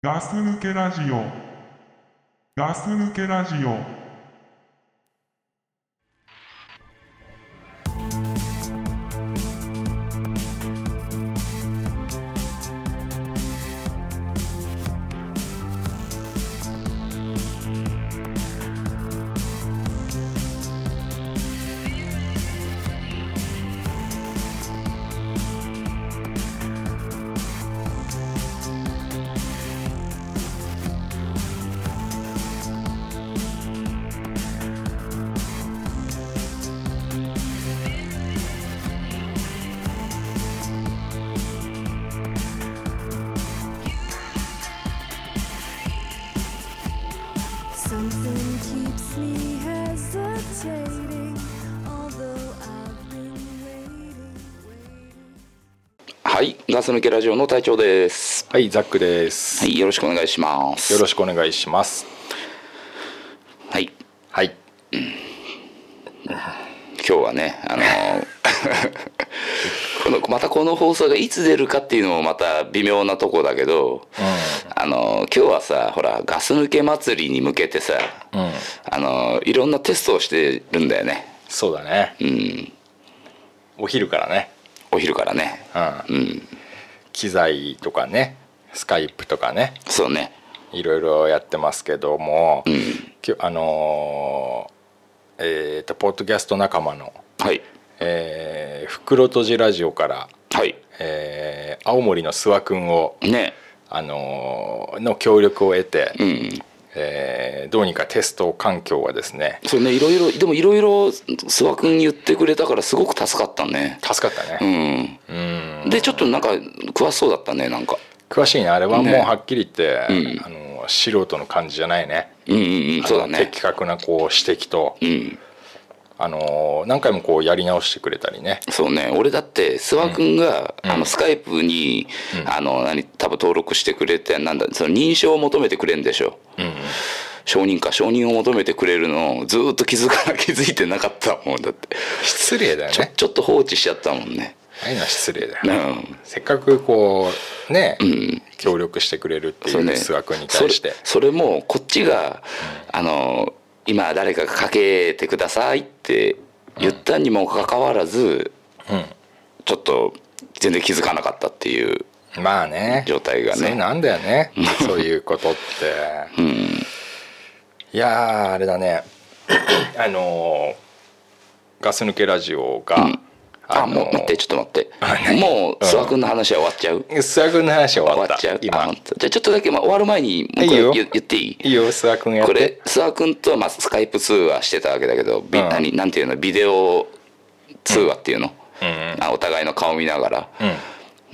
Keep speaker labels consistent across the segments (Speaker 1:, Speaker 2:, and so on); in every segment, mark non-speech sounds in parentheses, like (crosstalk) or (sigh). Speaker 1: ガス抜けラジオ。ガス抜けラジオ。
Speaker 2: Something keeps me hesitating, although I've been waiting.
Speaker 3: (laughs)
Speaker 4: はい、ガス抜けラジオの隊長です。
Speaker 3: はい、ザックです。
Speaker 4: はい、よろしくお願いします。
Speaker 3: よろしくお願いします。
Speaker 4: はい、
Speaker 3: はい。
Speaker 4: 今日はね、あのー (laughs) このまたこの放送がいつ出るかっていうのもまた微妙なとこだけど、あのー今日はさ、ほらガス抜け祭りに向けてさ、
Speaker 3: うん。うん。
Speaker 4: あのーいろんなテストをしてるんだよね。
Speaker 3: そうだね。
Speaker 4: うん、
Speaker 3: お昼からね。
Speaker 4: お昼からね。
Speaker 3: う。
Speaker 4: うんん、
Speaker 3: 機材とかね、スカイプとかね、
Speaker 4: そうね。
Speaker 3: いろいろやってますけども、
Speaker 4: うん、
Speaker 3: きょあのーえっ、とポッドキャスト仲間の
Speaker 4: はい、
Speaker 3: えー袋とじラジオから、
Speaker 4: はい、
Speaker 3: えー青森の諏訪くんを
Speaker 4: ね、
Speaker 3: あのーの協力を得て、
Speaker 4: うん。
Speaker 3: えーどうにかテスト環境はですね、
Speaker 4: そうね、いろいろでもいろいろ諏訪君言ってくれたからすごく助かったね。
Speaker 3: 助かったね。
Speaker 4: うん。
Speaker 3: うん
Speaker 4: でちょっとなんか詳しそうだったねなんか
Speaker 3: 詳しいねあれはもうはっきり言っ
Speaker 4: う
Speaker 3: て、
Speaker 4: ん
Speaker 3: あの素人の感じじゃないね
Speaker 4: うんうんうんそうだ
Speaker 3: あの
Speaker 4: ね
Speaker 3: 的確なこう指摘と
Speaker 4: うん
Speaker 3: あの何回もこうやり直してくれたりね
Speaker 4: そうね俺だって諏訪君が、
Speaker 3: うん
Speaker 4: あのスカイプに、あの何多分登録してくれてなんだその認証を求めてくれんでしょ
Speaker 3: うんうん
Speaker 4: 承認か承認を求めてくれるのをずーっと気づかな (laughs) 気づいてなかったもんだって
Speaker 3: 失礼だよ
Speaker 4: ちょ
Speaker 3: ね
Speaker 4: ちょっと放置しちゃったもんね
Speaker 3: ああいうのは失礼だよ
Speaker 4: う
Speaker 3: ね、
Speaker 4: ん
Speaker 3: せっかくこうね、協力してくれるっていう
Speaker 4: そうね
Speaker 3: 諏訪君に対して
Speaker 4: それそれもこっちが、あの今誰かがかけてくださいって言ったにもかかわらず、ちょっと全然気づかなかったっていう
Speaker 3: まあね
Speaker 4: 状態がね
Speaker 3: そうなんだよねそういうことって、いやーあれだ
Speaker 4: (coughs)
Speaker 3: ねあのーガス抜けラジオが、
Speaker 4: あ
Speaker 3: のー
Speaker 4: もう待ってちょっと待って
Speaker 3: あ何
Speaker 4: もう
Speaker 3: うん
Speaker 4: 諏訪君の話は終わっちゃう
Speaker 3: 諏訪君の話は終わ
Speaker 4: 終わ
Speaker 3: った
Speaker 4: っちゃうあ
Speaker 3: 今
Speaker 4: 本当じゃあちょっとだけ、まあ、終わる前にもう一
Speaker 3: いい
Speaker 4: 回
Speaker 3: よ
Speaker 4: 言言っていい
Speaker 3: いいよ諏訪君やっ
Speaker 4: こ
Speaker 3: て
Speaker 4: れ諏訪君と、まあ、スカイプ通話してたわけだけど、び
Speaker 3: うん
Speaker 4: 何なんていうのビデオ通話っていうの、
Speaker 3: うんうん
Speaker 4: あお互いの顔見ながら、
Speaker 3: うん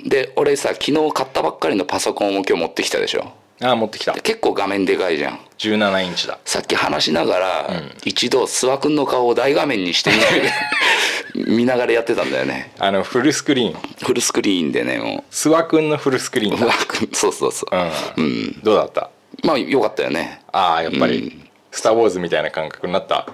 Speaker 4: で俺さ昨日買ったばっかりのパソコンを今日持ってきたでしょ
Speaker 3: あー持ってきた
Speaker 4: で結構画面でかいじゃん
Speaker 3: 17インチだ
Speaker 4: さっき話しながら、一度諏訪君の顔を大画面にして
Speaker 3: (laughs)
Speaker 4: み見ながらやってたんだよね
Speaker 3: あのフルスクリーン
Speaker 4: フルスクリーンでねも
Speaker 3: 諏訪君のフルスクリー
Speaker 4: う
Speaker 3: ン
Speaker 4: 諏
Speaker 3: だ
Speaker 4: 訪君 (laughs) そうそうそう、
Speaker 3: うん、どうだった
Speaker 4: まあよかったよね
Speaker 3: ああやっぱり、スター・ウォーズ」みたいな感覚になった、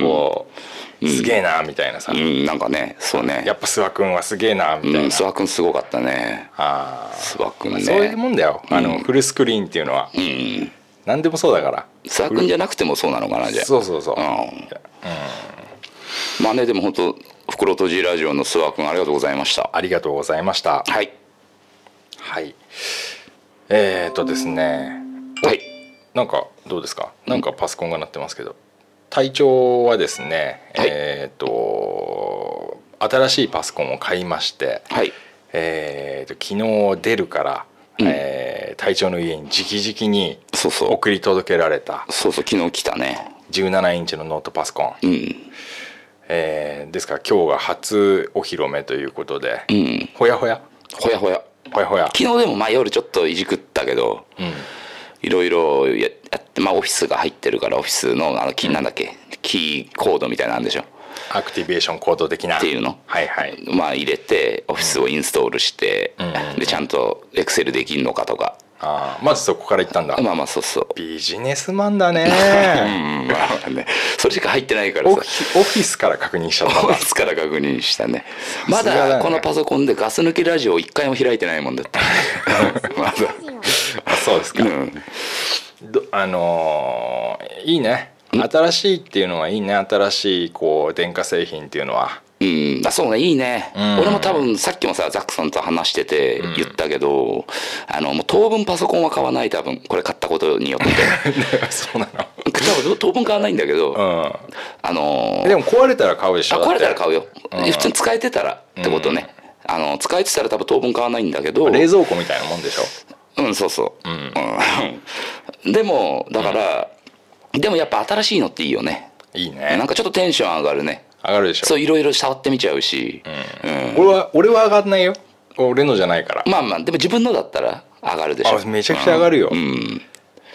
Speaker 3: こうすげえなみたいなさ、
Speaker 4: うんなんかねそうね
Speaker 3: やっぱ諏訪君はすげえなみたいな、
Speaker 4: うん、諏訪君すごかったね
Speaker 3: あー
Speaker 4: 諏訪君ね
Speaker 3: そういうもんだよ、あ
Speaker 4: う
Speaker 3: の
Speaker 4: ん
Speaker 3: フルスクリーンっていうのは、
Speaker 4: うん
Speaker 3: 何でもそうだから
Speaker 4: 諏訪君じゃなくてもそうなのかなじゃあ
Speaker 3: そうそうそう、
Speaker 4: うんまあねでも本当袋とじラジオの諏訪君ありがとうございました
Speaker 3: ありがとうございました
Speaker 4: はい
Speaker 3: はいえっ、ー、とですね
Speaker 4: はい
Speaker 3: なんかどうですかなんかパソコンが鳴ってますけど体調はですね、
Speaker 4: はい
Speaker 3: えっ、と新しいパソコンを買いまして、
Speaker 4: はい
Speaker 3: えー、と昨日出るから、
Speaker 4: うん
Speaker 3: えー、隊長の家に直々に
Speaker 4: そうそう
Speaker 3: 送り届けられた
Speaker 4: そうそう昨日来たね
Speaker 3: 17インチのノートパソコ
Speaker 4: う
Speaker 3: ン、
Speaker 4: ん
Speaker 3: えーですから今日が初お披露目ということで、
Speaker 4: うん
Speaker 3: ほやほや
Speaker 4: ほやほや
Speaker 3: ほやほや、
Speaker 4: 昨日でもまあ夜ちょっといじくったけど
Speaker 3: うん、
Speaker 4: いろいろややってまあオフィスが入ってるからオフィスのあのキーなんだっけキーコードみたいなんでしょ
Speaker 3: アクティベーションコード的な
Speaker 4: っていうの
Speaker 3: はいはい
Speaker 4: まあ入れてオフィスをインストールして
Speaker 3: うん
Speaker 4: でちゃんとエクセルできんのかとか
Speaker 3: あーまずそこから行ったんだ、
Speaker 4: まあまあそうそう
Speaker 3: ビジネスマンだ
Speaker 4: (laughs) う
Speaker 3: ね
Speaker 4: んまあねそれしか入ってないから
Speaker 3: オ
Speaker 4: さ
Speaker 3: フィオフィスから確認しちゃ
Speaker 4: (laughs)
Speaker 3: っ
Speaker 4: オ
Speaker 3: たん
Speaker 4: フ
Speaker 3: だ
Speaker 4: ィスから確認したねま
Speaker 3: さすがだね (laughs)
Speaker 4: だこのパソコンでガス抜きラジオ一回も開いてないもんだってまだ
Speaker 3: あそうですか、
Speaker 4: うん
Speaker 3: どあのーいいね新しいっていうのはいいね新しいこう電化製品っていう
Speaker 4: (laughs)
Speaker 3: のは
Speaker 4: うん、あそうねいいね、
Speaker 3: うん
Speaker 4: 俺も多分さっきもさザックさんと話してて言ったけど、あのもう当分パソコンは買わない多分これ買ったことによっ
Speaker 3: そうな
Speaker 4: て多分当分買わないんだけど、
Speaker 3: の
Speaker 4: あの
Speaker 3: うんでも壊れたら買うでし
Speaker 4: あ
Speaker 3: ょ
Speaker 4: 壊れたら買う
Speaker 3: よ
Speaker 4: よ、普通に使えてたらってことね、あの使えてたら多分当分買わないんだけど
Speaker 3: 冷蔵庫みたいなもんでしょ
Speaker 4: うんそうそう、
Speaker 3: ん
Speaker 4: うん、でもだから、でもやっぱ新しいのっていいよね
Speaker 3: いい
Speaker 4: なん
Speaker 3: ね
Speaker 4: かちょっとテンション上がるね
Speaker 3: 上がるでしょ
Speaker 4: そういろいろ触ってみちゃうし、うん
Speaker 3: 俺は俺は上がんないよ俺のじゃないから
Speaker 4: まあまあでも自分のだったら上がるでしょ
Speaker 3: あめちゃくちゃ上がるよ、
Speaker 4: うん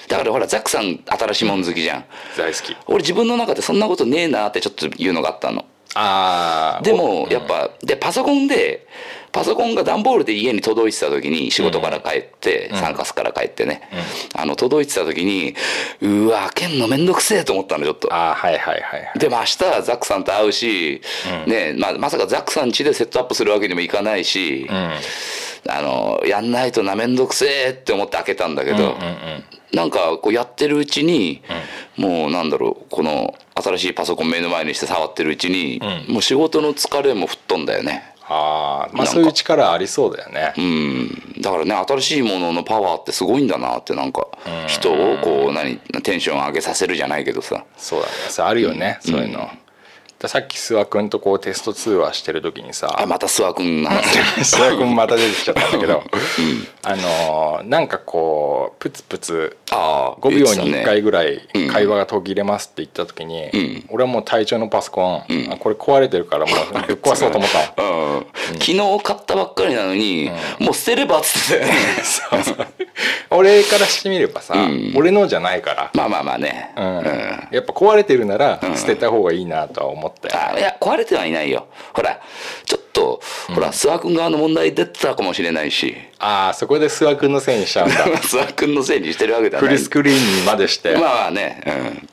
Speaker 4: だからほらザックさん新しいもん好きじゃん
Speaker 3: 大好き
Speaker 4: 俺自分の中でそんなことねえなってちょっと言うのがあったの
Speaker 3: ああ
Speaker 4: でもやっぱでパソコンでパソコンが段ボールで家に届いてた時に仕事から帰って、参加室から帰ってね、あの届いてた時にうわ開けんのめんどくせえと思ったのちょっと
Speaker 3: ああはいはいはいはい
Speaker 4: でも明日はザックさんと会うし、ねまあ、まさかザックさん家でセットアップするわけにもいかないし、あのやんないとなめんどくせえって思って開けたんだけど、なんかこうやってるうちに、もうなんだろうこの新しいパソコン目の前にして触ってるうちに、もう仕事の疲れも吹っ飛んだよね。
Speaker 3: ああま
Speaker 4: なんか
Speaker 3: あそういう力ありそうだよね
Speaker 4: うん、だからね新しいもののパワーってすごいんだなってなんか人をこう何テンション上げさせるじゃないけどさ
Speaker 3: そうだねそれあるよね、そういうのだからさっき諏訪君とこうテスト通話してる時にさ
Speaker 4: あまた諏訪君の (laughs) 話
Speaker 3: (laughs) 諏訪君また出てきちゃったんだけど、あのーなんかこうプツプツ
Speaker 4: ああ
Speaker 3: 5秒に
Speaker 4: 言って
Speaker 3: 1
Speaker 4: たね
Speaker 3: 回ぐらい会話が途切れますって言った時に、
Speaker 4: ん
Speaker 3: 俺はもう隊長のパソコン、あこれ壊れてるからも (laughs) うぶっ壊そうと思ったの
Speaker 4: うん昨日買ったばっかりなのに、もう捨てればっつってたよね
Speaker 3: そうそう (laughs) 俺からしてみればさ、
Speaker 4: ん
Speaker 3: 俺のじゃないから、
Speaker 4: まあまあまあね、
Speaker 3: うん
Speaker 4: うんあ
Speaker 3: やっぱ壊れてるなら捨てた方がいいなとは思ったよ、
Speaker 4: いや壊れてはいないよほらちょっとほら諏訪君側の問題出てたかもしれないし
Speaker 3: ああそこで諏訪君のせいにしちゃうん (laughs) だ
Speaker 4: (laughs) 諏訪君のせいにしてるわけでは
Speaker 3: フ
Speaker 4: ない
Speaker 3: ルスクリーンにまでして、
Speaker 4: まあまあね、うん、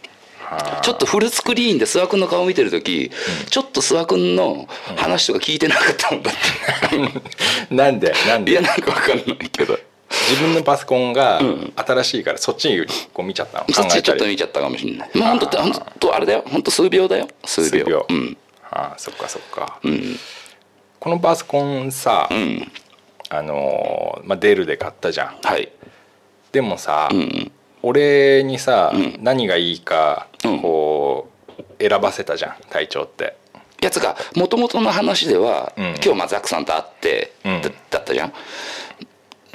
Speaker 4: ちょっとフルスクリーンで諏訪君の顔見てる時、ちょっと諏訪君の話とか聞いてなかったもんだっ
Speaker 3: (laughs) なんでなん
Speaker 4: ていや
Speaker 3: で
Speaker 4: なんかわかんないけど
Speaker 3: 自分のパソコンが新しいからそっちにこう見ちゃった (laughs) の考
Speaker 4: そっ
Speaker 3: え
Speaker 4: ちち
Speaker 3: た
Speaker 4: ょっと
Speaker 3: り
Speaker 4: 見ちゃったかもしれないまあ本当本当あれだよ本当数秒だよ数秒
Speaker 3: 数秒
Speaker 4: うん
Speaker 3: ああそっかそっか、このパソコンさ、
Speaker 4: うん
Speaker 3: あのーまあ、デルで買ったじゃん
Speaker 4: はい
Speaker 3: でもさ、
Speaker 4: うん
Speaker 3: 俺にさ、何がいいか
Speaker 4: うん
Speaker 3: こう選ばせたじゃん隊長って
Speaker 4: やつがもともとの話では、
Speaker 3: うん
Speaker 4: 今日まあザックさんと会って、
Speaker 3: うん
Speaker 4: だだったじゃん、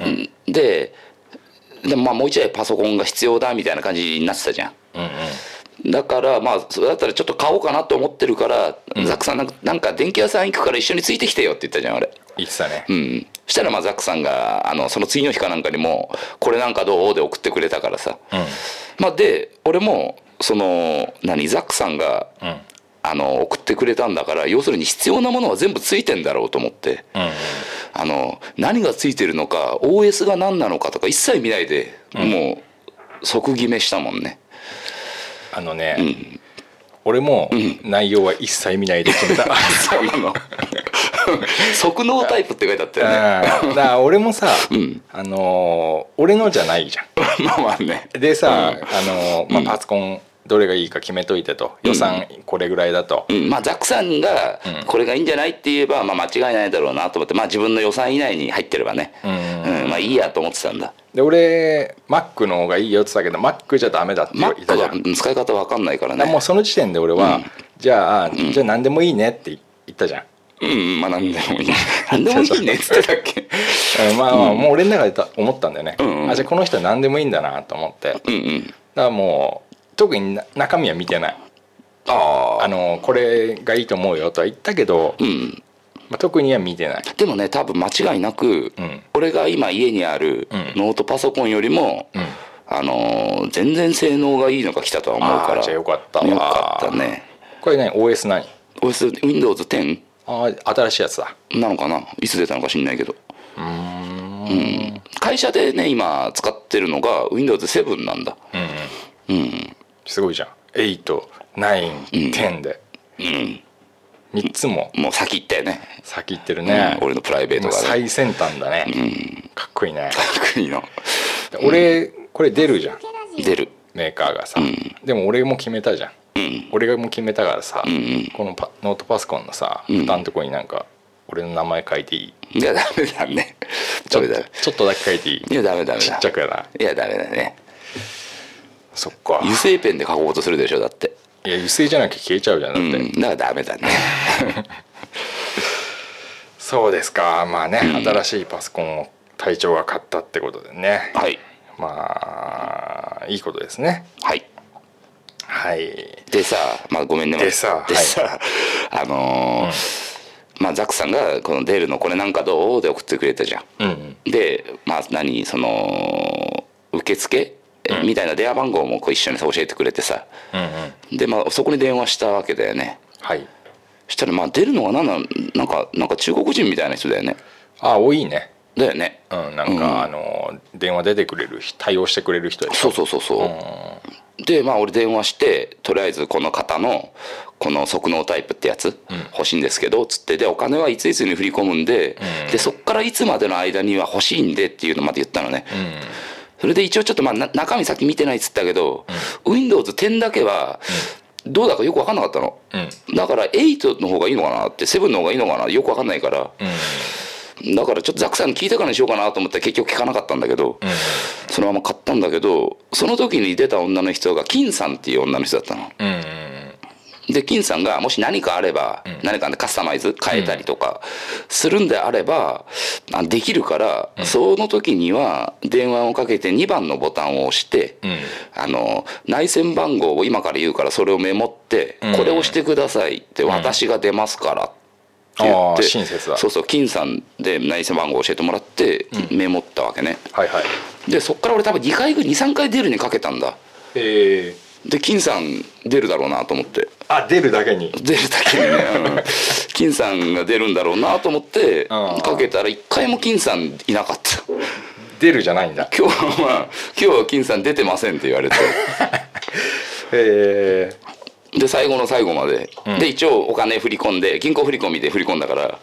Speaker 4: うんででもまあもう一台パソコンが必要だみたいな感じになってたじゃん
Speaker 3: うんうん
Speaker 4: だからまあそれだったらちょっと買おうかなと思ってるから、ザックさんなんかなんか電気屋さん行くから一緒についてきてよって言ったじゃんあれ
Speaker 3: 言ってたね
Speaker 4: うんそしたらまあザックさんがあのその次の日かなんかにも「これなんかどう?」で送ってくれたからさ、
Speaker 3: うん
Speaker 4: まあで俺もその何ザックさんが
Speaker 3: うん
Speaker 4: あの送ってくれたんだから要するに必要なものは全部ついてんだろうと思って
Speaker 3: うんうん
Speaker 4: あの何がついてるのか OS が何なのかとか一切見ないで、もう即決めしたもんね
Speaker 3: あのね、俺も内容は一切見ないで決
Speaker 4: (laughs)
Speaker 3: めた、
Speaker 4: そうなの即納タイプって書いてあったよね
Speaker 3: うんだから俺もさ、
Speaker 4: ん
Speaker 3: あのー俺のじゃないじゃ
Speaker 4: まあまあね
Speaker 3: んでさ、あのーまあ、パソコンどれがいいか決めといてと予算これぐらいだと、
Speaker 4: うんまあザックさんが
Speaker 3: うん
Speaker 4: これがいいんじゃないって言えば、まあ、間違いないだろうなと思ってまあ自分の予算以内に入ってればね、
Speaker 3: うん
Speaker 4: うんまあいいやと思ってたんだ
Speaker 3: で俺 Mac の方がいいよって言ったけど Mac じゃダメだって言
Speaker 4: マ
Speaker 3: っ
Speaker 4: ッ
Speaker 3: た
Speaker 4: ク
Speaker 3: じゃ
Speaker 4: が
Speaker 3: ん
Speaker 4: うん使い方わかんないから
Speaker 3: だからも
Speaker 4: ね
Speaker 3: うその時点で俺は、じゃあ、じゃあ何でもいいねって言ったじゃん、
Speaker 4: うんうんまあ何でもいい
Speaker 3: (laughs)
Speaker 4: 何でもいいねっつってたっけ
Speaker 3: うんまあまあ、もう俺の中でた思ったんだよね、
Speaker 4: うんうん
Speaker 3: あじゃあこの人は何でもいいんだなと思ってだか
Speaker 4: うんうん
Speaker 3: らもう特にな中身は見てない
Speaker 4: ああ
Speaker 3: あのこれがいいと思うよとは言ったけど、
Speaker 4: うん
Speaker 3: まあ、特には見てない
Speaker 4: でもね多分間違いなく、
Speaker 3: うん
Speaker 4: 俺が今家にある
Speaker 3: うん
Speaker 4: ノートパソコンよりも、
Speaker 3: うん
Speaker 4: あのー全然性能がいいのが来たとは思うか
Speaker 3: あ
Speaker 4: ら
Speaker 3: ーじゃあよかったわ
Speaker 4: よかったね
Speaker 3: これ何 OS 何
Speaker 4: OS Windows 10
Speaker 3: あー新しいやつだ
Speaker 4: なのかないつ出たのか知んないけどうん会社でね今使ってるのが Windows7 なんだ
Speaker 3: すごいじゃん89110で、三3つも
Speaker 4: もう先行ったよね、
Speaker 3: 先行ってる
Speaker 4: うん
Speaker 3: ね、
Speaker 4: 俺のプライベート
Speaker 3: もう
Speaker 4: がね
Speaker 3: 最先端だね、かっこいいね
Speaker 4: (laughs) 国の
Speaker 3: で俺これ出るじゃん
Speaker 4: 出る
Speaker 3: メーカーがさ、
Speaker 4: うん
Speaker 3: でも俺も決めたじゃん
Speaker 4: うん
Speaker 3: 俺がもう決めたからさ、
Speaker 4: うんうん
Speaker 3: このパノートパソコンのさ
Speaker 4: うん
Speaker 3: 蓋のとこになんか俺の名前書いていい
Speaker 4: いやダメだね
Speaker 3: ち
Speaker 4: ダ
Speaker 3: ょ
Speaker 4: メ
Speaker 3: っと
Speaker 4: だ
Speaker 3: ちょっとだけ書いていい
Speaker 4: いやダメダメ
Speaker 3: ち
Speaker 4: だ
Speaker 3: っちゃくやない
Speaker 4: やダメだね
Speaker 3: そっか
Speaker 4: 油性ペンで書こうとするでしょだって
Speaker 3: いや油性じゃなきゃ消えちゃうじゃんだ
Speaker 4: う
Speaker 3: って、
Speaker 4: んだからダメだ
Speaker 3: (laughs)
Speaker 4: ね
Speaker 3: そうですかまあね、新しいパソコンを隊長が買ったってことでね
Speaker 4: はい
Speaker 3: まあいいことですね
Speaker 4: はい
Speaker 3: はい
Speaker 4: でさまあごめんね
Speaker 3: でさ
Speaker 4: でさあのーまあザックさんがこのデールのこれなんかどうで送ってくれたじゃん
Speaker 3: うん
Speaker 4: でまあ何その受付
Speaker 3: うん
Speaker 4: みたいな電話番号もこう一緒にさ教えてくれてさ
Speaker 3: うんうん
Speaker 4: でまあそこに電話したわけだよね
Speaker 3: はい
Speaker 4: そしたらまあ出るのが何なのなんかなんか中国人みたいな人だよね
Speaker 3: あ多いね
Speaker 4: だよね
Speaker 3: うんなんか、
Speaker 4: うん
Speaker 3: あの電話出てくれる人対応してくれる人でし
Speaker 4: そ
Speaker 3: ょ
Speaker 4: うそうそうそう、
Speaker 3: ん
Speaker 4: でまあ俺電話してとりあえずこの方のこの即納タイプってやつ欲しいんですけどつってでお金はいついつに振り込むんで,、
Speaker 3: うん
Speaker 4: でそっからいつまでの間には欲しいんでっていうのまで言ったのね、それで一応ちょっとまあな中身さっき見てないっつったけど、Windows10 だけはどうだかよく分かんなかったの、
Speaker 3: うんうん
Speaker 4: だから8の方がいいのかなって7の方がいいのかなよく分かんないからだからちょっとザックさんに聞いてからにしようかなと思って結局聞かなかったんだけど、そのまま買ったんだけどその時に出た女の人が金さんっていう女の人だったの
Speaker 3: うんうん
Speaker 4: で金さんがもし何かあれば、何かでカスタマイズ変えたりとかするんであれば、あできるから、その時には電話をかけて2番のボタンを押して、
Speaker 3: うん
Speaker 4: あの内線番号を今から言うからそれをメモって、
Speaker 3: うん
Speaker 4: これを押してくださいって私が出ますからって言っ
Speaker 3: あー
Speaker 4: て
Speaker 3: 親切だ
Speaker 4: そうそう金さんで内線番号を教えてもらって、メモったわけね
Speaker 3: はいはい
Speaker 4: でそっから俺多分2回ぐ23回出るにかけたんだ
Speaker 3: えー、
Speaker 4: で金さん出るだろうなと思って
Speaker 3: あ出るだけに
Speaker 4: 出るだけにね、
Speaker 3: (laughs)
Speaker 4: うん金さんが出るんだろうなと思って
Speaker 3: あー
Speaker 4: かけたら1回も金さんいなかった
Speaker 3: 出るじゃないんだ
Speaker 4: 今日はまあ今日は金さん出てませんって言われて
Speaker 3: え
Speaker 4: で最後の最後まで、
Speaker 3: ん
Speaker 4: で一応お金振り込んで銀行振り込みで振り込んだから、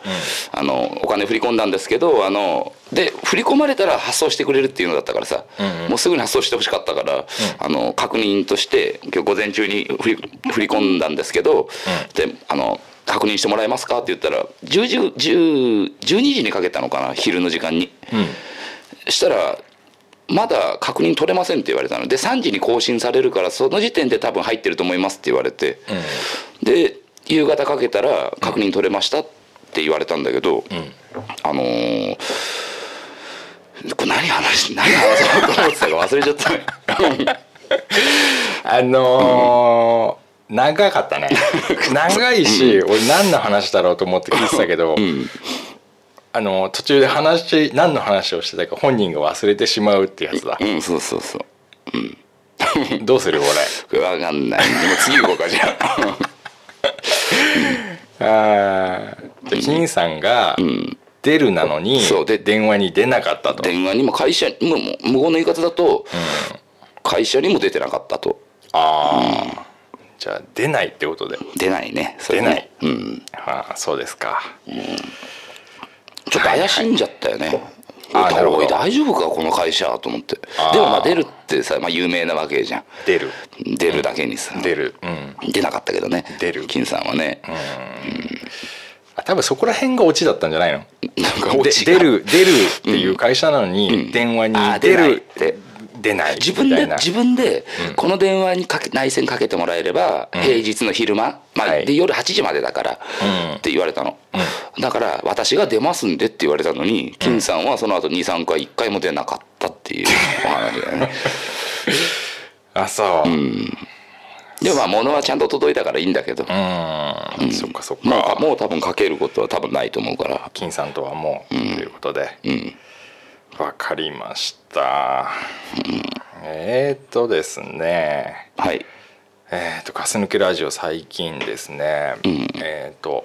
Speaker 4: あのお金振り込んだんですけどあので振り込まれたら発送してくれるっていうのだったからさ、
Speaker 3: んうん
Speaker 4: もうすぐに発送してほしかったから、あの確認として今日午前中に振り振り込んだんですけど、であの確認してもらえますかって言ったら10時10 12時にかけたのかな昼の時間に。
Speaker 3: ー、うん
Speaker 4: したらまだ確認取れませんって言われたので3時に更新されるからその時点で多分入ってると思いますって言われて、で夕方かけたら確認取れましたって言われたんだけど、あのーこれ何話何話そうと思ってたか忘れちゃったね
Speaker 3: あのー長か (laughs) ったね長いし、俺何の話だろうと思って聞いてたけど、あのー途中で話何の話をしてたか本人が忘れてしまうってやつ (laughs) だ
Speaker 4: うんそうそうそう
Speaker 3: どうする俺
Speaker 4: これ分かんないでも次行こうかじゃあ
Speaker 3: あーじゃあ金さんが出るなのに、
Speaker 4: そうで
Speaker 3: 電話に出なかったと
Speaker 4: 電話にも会社にもう無言の言い方だと、会社にも出てなかったと
Speaker 3: ああ、じゃあ出ないってことで
Speaker 4: 出ないねそれはねうん
Speaker 3: ああそうですか
Speaker 4: ちょっと怪しんじゃったよね。
Speaker 3: はいはいあーなるほど
Speaker 4: おい大丈夫かこの会社と思って
Speaker 3: あー
Speaker 4: でもまあ出るってさ、まあ、有名なわけじゃ
Speaker 3: 出る
Speaker 4: ん出るだけにさ
Speaker 3: 出るうん
Speaker 4: 出なかったけどね
Speaker 3: 出る
Speaker 4: 金さんはね、
Speaker 3: あ多分そこら辺がオチだったんじゃないの
Speaker 4: なんか落
Speaker 3: で
Speaker 4: ち
Speaker 3: 出る出るっていう会社なのに、電話に
Speaker 4: あー
Speaker 3: 出る
Speaker 4: 出ないって
Speaker 3: 出ない
Speaker 4: 自分
Speaker 3: みた
Speaker 4: で
Speaker 3: いな
Speaker 4: 自分でこの電話にかけ内線かけてもらえれば、平日の昼間、まあ
Speaker 3: はい
Speaker 4: で夜8時までだから、
Speaker 3: うん
Speaker 4: って言われたの、だから私が出ますんでって言われたのに金さんはその後23回1回も出なかったっていうお話だよ
Speaker 3: (laughs)
Speaker 4: ね
Speaker 3: あそううん、
Speaker 4: でもまあ物はちゃんと届いたからいいんだけど、
Speaker 3: そっかそっか、
Speaker 4: まあもう多分かけることは多分ないと思うから
Speaker 3: 金さんとはもう、ということでわ、かりました、えー、っとですね
Speaker 4: はい
Speaker 3: えー、っと「ガス抜けラジオ」最近ですね、えー、っと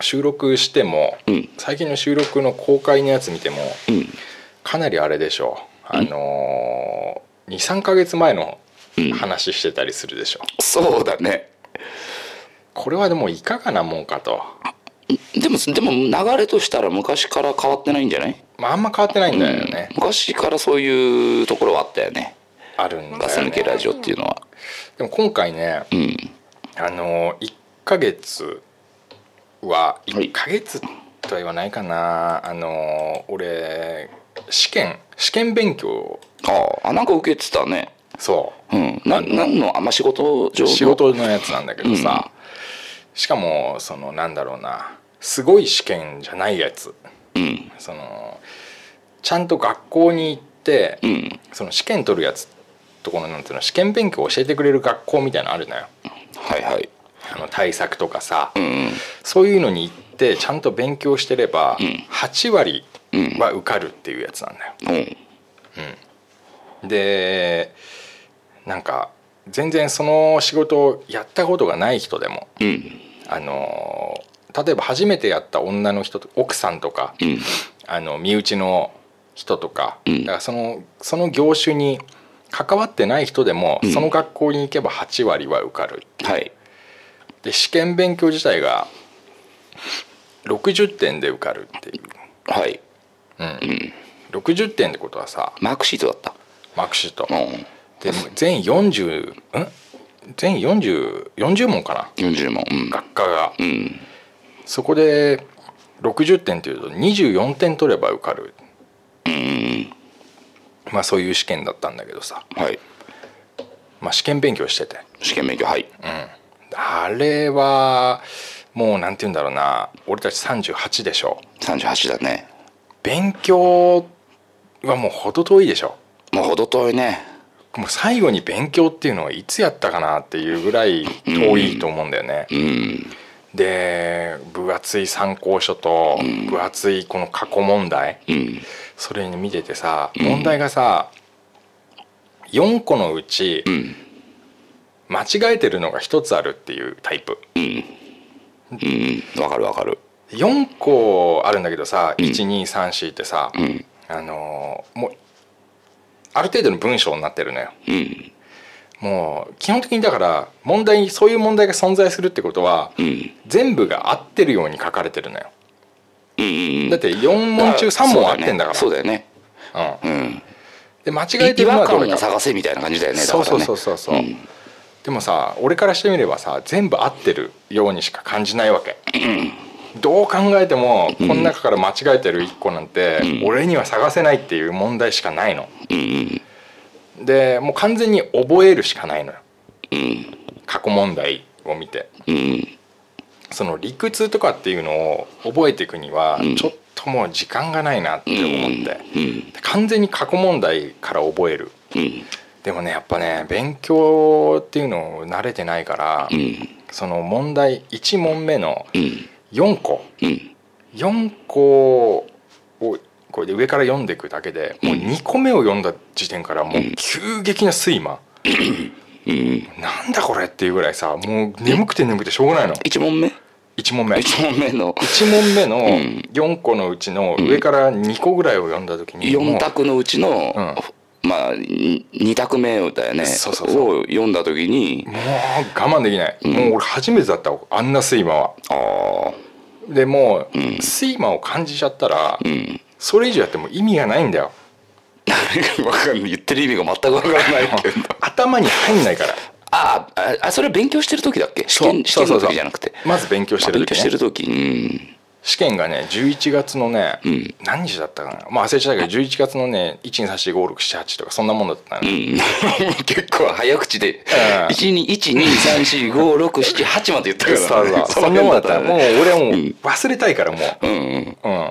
Speaker 3: 収録しても、
Speaker 4: うん
Speaker 3: 最近の収録の公開のやつ見ても
Speaker 4: うん
Speaker 3: かなりあれでしょうあのー、23か月前の話してたりするでしょう、
Speaker 4: そうだね
Speaker 3: これはでもいかがなもんかと
Speaker 4: でもでも流れとしたら昔から変わってないんじゃない
Speaker 3: まああんま変わってないんだよね、
Speaker 4: 昔からそういうところはあったよね
Speaker 3: あるんだよ、ね、
Speaker 4: ガス抜けラジオっていうのは
Speaker 3: でも今回ね
Speaker 4: うん
Speaker 3: あの1ヶ月は
Speaker 4: はい
Speaker 3: 1ヶ月とは言わないかな、あの俺試験試験勉強
Speaker 4: ああなんか受けてたね
Speaker 3: そ
Speaker 4: うんななんのあんま仕事上
Speaker 3: う
Speaker 4: の
Speaker 3: 仕事のやつなんだけどさ、しかもそのなんだろうなすごい試験じゃないやつ
Speaker 4: うん
Speaker 3: そのちゃんと学校に行って、
Speaker 4: うん
Speaker 3: その試験取るやつとこのなんていうの試験勉強を教えてくれる学校みたいなのあるのよ
Speaker 4: はいはい
Speaker 3: あの対策とかさ、
Speaker 4: うん
Speaker 3: そういうのに行ってちゃんと勉強してれば、
Speaker 4: ん
Speaker 3: 8割
Speaker 4: うん
Speaker 3: は受かるっていうやつなんだよ。
Speaker 4: うん
Speaker 3: でなんか全然その仕事をやったことがない人でも
Speaker 4: うん
Speaker 3: あの例えば初めてやった女の人と奥さんとか
Speaker 4: うん
Speaker 3: あの身内の人とか,、
Speaker 4: うん
Speaker 3: だからそのその業種に関わってない人でも、
Speaker 4: ん
Speaker 3: その学校に行けば8割は受かる
Speaker 4: はい
Speaker 3: で試験勉強自体が60点で受かるっていう
Speaker 4: はい
Speaker 3: 60点ってことはさ
Speaker 4: マークシートだっ
Speaker 3: マクシート
Speaker 4: たうん
Speaker 3: で全40ん全4040 40問かな
Speaker 4: 40問うん
Speaker 3: 学科が
Speaker 4: うん
Speaker 3: そこで60点っていうと24点取れば受かるまあそういう試験だったんだけどさ、
Speaker 4: はい
Speaker 3: まあ、試験勉強してて
Speaker 4: 試験免許はい
Speaker 3: あれはもうなんて言うんだろうな俺たち38でしょ
Speaker 4: 38だね
Speaker 3: 勉強はもう程遠いでしょ
Speaker 4: もう程遠いね
Speaker 3: もう最後に勉強っていうのはいつやったかなっていうぐらい遠いと思うんだよね、
Speaker 4: うん
Speaker 3: で分厚い参考書と分厚いこの過去問題
Speaker 4: うん
Speaker 3: それに見ててさ問題がさ4個のうち
Speaker 4: ん
Speaker 3: 間違えてるのが1つあるっていうタイプ
Speaker 4: うんわかるわかる
Speaker 3: 4個あるんだけどさ1234ってさ
Speaker 4: うん
Speaker 3: あのーもうある程度の文章になってるのよ
Speaker 4: うん
Speaker 3: もう基本的にだから問題にそういう問題が存在するってことは
Speaker 4: うん
Speaker 3: 全部が合ってるように書かれてるのよ
Speaker 4: うんうん
Speaker 3: だって4問中3問合ってんだから
Speaker 4: そうだよね
Speaker 3: うん
Speaker 4: そうだよね
Speaker 3: で間違
Speaker 4: うん
Speaker 3: えて
Speaker 4: 違
Speaker 3: るの
Speaker 4: 和
Speaker 3: はど
Speaker 4: 感
Speaker 3: れ
Speaker 4: を
Speaker 3: か
Speaker 4: 探せみたいな感じだよねだか
Speaker 3: そ
Speaker 4: ら
Speaker 3: う
Speaker 4: ね
Speaker 3: そうそうそうそう、
Speaker 4: うん
Speaker 3: でもさ俺からしてみればさ全部合ってるようにしか感じない
Speaker 4: (clears throat)
Speaker 3: わけ、どう考えてもこの中から間違えてる1個なんて、俺には探せないっていう問題しかないの、でもう完全に覚えるしかないのよ、過去問題を見て
Speaker 4: うん
Speaker 3: その理屈とかっていうのを覚えていくにはちょっともう時間がないなって思って、
Speaker 4: うん
Speaker 3: 完全に過去問題から覚える
Speaker 4: うん
Speaker 3: でもねやっぱね勉強っていうのを慣れてないから、
Speaker 4: うん
Speaker 3: その問題1問目の
Speaker 4: うん
Speaker 3: 4個
Speaker 4: うん
Speaker 3: 4個をこれで上から読んでいくだけでもう2個目を読んだ時点からもう急激な睡魔、
Speaker 4: うん
Speaker 3: なんだこれっていうぐらいさもう眠くて眠くてしょうがないの
Speaker 4: 1問目
Speaker 3: 1問目
Speaker 4: 1問目の
Speaker 3: 1問目の
Speaker 4: ん
Speaker 3: 4個のうちの上から2個ぐらいを読んだ時にも
Speaker 4: 4
Speaker 3: う
Speaker 4: 択のうちのまあ2択目だよね
Speaker 3: そうそうそう
Speaker 4: を読んだ時に
Speaker 3: もう我慢できない、もう俺初めてだったあんな睡魔は
Speaker 4: ああ
Speaker 3: でもう睡魔を感じちゃったら、
Speaker 4: うん
Speaker 3: それ以上やっても意味がないんだよ
Speaker 4: わかんない言ってる意味が全くわからないけ
Speaker 3: (laughs)
Speaker 4: ど
Speaker 3: 頭に入んないから
Speaker 4: あああそれは勉強してる時だっけ試験試
Speaker 3: そう
Speaker 4: 験の
Speaker 3: そうそうそう
Speaker 4: 時じゃなくて
Speaker 3: まず勉強してる
Speaker 4: 勉強
Speaker 3: 時、ね
Speaker 4: してる時うん
Speaker 3: 試験がね11月のね、
Speaker 4: ん
Speaker 3: 何日だったかなまあ忘れちゃったけど11月のね1234567とかそんなもんだった
Speaker 4: う
Speaker 3: のよ、
Speaker 4: ん (laughs) 結構早口で
Speaker 3: うん
Speaker 4: 1234567まで言った
Speaker 3: そ
Speaker 4: か
Speaker 3: う
Speaker 4: ら
Speaker 3: そ
Speaker 4: (laughs) ね
Speaker 3: うそんなもんだったらもう
Speaker 4: ね
Speaker 3: 俺はもう
Speaker 4: うん
Speaker 3: 忘れたいからもう
Speaker 4: うんうん
Speaker 3: うん、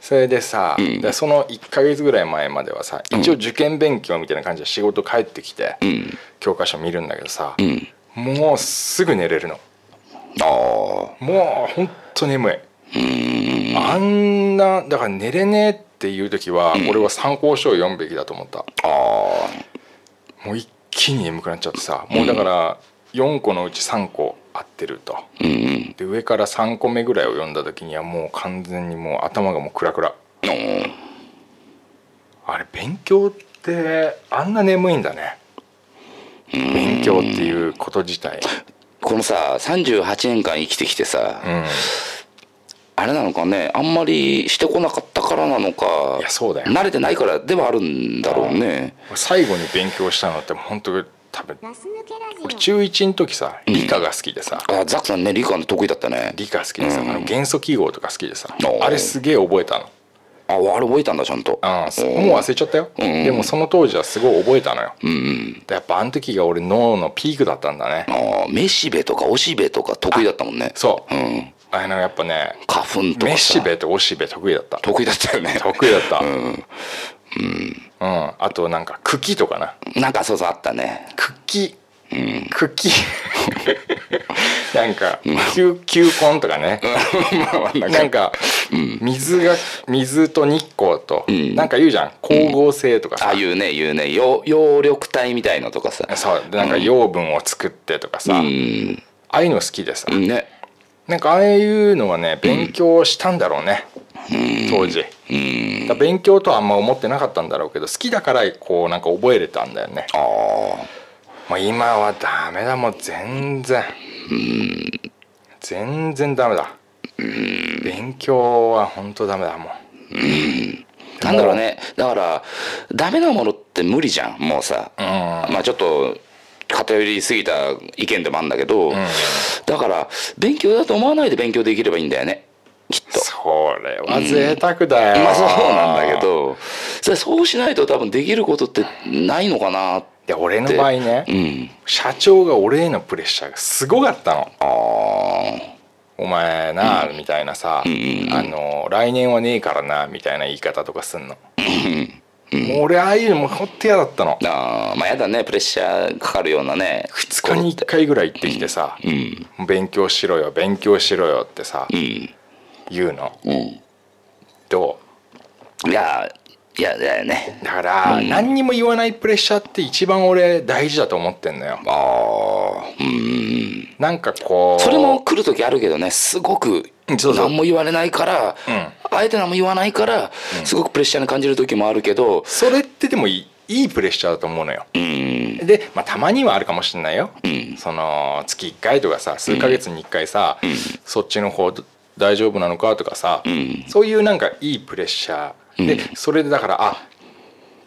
Speaker 3: それでさ、
Speaker 4: ん
Speaker 3: でその1か月ぐらい前まではさ一応受験勉強みたいな感じで仕事帰ってきて、
Speaker 4: ん
Speaker 3: 教科書見るんだけどさ、
Speaker 4: うん
Speaker 3: もうすぐ寝れるの
Speaker 4: ああ
Speaker 3: もうほんと眠い、あんなだから寝れねえっていう時は、俺は参考書を読むべきだと思った
Speaker 4: あ
Speaker 3: もう一気に眠くなっちゃってさもうだから4個のうち3個合ってると
Speaker 4: ーうん
Speaker 3: で上から3個目ぐらいを読んだ時にはもう完全にもう頭がもうクラクラ
Speaker 4: うん
Speaker 3: あれ勉強ってあんな眠いんだね勉強っていうこと自体
Speaker 4: このさ38年間生きてきてさあれなのかねあんまりしてこなかったからなのか
Speaker 3: いやそうだよ
Speaker 4: 慣れてないからではあるんだろうね
Speaker 3: 最後に勉強したのって本当多分俺中1の時さ理科が好きでさ、
Speaker 4: あザックさんね理科の得意だったね
Speaker 3: 理科好きでさ、
Speaker 4: うん
Speaker 3: あの元素記号とか好きでさ
Speaker 4: おー
Speaker 3: あれすげえ覚えたの
Speaker 4: ああれ覚えたんだちゃんと
Speaker 3: あー
Speaker 4: おー
Speaker 3: もう忘れちゃったよ、
Speaker 4: ん
Speaker 3: でもその当時はすごい覚えたのよ、
Speaker 4: うんうん
Speaker 3: でやっぱあの時が俺脳のピークだったんだね
Speaker 4: ああめしべとかおしべとか得意だったもんね
Speaker 3: そう
Speaker 4: う、ん
Speaker 3: あのやっぱね
Speaker 4: 花粉とかさ
Speaker 3: メシベとオシベ得意だった
Speaker 4: 得意だったよね
Speaker 3: 得意だった、うん
Speaker 4: うん
Speaker 3: あとなんか茎とかな
Speaker 4: なんかそうそうあったね
Speaker 3: 茎 (laughs) 茎なんか球球根とかねなんか水が水と日光と
Speaker 4: ん
Speaker 3: なんか言うじゃん光合成とか
Speaker 4: あ
Speaker 3: さ
Speaker 4: あいうね言うね葉葉緑体みたいのとかさ
Speaker 3: そうでなんか養分を作ってとか
Speaker 4: う
Speaker 3: さ
Speaker 4: ん
Speaker 3: ああいうの好きでさ
Speaker 4: ね
Speaker 3: なんかああいうのはね勉強したんだろうね当時
Speaker 4: うん
Speaker 3: だから勉強とはあんま思ってなかったんだろうけど好きだからこうなんか覚えれたんだよね
Speaker 4: ああ
Speaker 3: もう今はダメだもう全然全然ダメだ勉強は本当ダメだもう
Speaker 4: なんだろうねだからダメなものって無理じゃんもうさ、
Speaker 3: うん
Speaker 4: まあちょっと偏りすぎた意見でもあるんだけど、だから勉強だと思わないで勉強できればいいんだよねきっと
Speaker 3: それは贅沢だよ、
Speaker 4: まあそうなんだけどそれそうしないと多分できることってないのかなっ
Speaker 3: で俺の
Speaker 4: て
Speaker 3: 場合ね、
Speaker 4: うん
Speaker 3: 社長が俺へのプレッシャーがすごかったの
Speaker 4: ああ
Speaker 3: お前な、みたいなさ、あの来年はねえからなみたいな言い方とかすんの、もう俺ああいうのもうほんと嫌だったの
Speaker 4: ああまあやだねプレッシャーかかるようなね
Speaker 3: 2日に1回ぐらい行ってきてさ、
Speaker 4: うん
Speaker 3: 勉強しろよ勉強しろよってさ、
Speaker 4: うん
Speaker 3: 言うの
Speaker 4: うん
Speaker 3: ど
Speaker 4: いやいやだよね
Speaker 3: うだから、何にも言わないプレッシャーって一番俺大事だと思ってんのよ
Speaker 4: ああうん
Speaker 3: なんかこう
Speaker 4: それも来る時あるけどねすごく
Speaker 3: うんそうそう
Speaker 4: 何も言われないからあえて何も言わないからすごくプレッシャーに感じる時もあるけど
Speaker 3: それってでもいいいいプレッシャーだと思うのよ
Speaker 4: うん
Speaker 3: で、まあ、たまにはあるかもしれないよ、
Speaker 4: ん
Speaker 3: その月1回とかさ数ヶ月に1回さ、そっちの方大丈夫なのかとかさ、
Speaker 4: ん
Speaker 3: そういうなんかいいプレッシャー、でそれでだからあ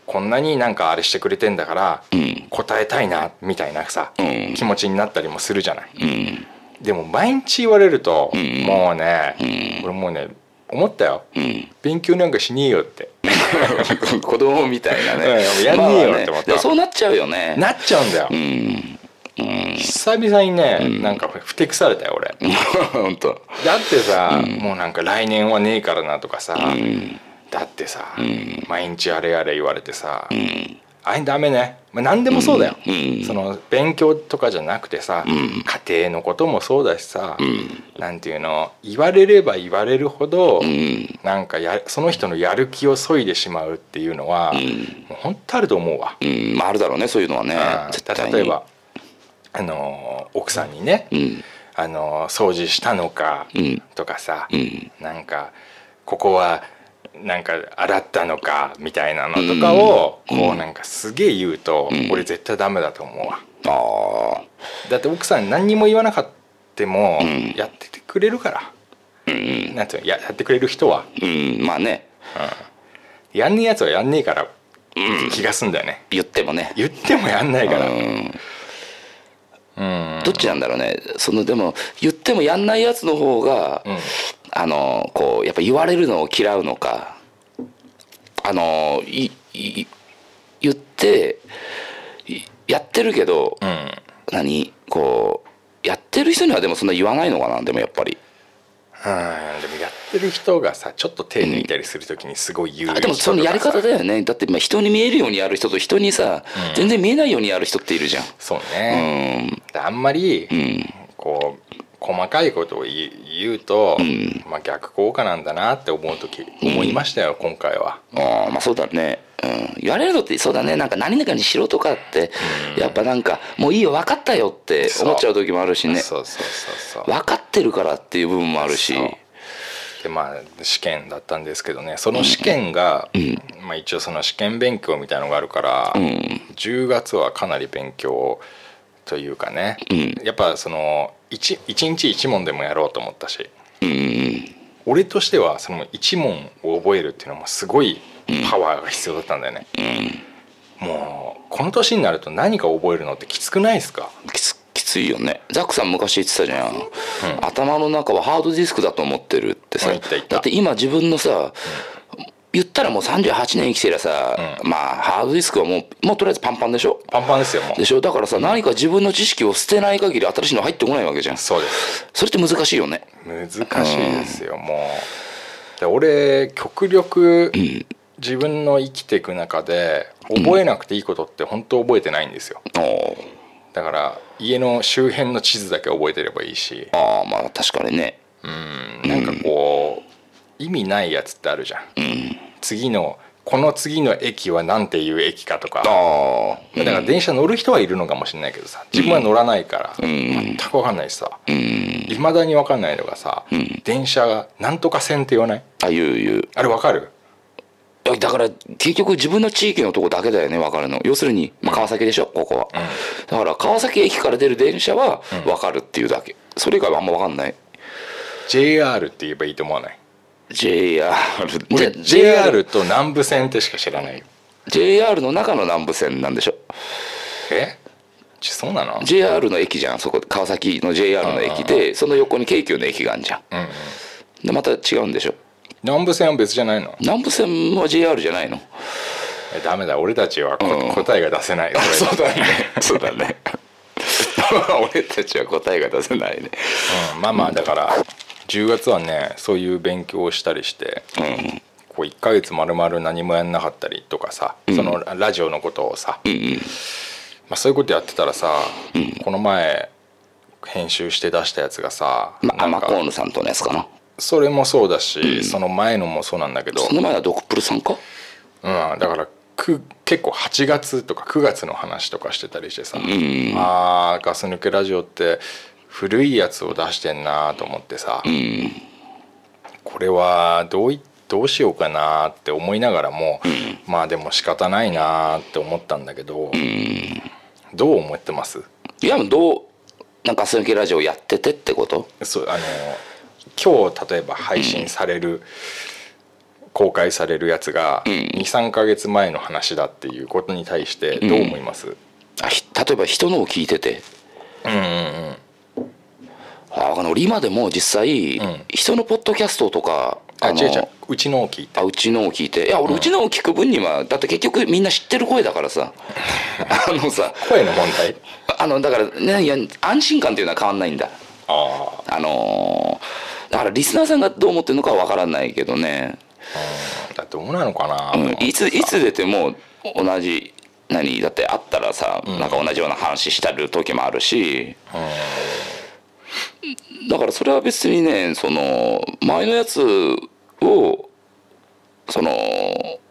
Speaker 3: こんなになんかあれしてくれてんだから、
Speaker 4: ん
Speaker 3: 答えたいなみたいなさ、
Speaker 4: うん
Speaker 3: 気持ちになったりもするじゃない。
Speaker 4: うん
Speaker 3: でも毎日言われると、
Speaker 4: ん
Speaker 3: もうね、俺もうね思ったよ、
Speaker 4: うん (laughs)
Speaker 3: 勉強なんかしねえよって
Speaker 4: 子供みたいなね
Speaker 3: うんやんねえよ
Speaker 4: まあ
Speaker 3: って思った
Speaker 4: でもそうなっちゃうよね
Speaker 3: なっちゃうんだよ、
Speaker 4: うん
Speaker 3: 久々にね、なんかふてくされたよ俺。
Speaker 4: (laughs) 本当
Speaker 3: だってさ、もうなんか来年はねえからなとかさ、だってさ、毎日あれあれ言われてさ、あれダメね、まあ、何でもそうだよ、
Speaker 4: うん
Speaker 3: その勉強とかじゃなくてさ、
Speaker 4: ん
Speaker 3: 家庭のこともそうだしさ、
Speaker 4: ん
Speaker 3: なんていうの言われれば言われるほど、
Speaker 4: うん
Speaker 3: なんかやその人のやる気を削いでしまうっていうのは、もう本当あると思うわ。
Speaker 4: うんまああるだろうねそういうのはね
Speaker 3: うん
Speaker 4: 絶対に
Speaker 3: 例えばあの奥さんにね、
Speaker 4: うん
Speaker 3: あの掃除したのか
Speaker 4: うん
Speaker 3: とかさ、
Speaker 4: うん
Speaker 3: なんかここはなんか洗ったのかみたいなのとかを
Speaker 4: うん
Speaker 3: こ
Speaker 4: う
Speaker 3: うんなんかすげえ言うと
Speaker 4: ん
Speaker 3: 俺絶対ダメだと思うわ
Speaker 4: ああ
Speaker 3: だって奥さん何にも言わなかったも
Speaker 4: ん
Speaker 3: やっててくれるから、なんていうのややってくれる人は
Speaker 4: うんまあね
Speaker 3: やんねえやつはやんねえから気がすんだよね
Speaker 4: 言ってもね
Speaker 3: 言ってもやんないから
Speaker 4: うん
Speaker 3: うん
Speaker 4: どっちなんだろうねそのでも言ってもやんないやつの方が、
Speaker 3: うん
Speaker 4: あのこうやっぱ言われるのを嫌うのかあのいい言っていやってるけど、
Speaker 3: うん
Speaker 4: 何こうやってる人にはでもそんな言わないのかなでもやっぱり
Speaker 3: うんでもやってる人がさちょっと手抜いたりするときにすごい言う人
Speaker 4: あでもそのやり方だ
Speaker 3: よ
Speaker 4: よねだってまあ人に見えるようにやる人と人にさ、
Speaker 3: うん
Speaker 4: 全然見えないようにやる人っているじゃん
Speaker 3: そう
Speaker 4: う
Speaker 3: ね、
Speaker 4: ん
Speaker 3: あんまり
Speaker 4: うん
Speaker 3: こう細かいことを言い言うと、
Speaker 4: ん
Speaker 3: まあ、逆効果なんだなって思う時思いましたよ、今回は。
Speaker 4: ああまあそうだね、うん、言われるのってそうだねなんか何々にしろとかって、やっぱなんかもういいよ分かったよって思っちゃう時もあるしね
Speaker 3: そうそうそうそう
Speaker 4: 分かってるからっていう部分もあるし
Speaker 3: そうでまあ試験だったんですけどねその試験が、まあ、一応その試験勉強みたいのがあるから、
Speaker 4: ん
Speaker 3: 10月はかなり勉強というかね、
Speaker 4: ん
Speaker 3: やっぱその 1, 日1問でもやろうと思ったし
Speaker 4: うん
Speaker 3: 俺としてはその一問を覚えるっていうのはもうすごいパワーが必要だったんだよね、もうこの年になると何か覚えるのってきつくないですか
Speaker 4: きつきついよねザックさん昔言ってたじゃん、頭の中はハードディスクだと思ってるってさ
Speaker 3: うん言った言った
Speaker 4: だって今自分のさ、言ったらもう38年生きてりゃさ、まあハードディスクはもうもうとりあえずパンパンでしょ
Speaker 3: パンパンですよもう
Speaker 4: でしょだからさ、何か自分の知識を捨てない限り新しいの入ってこないわけじゃんそ
Speaker 3: そうです
Speaker 4: れって難しいよね
Speaker 3: 難しいですよもうで俺極力自分の生きていく中で覚えなくていいことって本当覚えてないんですよ
Speaker 4: おー
Speaker 3: だから家の周辺の地図だけ覚えてればいいし
Speaker 4: ああまあ確かにね
Speaker 3: うんなんかこう意味ないやつってあるじゃん
Speaker 4: うん
Speaker 3: 次のこの次の駅はなんていう駅かとか
Speaker 4: ああ
Speaker 3: だから電車乗る人はいるのかもしれないけどさ自分は乗らないから全く分かんないしさ
Speaker 4: うん
Speaker 3: いまだに分かんないのがさ電車がなんとか線って言わない
Speaker 4: あ言う言う
Speaker 3: あれ分かる
Speaker 4: だから結局自分の地域のとこだけだよね分かるの要するに、まあ、川崎でしょここは、だから川崎駅から出る電車は分かるっていうだけそれ以外はあんま分かんない
Speaker 3: JR って言えばいいと思わない
Speaker 4: JR
Speaker 3: 俺 JR と南武線ってしか知らないよ
Speaker 4: JR の中の南部線なんでしょ
Speaker 3: えちそうなの
Speaker 4: JR の駅じゃんそこ川崎の JR の駅でその横に京急の駅があるじゃん、
Speaker 3: んうん
Speaker 4: でまた違うんでしょ
Speaker 3: 南武線は別じゃないの
Speaker 4: 南部線は JR じゃないの
Speaker 3: えダメだ俺たちはこ
Speaker 4: うん
Speaker 3: 答えが出
Speaker 4: (laughs)
Speaker 3: せないそれ
Speaker 4: だね
Speaker 3: (laughs)
Speaker 4: そうだね俺たちは答えが出せないね
Speaker 3: うんまあまあだから10月はねそういう勉強をしたりして
Speaker 4: うん
Speaker 3: こう1ヶ月まるまる何もやんなかったりとかさ、そのラジオのことをさ、まあ、そういうことやってたらさ、この前編集して出したやつがさ、
Speaker 4: まあ
Speaker 3: な
Speaker 4: ア
Speaker 3: ん
Speaker 4: マ
Speaker 3: か
Speaker 4: コーヌさんとのやつかな
Speaker 3: それもそうだし、その前のもそうなんだけど、
Speaker 4: その前はドクプルさんか
Speaker 3: うん、だからく結構8月とか9月の話とかしてたりしてさ、
Speaker 4: ん
Speaker 3: あーガス抜けラジオって古いやつを出してんなと思ってさ、
Speaker 4: うん
Speaker 3: これはどういどうしようかなって思いながらも、まあでも仕方ないなって思ったんだけど、どう思ってます
Speaker 4: いやどうなんかガ抜けラジオやっててってこと
Speaker 3: そうあの今日例えば配信される、公開されるやつが23か月前の話だっていうことに対してどう思います、
Speaker 4: あひ例えば人のを聞いてて
Speaker 3: うんうんうん
Speaker 4: ああの俺今でも実際、
Speaker 3: ん
Speaker 4: 人のポッドキャストとか
Speaker 3: あ
Speaker 4: の
Speaker 3: 違う違ううちのを聞いて
Speaker 4: あうちのを聞いていや俺うちのを聞く分にはだって結局みんな知ってる声だから
Speaker 3: (laughs)
Speaker 4: さあのさ
Speaker 3: 声の問題
Speaker 4: あのだから、ね、いや安心感っていうのは変わんないんだ
Speaker 3: あ
Speaker 4: あのーだからリスナーさんがどう思ってるのかは分からないけどね
Speaker 3: あだどうなのかな、
Speaker 4: うんいついつ出ても同じ何だって会ったらさ、なんか同じような話したる時もあるし、だからそれは別にねその前のやつをその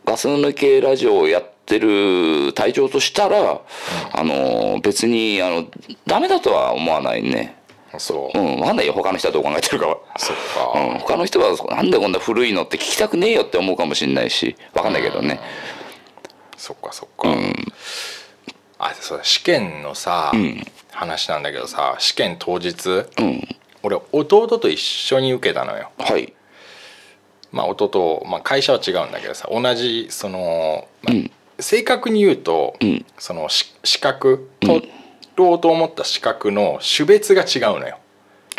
Speaker 4: ガス抜けラジオをやってる隊長としたら、あの別にあのダメだとは思わないね。
Speaker 3: そう、
Speaker 4: うん、分かんないよ他の人はどう考えてるかは。
Speaker 3: そっ
Speaker 4: う
Speaker 3: か、
Speaker 4: ん、他の人はなんでこんな古いのって聞きたくねえよって思うかもしれないし分かんないけどね、
Speaker 3: そっかそっか、あそうだ試験のさ、話なんだけどさ試験当日、俺弟と一緒に受けたのよ
Speaker 4: はい
Speaker 3: まあ弟を、まあ、会社は違うんだけどさ同じその、まあ正確に言うと、そのし資格取ろうと思った資格の種別が違うのよ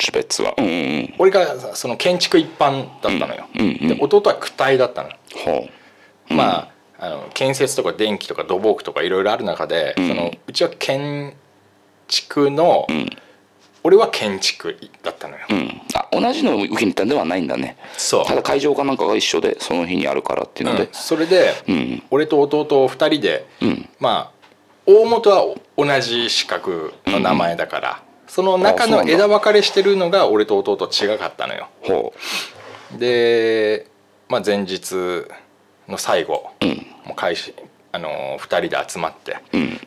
Speaker 4: 種別はうんうんうん
Speaker 3: 俺がさその建築一般だったのよ、で弟は躯体だったの、
Speaker 4: ほ
Speaker 3: まああの建設とか電気とか土木とかいろいろある中で、そのうちは建築の、俺は建築だったのよ、
Speaker 4: ううんあ同じのを受けに行ったんではないんだね
Speaker 3: そう
Speaker 4: ただ会場かなんかが一緒でその日にあるからっていうの
Speaker 3: うん
Speaker 4: で、
Speaker 3: それで、
Speaker 4: うん
Speaker 3: 俺と弟を2人で、
Speaker 4: ん
Speaker 3: まあ大元は同じ資格の名前だから、その中
Speaker 4: あそうな
Speaker 3: の
Speaker 4: んだ
Speaker 3: 枝分かれしてるのが俺と弟違かったのよ
Speaker 4: ほ
Speaker 3: で、まあ、前日の最後、もう開始あの2人で集まって、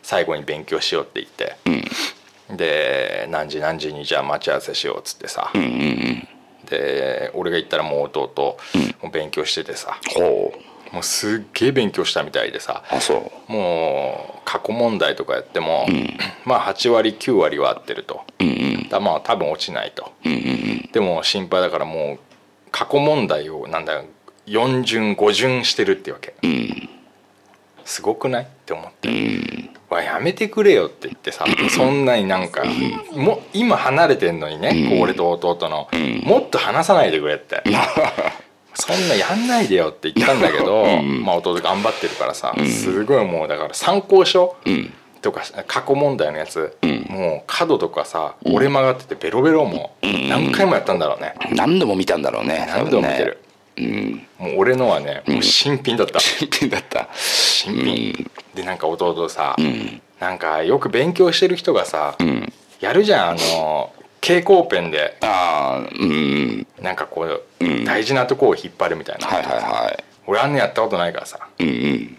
Speaker 3: 最後に勉強しようって言って、で何時何時にじゃあ待ち合わせしようっつってさ、
Speaker 4: ううんうんうん
Speaker 3: で俺が行ったらもう弟、もう勉強しててさ
Speaker 4: ほう
Speaker 3: もうすっげえ勉強したみたいでさ
Speaker 4: あそう
Speaker 3: もう過去問題とかやっても、 (clears throat) まあ8割9割は合ってると、
Speaker 4: うんうん
Speaker 3: だまあ多分落ちないと。
Speaker 4: うんうんうん
Speaker 3: でも心配だからもう過去問題をなんだ4巡5巡してるってわけ
Speaker 4: うん
Speaker 3: すごくないって思って
Speaker 4: うん
Speaker 3: 「わやめてくれよ」って言ってさそんなになんかもう今離れてんのにねこう俺と弟のもっと話さないでくれって。そんなやんないでよって言ったんだけど、まあ弟頑張ってるからさ、すごいもうだから参考書
Speaker 4: うん
Speaker 3: とか過去問題のやつ、もう角とかさ折れ曲がっててベロベロもう何回もやったんだろうね、
Speaker 4: 何度も見たんだろうね多
Speaker 3: 何
Speaker 4: 分
Speaker 3: 度も見て
Speaker 4: ね
Speaker 3: る、
Speaker 4: うん
Speaker 3: もう俺のはねもう新品だった、
Speaker 4: 新品 (laughs) だった
Speaker 3: 新品、でなんか弟さ、
Speaker 4: うん
Speaker 3: なんかよく勉強してる人がさ、
Speaker 4: うん
Speaker 3: やるじゃんあの蛍光ペンで
Speaker 4: ああうん
Speaker 3: なんかこう、
Speaker 4: うん
Speaker 3: 大事なとこを引っ張るみたいな、
Speaker 4: はいはいは
Speaker 3: 俺あんなやったことないからさ
Speaker 4: いうん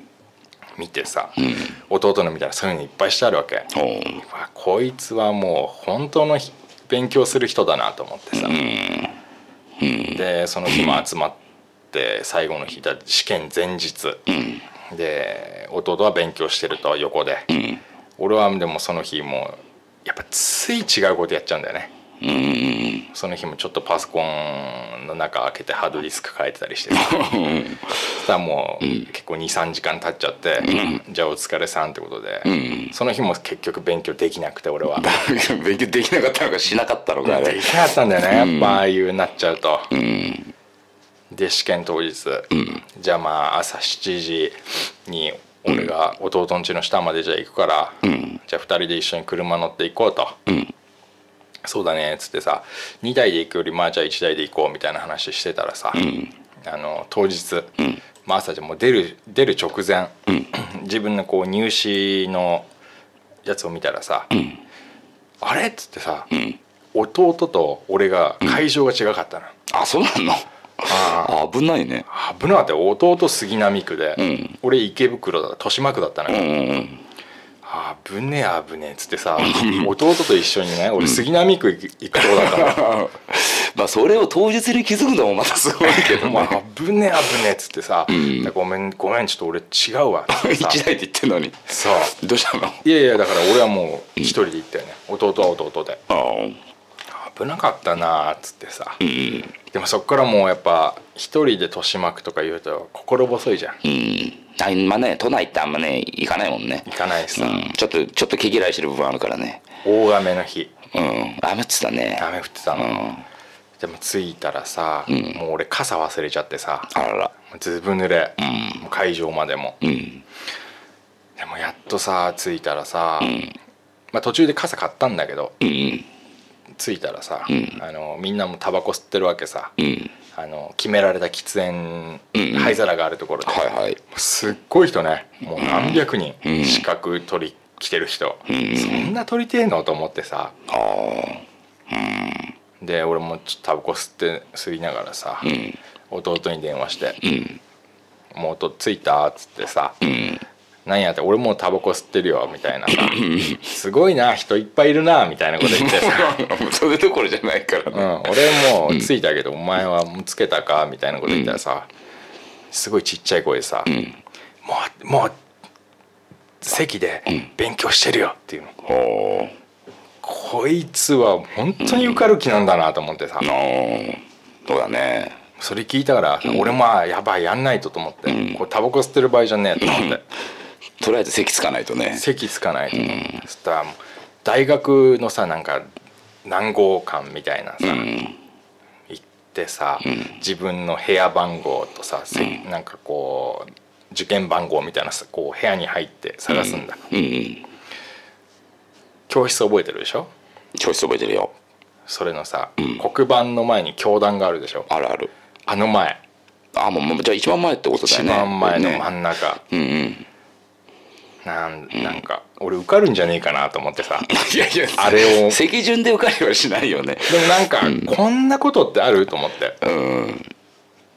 Speaker 3: 見てさ、
Speaker 4: うんうん
Speaker 3: 弟の見たらそういうのいっぱいしてあるわけ、
Speaker 4: おう
Speaker 3: うわこいつはもう本当のひ勉強する人だなと思ってさ、でその日も集まって最後の日だ試験前日、で弟は勉強してると横で、
Speaker 4: ん
Speaker 3: 俺はでもその日もうやっぱつい違うことやっちゃうんだよね
Speaker 4: うんうん
Speaker 3: その日もちょっとパソコンの中開けてハードディスク変えてたりしてさそしたらもう結構23時間経っちゃって、じゃあお疲れさんってことで、
Speaker 4: ん (laughs)
Speaker 3: その日も結局勉強できなくて俺は。
Speaker 4: 勉強できなかったのかしなかったのかあ
Speaker 3: で
Speaker 4: れ
Speaker 3: きなかったんだよねやっぱああいうなっちゃうと、
Speaker 4: うん
Speaker 3: で試験当日、じゃあまあ朝7時に俺が弟の家の下までじゃあ行くから、
Speaker 4: ん
Speaker 3: じゃあ2人で一緒に車乗って行こうと、
Speaker 4: うん
Speaker 3: そうだねっつってさ2台で行くよりまあじゃあ1台で行こうみたいな話してたらさ、あの当日、まあ、朝じゃもう出る出る直前、自分のこう入試のやつを見たらさ「あれ?」っつってさ、弟と俺が会場が違かったの。
Speaker 4: あそうなのあ危ないね
Speaker 3: 危なかったよ弟杉並区で、
Speaker 4: ん
Speaker 3: 俺池袋だ豊島区だったの
Speaker 4: う
Speaker 3: よ、
Speaker 4: んうん
Speaker 3: あー危ねえ危ねえっつってさ弟と一緒にね俺杉並区行く行くとこだっ
Speaker 4: (laughs)
Speaker 3: たか
Speaker 4: まあそれを当日に気づくのもまたすごいけど
Speaker 3: (laughs) らもう
Speaker 4: ね
Speaker 3: 危ねえ危ねえっつってさ、
Speaker 4: ん
Speaker 3: ごめんごめんちょっと俺違うわっつって
Speaker 4: (laughs)
Speaker 3: さ
Speaker 4: 一台で言ってんのに
Speaker 3: そう
Speaker 4: どうしたの
Speaker 3: いやいやだから俺はもう一人で行ったよね弟は弟で
Speaker 4: あ
Speaker 3: 危なかったなーっつってさ、
Speaker 4: うん
Speaker 3: でもそっからもうやっぱ一人で豊島区とか言うと心細いじゃん
Speaker 4: うんあんまね都内ってあんまね行かないもんね
Speaker 3: 行かないし
Speaker 4: う
Speaker 3: さ、
Speaker 4: んちょっとちょっと毛嫌いしてる部分あるからね
Speaker 3: 大雨の日
Speaker 4: うん雨っつったね
Speaker 3: 雨降ってた
Speaker 4: う
Speaker 3: の、
Speaker 4: ん
Speaker 3: でも着いたらさ、もう俺傘忘れちゃってさ
Speaker 4: あらら
Speaker 3: ずぶ濡れ、もう会場までも
Speaker 4: うん
Speaker 3: でもやっとさ着いたらさ、まあ、途中で傘買ったんだけど
Speaker 4: うん
Speaker 3: 着いたらさ、あのみんなもタバコ吸ってるわけさ、
Speaker 4: うん
Speaker 3: あの決められた喫煙、
Speaker 4: うん
Speaker 3: 灰皿があるところで、
Speaker 4: はいはい
Speaker 3: すっごい人ねもう何百人、
Speaker 4: ん
Speaker 3: 資格取り来てる人、
Speaker 4: ん
Speaker 3: そんな取りてえのと思ってさ
Speaker 4: ああ
Speaker 3: で俺もちょっとタバコ吸って吸いながらさ、弟に電話して
Speaker 4: うん
Speaker 3: 「もう弟着いた?」っつってさ
Speaker 4: うん
Speaker 3: 「なんや?」って「俺もうタバコ吸ってるよ」みたいなさ「すごいな人いっぱいいるな」みたいなこと言ってさ
Speaker 4: それどころじゃないから
Speaker 3: うん、
Speaker 4: ね
Speaker 3: 俺もう着いたけど、お前はもうつけたかみたいなこと言ったらさ、すごいちっちゃい声でさ、もうもう席で勉強してるよっていうの、
Speaker 4: おお
Speaker 3: こいつは本当に受かる気なんだなと思ってさ、
Speaker 4: あーそうだね
Speaker 3: それ聞いたから、俺もあやばいやんないとと思って、こうタバコ吸ってる場合じゃねえと思って、
Speaker 4: とりあえず席つかないとね
Speaker 3: 席つかないと、そしたらもう大学のさなんか何号館みたいなさ、
Speaker 4: うん
Speaker 3: 行ってさ、自分の部屋番号とさ、せなんかこう受験番号みたいなさこう部屋に入って探すんだ、
Speaker 4: うんうん
Speaker 3: 教室覚えてるでしょ
Speaker 4: 教室覚えてるよ
Speaker 3: それのさ、黒板の前に教団があるでしょ
Speaker 4: あるある
Speaker 3: あの前
Speaker 4: あもうもうじゃあ一番前ってことだよ
Speaker 3: 一
Speaker 4: ね
Speaker 3: 番前の
Speaker 4: ね
Speaker 3: 真ん中、
Speaker 4: うんうん
Speaker 3: なんなんか俺受かるんじゃねえかなと思ってさ
Speaker 4: いやいや
Speaker 3: あれを
Speaker 4: 席順で受かりはしないよね
Speaker 3: でもなんかこんなことってあると思って
Speaker 4: う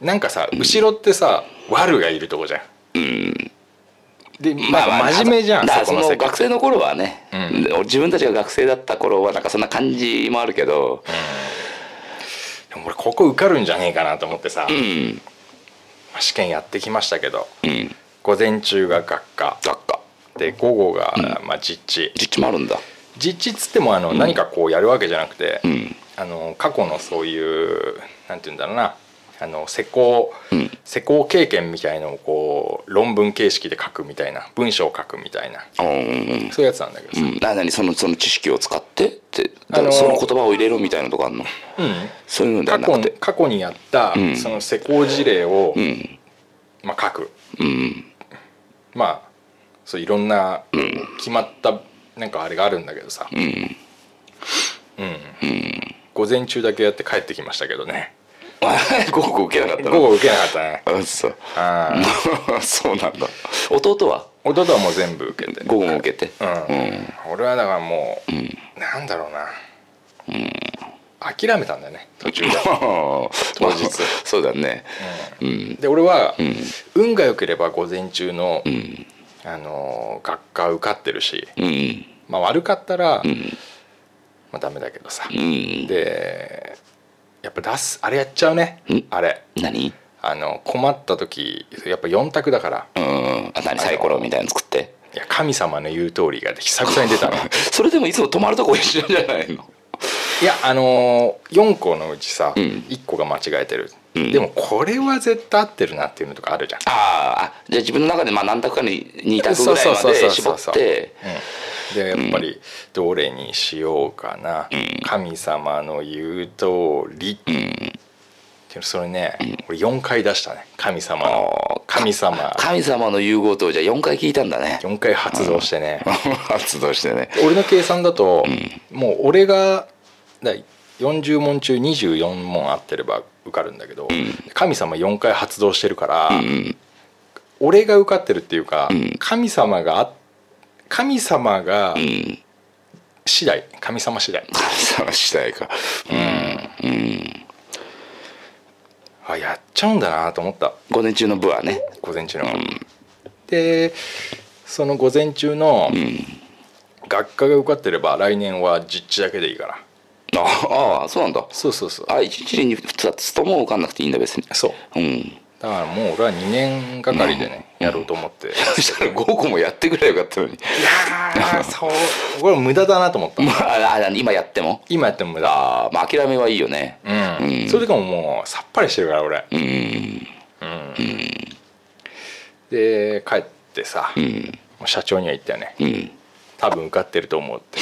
Speaker 4: ん
Speaker 3: なんかさ後ろってさ悪がいるとこじゃんでまあ真面目じゃん
Speaker 4: だからそ
Speaker 3: そこ
Speaker 4: の
Speaker 3: の世界
Speaker 4: 学生の頃はね、
Speaker 3: うん
Speaker 4: で俺自分たちが学生だった頃はなんかそんな感じもあるけど
Speaker 3: でも俺ここ受かるんじゃねえかなと思ってさ、
Speaker 4: うん
Speaker 3: まあ試験やってきましたけど
Speaker 4: うん
Speaker 3: 午前中が学科
Speaker 4: 学科
Speaker 3: で午後が、まあ、実地
Speaker 4: 実地もあるんだ
Speaker 3: 実地っつってもあの、何かこうやるわけじゃなくて、
Speaker 4: ん
Speaker 3: あの過去のそういうなんて言うんだろうなあの施工、
Speaker 4: うん
Speaker 3: 施工経験みたいのをこう論文形式で書くみたいな文章を書くみたいな
Speaker 4: うんうん
Speaker 3: そういうやつなんだけど
Speaker 4: う
Speaker 3: さ、
Speaker 4: ん、な何そのその知識を使ってってだから
Speaker 3: あのー
Speaker 4: その言葉を入れろみたいなとこあんの
Speaker 3: うん
Speaker 4: そういうのでは
Speaker 3: 過
Speaker 4: な
Speaker 3: 去
Speaker 4: く
Speaker 3: に
Speaker 4: て
Speaker 3: 過去にやった、
Speaker 4: うん
Speaker 3: その施工事例を、
Speaker 4: うん
Speaker 3: まあ、書く
Speaker 4: うん
Speaker 3: まあそういろんな決まったなんかあれがあるんだけどさ、
Speaker 4: うん
Speaker 3: 午前中だけやって帰ってきましたけどね
Speaker 4: あ (laughs) 午後受けなかったの
Speaker 3: 午後受けなかったね
Speaker 4: あそう (laughs)
Speaker 3: あー
Speaker 4: そうなんだ弟は
Speaker 3: 弟はもう全部受けて
Speaker 4: 午後も受けて
Speaker 3: うん、俺はだからもう、なんだろうな、諦めたんだよね途中で
Speaker 4: 当
Speaker 3: (laughs) 当日
Speaker 4: (laughs) そうだねうん
Speaker 3: で俺は、運が良ければ午前中の、
Speaker 4: うん
Speaker 3: あのー学科受かってるし、
Speaker 4: うん
Speaker 3: まあ、悪かったら、
Speaker 4: うん
Speaker 3: まあ、ダメだけどさ、
Speaker 4: うん
Speaker 3: でやっぱ出すあれやっちゃうね、
Speaker 4: ん
Speaker 3: あれ
Speaker 4: 何
Speaker 3: あの困った時やっぱ4択だから
Speaker 4: うんあ何サイコロみたいなの作って
Speaker 3: いや神様の言う通りが久々に出たの
Speaker 4: (laughs) それでもいつも泊まるとこ一緒じゃないの
Speaker 3: いやあのー、4個のうちさ、
Speaker 4: うん
Speaker 3: 1個が間違えてる、
Speaker 4: うん
Speaker 3: でもこれは絶対合ってるなっていうのとか (laughs) あるじゃん、
Speaker 4: あーあじゃあ自分の中でまあ何択かに2択ぐらいま
Speaker 3: そうそうそ
Speaker 4: で
Speaker 3: うそ
Speaker 4: 絞
Speaker 3: うそう
Speaker 4: って
Speaker 3: うん、でやっぱりどれにしようかな、神様の言う通りっていうのそれね、俺4回出したね神様の
Speaker 4: あー
Speaker 3: 神様
Speaker 4: 神様の融合とじゃあ4回聞いたんだね
Speaker 3: 4回発動してね、
Speaker 4: (laughs) 発動してね
Speaker 3: 俺の計算だと、もう俺がだい40問中24問合ってれば受かるんだけど、神様4回発動してるから、
Speaker 4: うん
Speaker 3: 俺が受かってるっていうか、
Speaker 4: ん
Speaker 3: 神様があ神様が
Speaker 4: うん
Speaker 3: 次第神様次第
Speaker 4: 神様次第かうんうん
Speaker 3: あやっちゃうんだなと思った
Speaker 4: 午前中の部はね
Speaker 3: 午前中の、
Speaker 4: ん
Speaker 3: でその午前中の
Speaker 4: ん
Speaker 3: 学科が受かってれば来年は実地だけでいいから
Speaker 4: ああそうなんだ
Speaker 3: そうそうそう
Speaker 4: あ一日に2つとも受かんなくていいんだ別に
Speaker 3: そ
Speaker 4: う
Speaker 3: う
Speaker 4: ん
Speaker 3: だからもう俺は2年がかりでね、やろうと思ってい
Speaker 4: そしたら5個もやってくればよかったのに
Speaker 3: やーそうこれ無駄だなと思った
Speaker 4: まああ今やっても
Speaker 3: 今やっても無駄
Speaker 4: あーまあ諦めはいいよね
Speaker 3: うん、
Speaker 4: うん
Speaker 3: それとかももうさっぱりしてるから俺
Speaker 4: うん
Speaker 3: で帰ってさ、
Speaker 4: う
Speaker 3: も
Speaker 4: ん
Speaker 3: う社長には言ったよね
Speaker 4: うん
Speaker 3: 多分受かってると思うって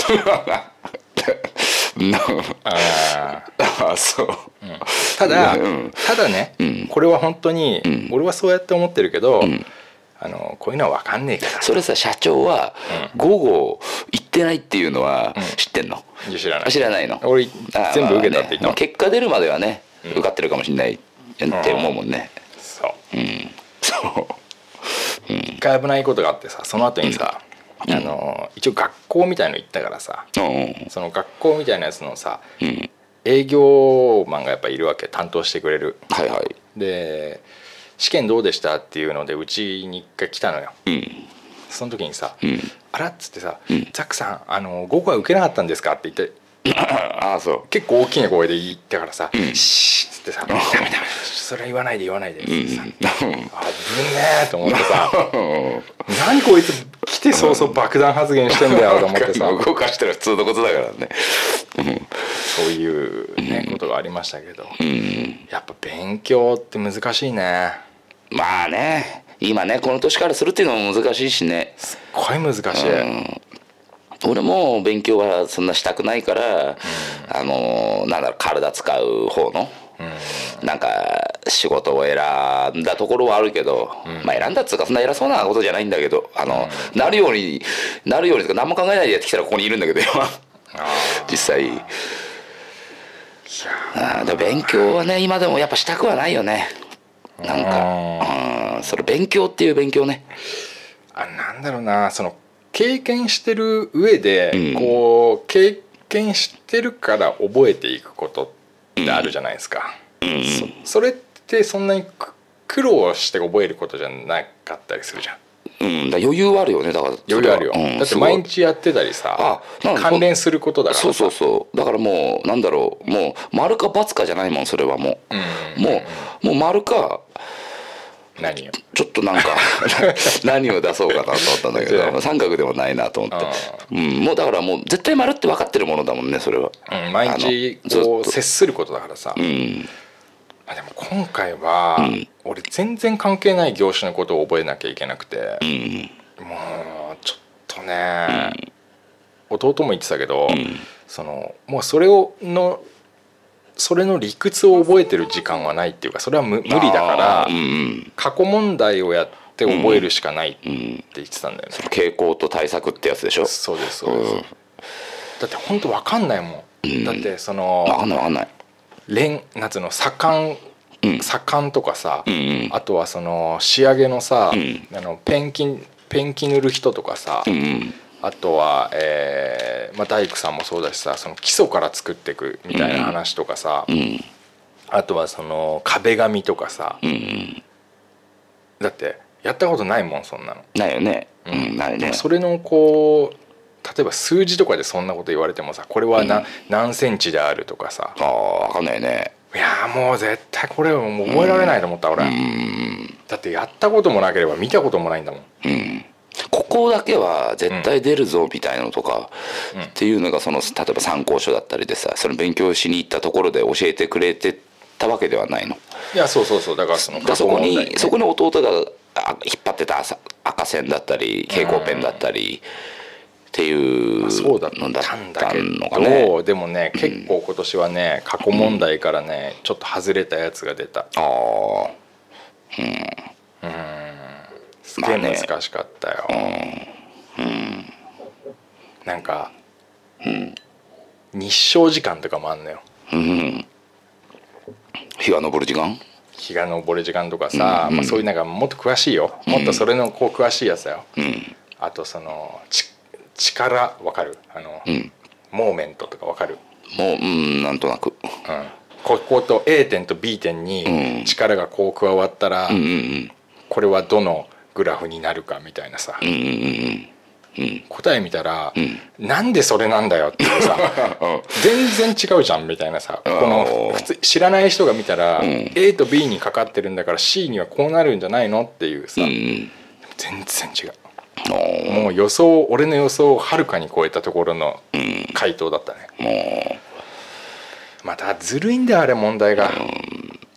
Speaker 4: な
Speaker 3: あー
Speaker 4: (laughs) ああそう
Speaker 3: ただ、
Speaker 4: うん
Speaker 3: ただね、
Speaker 4: ん
Speaker 3: これは本当に、
Speaker 4: ん
Speaker 3: 俺はそうやって思ってるけど、
Speaker 4: ん
Speaker 3: あのこういうのは分かんねえから
Speaker 4: それさ社長は午後行ってないっていうのは
Speaker 3: ん
Speaker 4: 知ってんの
Speaker 3: いや知らない
Speaker 4: 知らないの
Speaker 3: 俺
Speaker 4: あ
Speaker 3: 全部受けたって言った
Speaker 4: まあねまあ
Speaker 3: もん
Speaker 4: 結果出るまではね受かってるかもしれないって思うもんね
Speaker 3: そう
Speaker 4: うんそう
Speaker 3: 一回危ないことがあってさその後にさ、あの一応学校みたいの行ったからさ
Speaker 4: うん
Speaker 3: その学校みたいなやつのさ
Speaker 4: うん
Speaker 3: 営業マンがやっぱいるわけ担当してくれる
Speaker 4: はいはい
Speaker 3: で試験どうでしたっていうのでうちに一回来たのよ
Speaker 4: うん
Speaker 3: その時にさ「
Speaker 4: うん
Speaker 3: あら?」っつってさ「ザックさんあの午後は受けなかったんですか?」って言って
Speaker 4: ああ (laughs) そう
Speaker 3: 結構大きな声で言ったからさ「
Speaker 4: ん
Speaker 3: シーッ」つってさ「ダメダメダメそれは言わないで言わないで」っつってさ
Speaker 4: うん
Speaker 3: あぶねえと思ってさ
Speaker 4: うん
Speaker 3: 何こいつ来て早々爆弾発言してんだよと思ってさ
Speaker 4: 動かしたら普通のことだからね
Speaker 3: そういうねことがありましたけど
Speaker 4: うん
Speaker 3: やっぱ勉強って難しいね
Speaker 4: まあね今ねこの年からするっていうのも難しいしね
Speaker 3: すっごい難しい、
Speaker 4: うん、俺も勉強はそんなしたくないから、あのなんだろう体使う方の、なんか仕事を選んだところはあるけど、まあ選んだっつうかそんな偉そうなことじゃないんだけどあの、なるようになるようにとか何も考えないでやってきたらここにいるんだけど (laughs) 今実際あーでも勉強はね今でもやっぱしたくはないよねなんかうんそれ勉強っていう勉強ね
Speaker 3: あなんだろうなその経験してる上で、
Speaker 4: うん
Speaker 3: こう経験してるから覚えていくことってあるじゃないですか、そそれってそんなにく苦労して覚えることじゃなかったりするじゃん
Speaker 4: うん、だから余裕はあるよねだから
Speaker 3: 余裕あるよ、
Speaker 4: それはうん
Speaker 3: だって
Speaker 4: すごい
Speaker 3: 毎日やってたりさ
Speaker 4: あなんか
Speaker 3: 関連することだから
Speaker 4: そうそうそうだからもうなんだろうもう丸か×かじゃないもんそれはもう、もうもう丸か
Speaker 3: 何よ
Speaker 4: ちょっとなんか (laughs) 何を出そうかなと思ったんだけ
Speaker 3: (laughs) じゃ
Speaker 4: ど
Speaker 3: あ
Speaker 4: 三角でもないなと思って、うん、もうだからもう絶対丸って分かってるものだもんねそれは、
Speaker 3: うん毎日
Speaker 4: あのずっ
Speaker 3: ことう接することだからさ、
Speaker 4: うん
Speaker 3: あでもこ今回は、
Speaker 4: うん
Speaker 3: 俺全然関係ない業種のことを覚えなきゃいけなくて
Speaker 4: う、ん
Speaker 3: もうちょっとね、弟も言ってたけど、
Speaker 4: ん
Speaker 3: そのもうそれをのそれの理屈を覚えてる時間はないっていうかそれは無無理だから
Speaker 4: あーうん
Speaker 3: 過去問題をやって覚えるしかないって
Speaker 4: うんうん
Speaker 3: 言ってたんだよね、
Speaker 4: 傾向と対策ってやつでしょ
Speaker 3: そうですそうです、
Speaker 4: うん
Speaker 3: だって本当わかんないもん、だってそ
Speaker 4: わか
Speaker 3: の
Speaker 4: んないわかんない
Speaker 3: 連なんつうの左官
Speaker 4: うん
Speaker 3: 左官とかさ、
Speaker 4: うんうん
Speaker 3: あとはその仕上げのさ、
Speaker 4: うん
Speaker 3: あのペンキペンキ塗る人とかさ、
Speaker 4: うんうん
Speaker 3: あとは、えーまあ、大工さんもそうだしさその基礎から作っていくみたいな話とかさ、
Speaker 4: うん
Speaker 3: あとはその壁紙とかさ、
Speaker 4: うんうん
Speaker 3: だってやったことないもんそんなの。
Speaker 4: ないよねうんない
Speaker 3: で
Speaker 4: ね
Speaker 3: もそれのこう例えば数字とかでそんなこと言われてもさこれはな、何センチであるとかさ
Speaker 4: ああ分かんないね
Speaker 3: いやーもう絶対これはもう覚えられないと思った、俺、
Speaker 4: うん
Speaker 3: だってやったこともなければ見たこともないんだもん
Speaker 4: うんここだけは絶対出るぞみたいなのとか、
Speaker 3: うん
Speaker 4: っていうのがその例えば参考書だったりでさその勉強しに行ったところで教えてくれてたわけではないの。
Speaker 3: いやそうそうそうだからその
Speaker 4: だからそこ
Speaker 3: 過去問題
Speaker 4: に
Speaker 3: ね
Speaker 4: そこに弟があ引っ張ってた赤赤線だったり蛍光ペンだったりっていう
Speaker 3: そうだった
Speaker 4: の
Speaker 3: ん
Speaker 4: だ
Speaker 3: だ
Speaker 4: った
Speaker 3: け
Speaker 4: のか
Speaker 3: ど、
Speaker 4: ね。
Speaker 3: でもね結構今年はね過去問題からねちょっと外れたやつが出た
Speaker 4: ああ
Speaker 3: すげえ難しかったよ、なんか、日照時間とかもあんのよ
Speaker 4: うん日が昇る時間
Speaker 3: 日が昇る時間とかさ、まあ、そういうなんかもっと詳しいよもっとそれのこう詳しいやつだよ、
Speaker 4: うん
Speaker 3: あとそのち力わかるあの、
Speaker 4: うん
Speaker 3: モーメントとかわかる、
Speaker 4: もううんなんとなく
Speaker 3: うん、ここと A 点と B 点
Speaker 4: うん
Speaker 3: に力がこう加わったら、
Speaker 4: うんうん
Speaker 3: これはどのグラフになるかみたいなさ、
Speaker 4: うんうんうん
Speaker 3: 答え見たら、
Speaker 4: ん
Speaker 3: なんでそれなんだよってい
Speaker 4: (laughs)
Speaker 3: うさ全然違うじゃんみたいなさこ
Speaker 4: ん
Speaker 3: の普通知らない人が見たら、
Speaker 4: うん
Speaker 3: A と B にかかってるんだから C にはこうなるんじゃないのっていうさ、
Speaker 4: うんうん
Speaker 3: 全然違う。
Speaker 4: あー
Speaker 3: もう予想俺の予想をはるかに超えたところの回答だったね、またずるいんだよあれ問題が、
Speaker 4: だか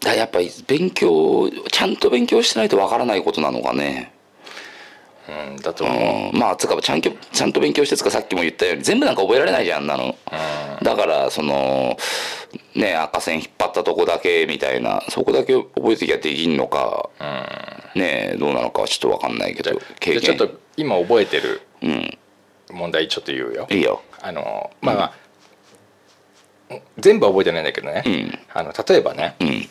Speaker 4: らやっぱり勉強ちゃんと勉強してないとわからないことなのかね
Speaker 3: うんだと思う、
Speaker 4: うんまあつうかちゃんきょちゃんと勉強してつうかさっきも言ったように全部なんか覚えられないじゃんあんなのだからそのね赤線引っ張ったとこだけみたいなそこだけ覚えてきゃできんのかねどうなのかはちょっとわかんないけど
Speaker 3: じゃ
Speaker 4: 経
Speaker 3: あちょ
Speaker 4: 験
Speaker 3: っと今覚えてる
Speaker 4: うん
Speaker 3: 問題ちょっと言うよ
Speaker 4: いいよ
Speaker 3: あのまあ、全部は覚えてないんだけどね、
Speaker 4: うん
Speaker 3: あの例えばね、
Speaker 4: うん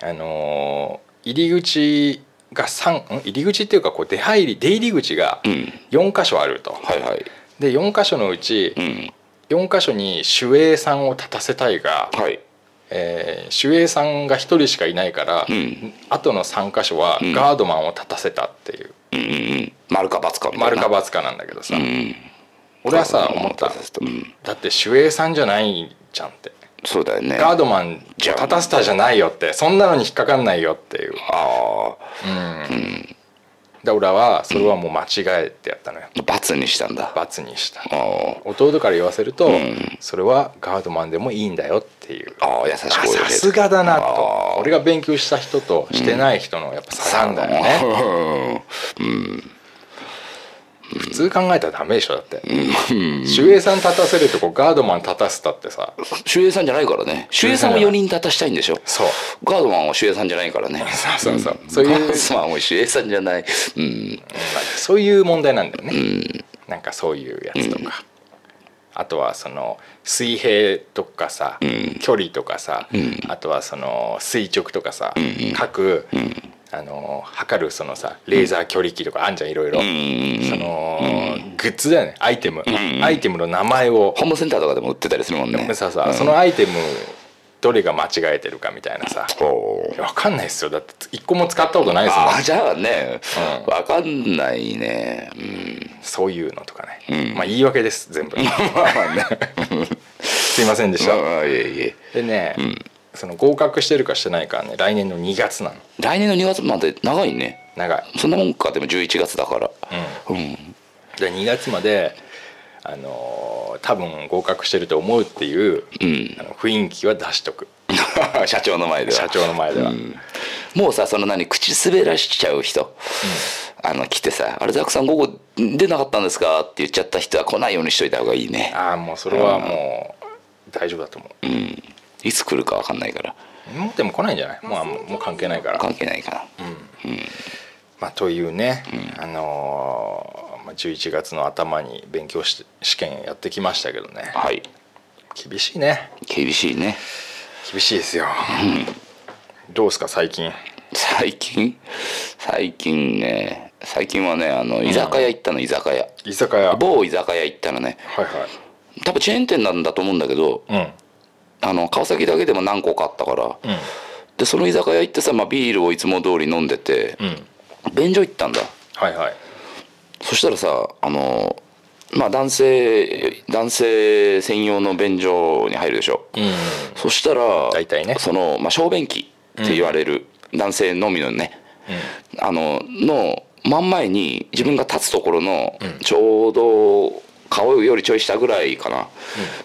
Speaker 3: あの入り口が3ん入り口っていうかこう出入り出入り口が
Speaker 4: うん
Speaker 3: 4箇所あると、
Speaker 4: はいはい
Speaker 3: で4箇所のうち
Speaker 4: うん
Speaker 3: 4箇所に守衛さんを立たせたいが、
Speaker 4: はい
Speaker 3: えー守衛さんが1人しかいないから、
Speaker 4: うん
Speaker 3: 後の3箇所はガードマンを立たせたっていう、
Speaker 4: うんうんうん丸か×かみたい
Speaker 3: 丸
Speaker 4: な
Speaker 3: か×かなんだけどさ、
Speaker 4: うん
Speaker 3: 俺はさ思った
Speaker 4: うん
Speaker 3: だって守衛さんじゃないじゃんって
Speaker 4: そうだよね
Speaker 3: ガードマンを立たせたじゃないよってそんなのに引っかかんないよっていう、
Speaker 4: あ
Speaker 3: で俺はそれはもう間違えてやったのよ
Speaker 4: あ罰にしたんだあ
Speaker 3: 罰にした
Speaker 4: ー
Speaker 3: 弟から言わせると、
Speaker 4: うん
Speaker 3: それはガードマンでもいいんだよっていう
Speaker 4: あー優し
Speaker 3: あ
Speaker 4: く教えて
Speaker 3: さすがだな
Speaker 4: あ
Speaker 3: と
Speaker 4: ー
Speaker 3: 俺が勉強した人としてない人のやっぱ差なんだよね、
Speaker 4: ね。
Speaker 3: 普通考えたらダメでしょだって守衛さん立たせるとこガードマン立たせたってさ
Speaker 4: 守衛さんじゃないからね。守衛さんは4人立たしたいんでしょ。
Speaker 3: そう
Speaker 4: ガードマンは守衛さんじゃないからね。
Speaker 3: (laughs) そうそうそうそう
Speaker 4: ガ
Speaker 3: いう
Speaker 4: ードマンは守衛さんじゃない。うん。
Speaker 3: そういう問題なんだよね、なんかそういうやつとか、あとはその水平とかさ、距離とかさ、あとはその垂直とかさ、各、あの測るそのさレーザー距離機とかあんじゃんいろいろ、その、グッズだよねアイテム、アイテムの名前を
Speaker 4: ホームセンターとかでも売ってたりするもんね。
Speaker 3: さあさあそのアイテムどれが間違えてるかみたいなさ
Speaker 4: おー
Speaker 3: 分かんないっすよだって一個も使ったことないですもん
Speaker 4: ああ、じゃあね
Speaker 3: う、ん
Speaker 4: わかんないね。うん。
Speaker 3: そういうのとかね、まあ言い訳です全部 (laughs) すいませんでした、
Speaker 4: ああ、いえいえ。
Speaker 3: でね、その合格してるかしてないかはね来年の2月なの
Speaker 4: 来年の2月まで長いね。
Speaker 3: 長い
Speaker 4: そんなもんか、でも11月だから。うん。 (laughs)
Speaker 3: で2月まであのー多分合格してると思うっていう、
Speaker 4: ん
Speaker 3: あの雰囲気は出しとくはい
Speaker 4: 社長の前では
Speaker 3: 社長の前では
Speaker 4: うんもうさその何口滑らしちゃう人、あの来てさ「あれザクさん午後出なかったんですか?」って言っちゃった人は来ないようにしといた方がいいね
Speaker 3: ああもうそれはもう大丈夫だと思う
Speaker 4: うんいつ来るか分かんないから
Speaker 3: もうでも来ないんじゃないもうもう関係ないから
Speaker 4: 関係ないかな
Speaker 3: まあ、というね、あのーまあ、11月の頭に勉強し試験やってきましたけどね
Speaker 4: はい
Speaker 3: 厳しいね
Speaker 4: 厳しいね
Speaker 3: 厳しいですよ、どうですか最近
Speaker 4: 最近最近ね最近はねあの居酒屋行ったの、居酒屋
Speaker 3: 居酒屋はい
Speaker 4: 某居酒屋行ったのね
Speaker 3: は
Speaker 4: 多分チェーン店なんだと思うんだけど
Speaker 3: いうん
Speaker 4: あの川崎だけでも何個かあったから
Speaker 3: うん
Speaker 4: でその居酒屋行ってさ、まあ、ビールをいつも通り飲んでて、
Speaker 3: うん
Speaker 4: 便所行ったんだ
Speaker 3: はいはい
Speaker 4: そしたらさあのまあ男性男性専用の便所に入るでしょ
Speaker 3: うん
Speaker 4: そしたら
Speaker 3: 大体ね
Speaker 4: その、まあ、小便器って言われる、男性のみのねあのの真ん前に自分が立つところのちょうど顔よりちょい下ぐらいかな、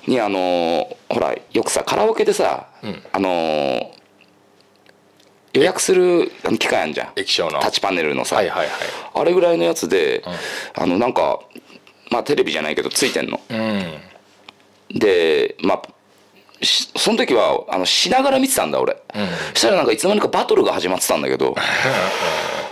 Speaker 4: にあのほらよくさカラオケでさ、
Speaker 3: うん
Speaker 4: あの予約するあの機械あんじゃん
Speaker 3: 液晶の
Speaker 4: タッチパネルのさ、
Speaker 3: はいはいはい
Speaker 4: あれぐらいのやつで、あのなんかまあテレビじゃないけどついてんの
Speaker 3: うん
Speaker 4: でまあしその時はあのしながら見てたんだ俺、
Speaker 3: うん
Speaker 4: そしたらなんかいつの間にかバトルが始まってたんだけど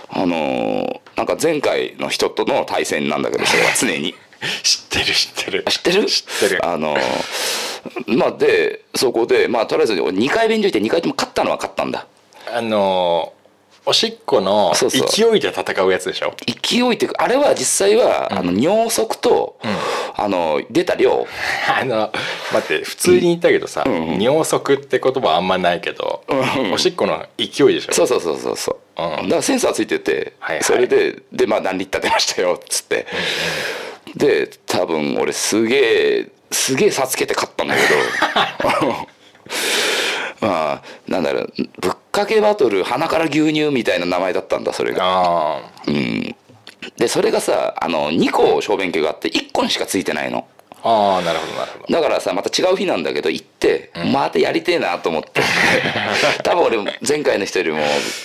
Speaker 4: あのーなんか前回の人との対戦なんだけどそれは常に
Speaker 3: 知ってる知ってる
Speaker 4: あ知ってる
Speaker 3: 知ってる
Speaker 4: あのーまあでそこでまあとりあえず2回便所行って2回とも勝ったのは勝ったんだ
Speaker 3: あのーおしっこの
Speaker 4: そうそう
Speaker 3: 勢いで戦うやつでし (laughs) ょ
Speaker 4: 勢いっていうかあれは実際は、あの尿速と、あの出た量
Speaker 3: あの待って普通に言ったけどさ、尿速って言葉あんまないけど、おしっこの勢いでしょ
Speaker 4: そうそうそうそうそう、
Speaker 3: うん
Speaker 4: だからセンサーついてて、
Speaker 3: はいはい
Speaker 4: それででまあ何リッター出ましたよっつって、で多分俺すげえすげえ差つけて勝ったんだけ
Speaker 3: (laughs)
Speaker 4: どまあなんだろうぶっかけバトル鼻から牛乳みたいな名前だったんだそれが
Speaker 3: あ
Speaker 4: でそれがさあの2個小便器があって1個にしかついてないの
Speaker 3: ーあーなるほどなるほど
Speaker 4: だからさまた違う日なんだけど行って、またやりてえなと思って
Speaker 3: (laughs)
Speaker 4: 多分俺前回の人よりも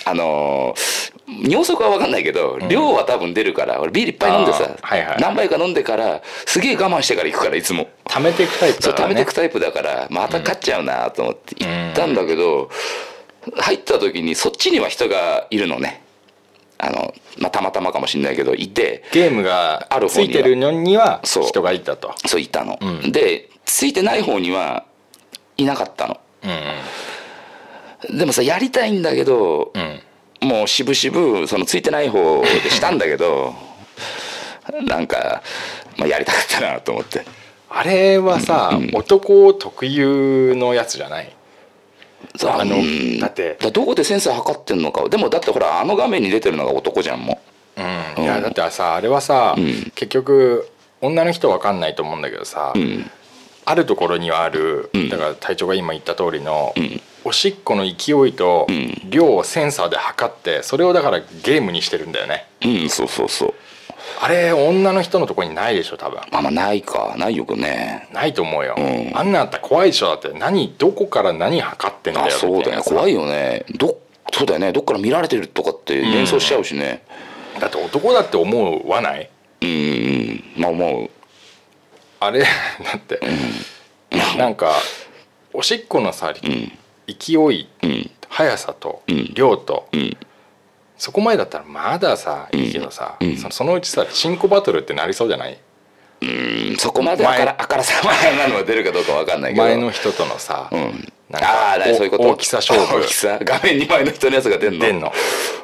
Speaker 4: あのー尿速は分かんないけど量は多分出るから俺ビールいっぱい飲んでさ、
Speaker 3: あーはいはい
Speaker 4: 何杯か飲んでからすげえ我慢してから行くからいつも。
Speaker 3: 溜めていくタイプ
Speaker 4: そ
Speaker 3: だ
Speaker 4: う
Speaker 3: か
Speaker 4: 溜
Speaker 3: ら、ね、
Speaker 4: めてくタイプだからまた勝っちゃうなと思って行ったんだけど、入った時にそっちには人がいるのねあの、まあ、たまたまかもしれないけどいて
Speaker 3: ゲームが
Speaker 4: ある
Speaker 3: つ
Speaker 4: 方にはい
Speaker 3: てるのには
Speaker 4: そう
Speaker 3: 人がいたと
Speaker 4: そういたの、
Speaker 3: うん
Speaker 4: でついてない方にはいなかったの
Speaker 3: うん
Speaker 4: でもさやりたいんだけど
Speaker 3: う、ん
Speaker 4: もう渋々そのついてない方でしたんだけ (laughs) どなんか、まあ、やりたかったなと思って
Speaker 3: あれはさ、男特有のやつじゃない
Speaker 4: そう
Speaker 3: あの
Speaker 4: うん
Speaker 3: だって
Speaker 4: どこでセンサー測ってんのかでもだってほらあの画面に出てるのが男じゃんも
Speaker 3: うん、いやだってさあれはさ、
Speaker 4: ん
Speaker 3: 結局女の人わかんないと思うんだけどさ、
Speaker 4: ううん
Speaker 3: あるところにはある、
Speaker 4: うん
Speaker 3: だから隊長が今言った通りの、
Speaker 4: ん
Speaker 3: おしっこの勢いと
Speaker 4: ん
Speaker 3: 量をセンサーで測ってそれをだからゲームにしてるんだよね
Speaker 4: うんそうそうそう
Speaker 3: あれ女の人のとこにないでしょ多分
Speaker 4: まあまあないかないよくね
Speaker 3: ないと思うよ、
Speaker 4: うん
Speaker 3: あんなんあったら怖いでしょだって何どこから何測ってんだよ
Speaker 4: あそうだよね怖
Speaker 3: い
Speaker 4: いよねどそうだよねどっから見られてるとかって連想しちゃうしね
Speaker 3: だって男だって思うわない
Speaker 4: うんうんまあ思う
Speaker 3: あれ (laughs) だって、なんかおしっこのさ、
Speaker 4: ん
Speaker 3: 勢い
Speaker 4: うん
Speaker 3: 速さと
Speaker 4: ん
Speaker 3: 量と、
Speaker 4: ん
Speaker 3: そこまでだったらまださいいけどさ、
Speaker 4: うん
Speaker 3: そそのうちさチンコバトルってなりそうじゃない
Speaker 4: うんそこまであからあからさまなのが出るかどうかわかんないけど
Speaker 3: 前の人とのさ、
Speaker 4: うん
Speaker 3: なん
Speaker 4: あ
Speaker 3: か
Speaker 4: あだからそういうこと
Speaker 3: お大きさ勝
Speaker 4: (laughs)
Speaker 3: 負
Speaker 4: 大きさ画面に前の人のやつが出んの
Speaker 3: 出んの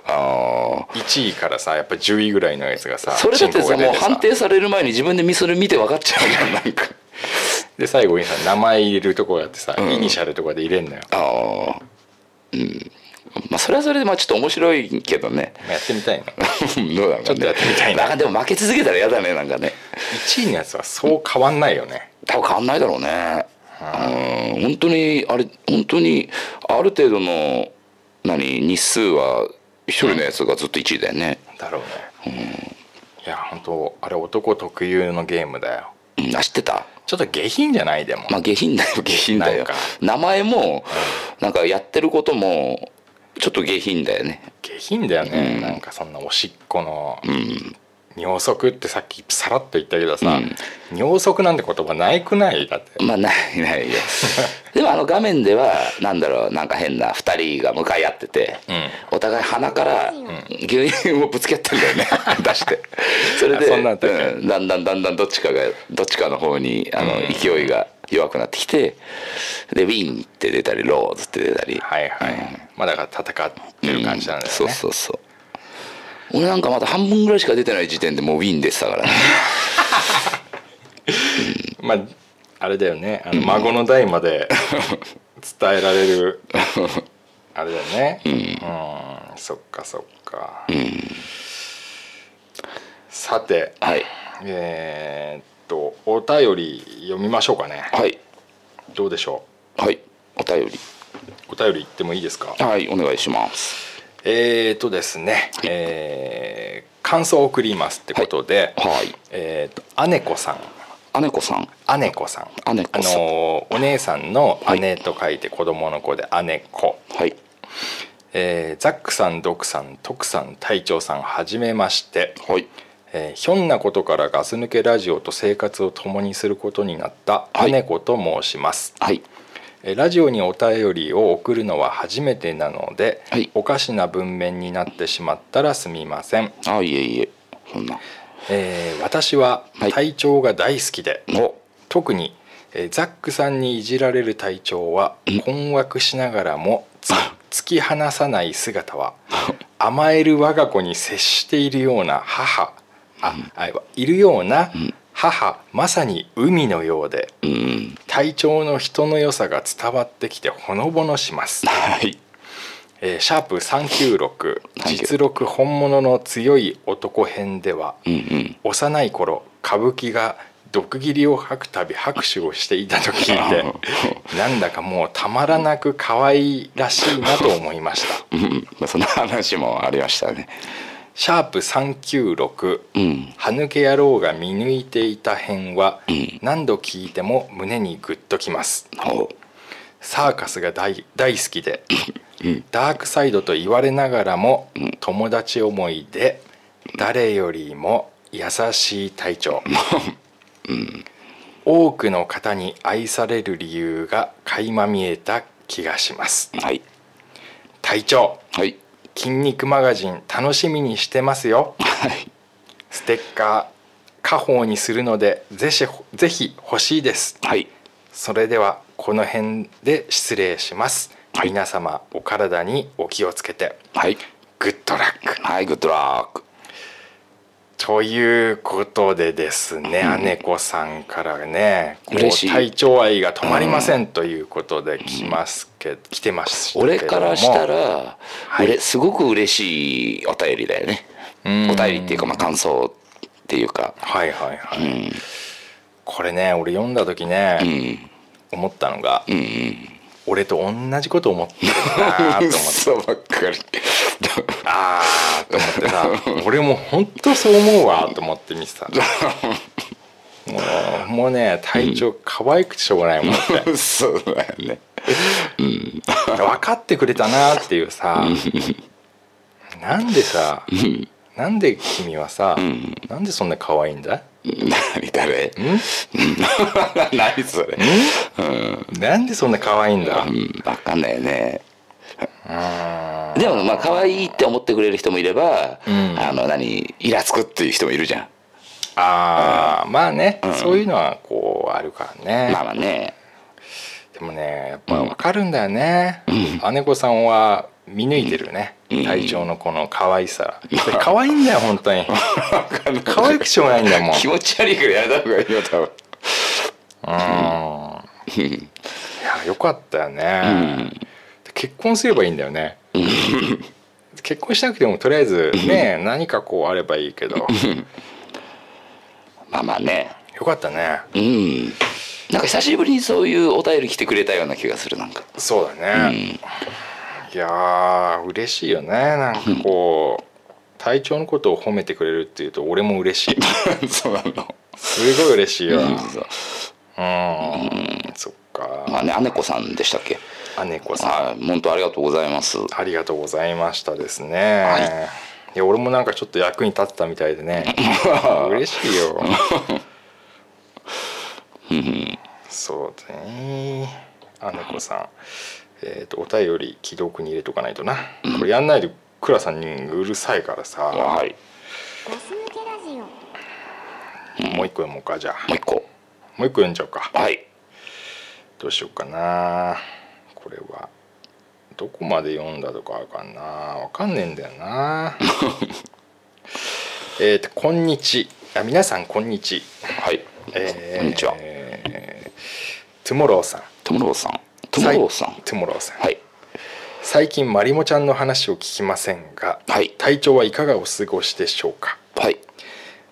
Speaker 4: あ
Speaker 3: 1位からさやっぱ10位ぐらいのやつがさ
Speaker 4: あそれだって
Speaker 3: チンコ
Speaker 4: さ
Speaker 3: が出
Speaker 4: もう判定される前に自分でミスる見て分かっちゃうじゃんなんか
Speaker 3: で最後にさ名前入れるとこやってさ、
Speaker 4: ん
Speaker 3: イニシャルとかで入れんのよ
Speaker 4: ああうんまあそれはそれでまあちょっと面白いけどね (laughs)
Speaker 3: やってみたいな
Speaker 4: どうだろうね
Speaker 3: ちょっとやってみたいなん
Speaker 4: かでも負け続けたら嫌だねなんかね
Speaker 3: 1位のやつはそう変わんないよね
Speaker 4: 多分変わんないだろうねうん本当にあれ本当にある程度の何日数は一人のやつがずっと1位だよね、
Speaker 3: だろうね、いや本当あれ男特有のゲームだよ
Speaker 4: うん、あ知ってた
Speaker 3: ちょっと下品じゃないでも、
Speaker 4: まあ下品だよ下品だ
Speaker 3: なん
Speaker 4: よ
Speaker 3: か
Speaker 4: 名前もなんかやってることもちょっと下品だよね
Speaker 3: 下品だよね、
Speaker 4: うん
Speaker 3: なんかそんなおしっこの
Speaker 4: うん
Speaker 3: 尿足ってさっきさらっと言ったけどさ、
Speaker 4: うん
Speaker 3: 尿足なんて言葉ないくないだって
Speaker 4: まあないない
Speaker 3: (laughs)
Speaker 4: よでもあの画面ではなんだろうなんか変な2人が向かい合ってて、お互い鼻から牛乳をぶつけ合ってんだ
Speaker 3: (laughs)
Speaker 4: よね出してそれで
Speaker 3: あそんなんあったっけ
Speaker 4: うんだんだんだんだんどっちかがどっちかの方にあの
Speaker 3: うん
Speaker 4: 勢いが弱くなってきてでウィンって出たりローズって出たり
Speaker 3: はいはい、まあだから戦ってる感じなんだよね、
Speaker 4: そうそうそう俺なんかまだ半分ぐらいしか出てない時点でもうウィン出てたからね
Speaker 3: まああれだよねあの孫の代まで伝えら
Speaker 4: (laughs)
Speaker 3: れるあれだよねうん、そっかそっか、さて
Speaker 4: (laughs) はい
Speaker 3: えーっとお便り読みましょうかね
Speaker 4: はい
Speaker 3: どうでしょ
Speaker 4: はいお便り
Speaker 3: うお便り言ってもいいですか
Speaker 4: はいお願いします
Speaker 3: えーっとですね、えー感想を送りますってことで、
Speaker 4: はい
Speaker 3: えーっとあねこさん
Speaker 4: 姉子さん
Speaker 3: 姉子さん
Speaker 4: あねこさん
Speaker 3: のーお姉さんの姉と書いて子供の子で姉子、
Speaker 4: はい
Speaker 3: えーザックさんドクさん徳さん隊長さんはじめまして、
Speaker 4: はい
Speaker 3: えーひょんなことからガス抜けラジオと生活を共にすることになった
Speaker 4: はい
Speaker 3: 姉子と申します、
Speaker 4: はい
Speaker 3: えーラジオにお便りを送るのは初めてなので、
Speaker 4: はい
Speaker 3: おかしな文面になってしまったらすみません、
Speaker 4: あいえいえそんな
Speaker 3: えー私は
Speaker 4: はい
Speaker 3: 隊長が大好きで、
Speaker 4: お
Speaker 3: 特に、えーザックさんにいじられる隊長は困惑しながらもつ突き放さない姿は甘える我が子に接しているような母あ、あいるような母まさに海のようで
Speaker 4: うん
Speaker 3: 隊長の人の良さが伝わってきてほのぼのします。
Speaker 4: はい
Speaker 3: えーシャープ396
Speaker 4: 396
Speaker 3: 実録本物の強い男編では
Speaker 4: うんうん
Speaker 3: 幼い頃歌舞伎が毒斬りを吐くたび拍手をしていたと聞いてなんだかもうたまらなく可愛らしいなと思いました
Speaker 4: うんうんまあそんな話もありましたね
Speaker 3: シャープ396
Speaker 4: うん
Speaker 3: 歯抜け野郎が見抜いていた編は
Speaker 4: ん
Speaker 3: 何度聞いても胸にグッときます
Speaker 4: お
Speaker 3: サーカスが大大好きでダークサイドと言われながらも友達思いで誰よりも優しい隊長多くの方に愛される理由が垣間見えた気がします
Speaker 4: はい
Speaker 3: 隊長
Speaker 4: はい
Speaker 3: 筋肉マガジン楽しみにしてますよ
Speaker 4: はい
Speaker 3: ステッカー家宝にするのでぜひぜひ欲しいです
Speaker 4: はい
Speaker 3: それではこの辺で失礼します、
Speaker 4: はい
Speaker 3: 皆様お体にお気をつけて
Speaker 4: はい
Speaker 3: グッドラック
Speaker 4: はいグッドラック
Speaker 3: ということでですね、姉子さんからねこう
Speaker 4: 嬉しい
Speaker 3: 体調愛が止まりませんということで来ますけ、来てましたけども
Speaker 4: 俺からしたら、
Speaker 3: い
Speaker 4: うれすごく嬉しいお便りだよね
Speaker 3: うん
Speaker 4: お便りっていうか、まあ、感想っていうか
Speaker 3: はいはいはい、これね俺読んだ時ね、
Speaker 4: うん
Speaker 3: 思ったのが、
Speaker 4: うんうん
Speaker 3: 俺と同じこと思ってるな
Speaker 4: (laughs)
Speaker 3: と思って
Speaker 4: 嘘ばっかり
Speaker 3: あーと思ってさ俺も本当そう思うわと思って見てたもうもうね体調可愛くてしょうがないもんって
Speaker 4: 嘘だよね
Speaker 3: 分かってくれたなっていうさなんでさなんで君はさなんでそんな可愛いんだ
Speaker 4: 何誰 (laughs) 何それ
Speaker 3: なんでそんな可愛いんだ
Speaker 4: うんわかんないよねでもまあ可愛いって思ってくれる人もいれば、
Speaker 3: ん
Speaker 4: あの何イラつくっていう人もいるじゃん
Speaker 3: あーまあねそういうのはこうあるからね
Speaker 4: まあまあね
Speaker 3: でもねやっぱ分かるんだよね、姉子さんは見抜いてるね、体調のこの可愛さ可愛いんだよ本当 (laughs) に可愛くしょうがないんだも
Speaker 4: (laughs)
Speaker 3: ん
Speaker 4: 気持ち悪いからやだほうがいいよ多分
Speaker 3: いやよかったよね、結婚すればいいんだよね結婚しなくてもとりあえずね何かこうあればいいけどよ
Speaker 4: まあまあね
Speaker 3: かったね
Speaker 4: うんなんか久しぶりにそういうお便り来てくれたような気がするなん
Speaker 3: (laughs)
Speaker 4: か
Speaker 3: そうだね、いやー嬉しいよねなんかこう体調のことを褒めてくれるっていうと俺も嬉しい
Speaker 4: そうなの
Speaker 3: すごい嬉しいわうん、
Speaker 4: そう
Speaker 3: そっ
Speaker 4: まあ
Speaker 3: か
Speaker 4: ね、姉子さんでしたっけ
Speaker 3: あねこさん
Speaker 4: はい、本当ありがとうございます。
Speaker 3: ありがとうございましたですね、
Speaker 4: はい
Speaker 3: い、や俺もなんかちょっと役に立ってたみたい
Speaker 4: (laughs)
Speaker 3: でね嬉しいよそうだねあねこさんえっ、とお便り既読に入れとかないとなこれやんないとクラさんにうるさいからさ、
Speaker 4: はい、
Speaker 3: もう一個読もうかじゃあ
Speaker 4: もう一個。
Speaker 3: もう一個読んじゃおうか
Speaker 4: はい。
Speaker 3: どうしようかなこれはどこまで読んだとかわかんなわかんねえんだよ
Speaker 4: (laughs)
Speaker 3: なえっとこんにちあ皆さんこんにち
Speaker 4: はい。
Speaker 3: えー
Speaker 4: こんにちは。
Speaker 3: トゥモローさん
Speaker 4: トムローさん。トムローさん
Speaker 3: さい。トゥモローさん、
Speaker 4: はい。
Speaker 3: 最近まりもちゃんの話を聞きませんが、
Speaker 4: はい
Speaker 3: 体調はいかがお過ごしでしょうか
Speaker 4: はい。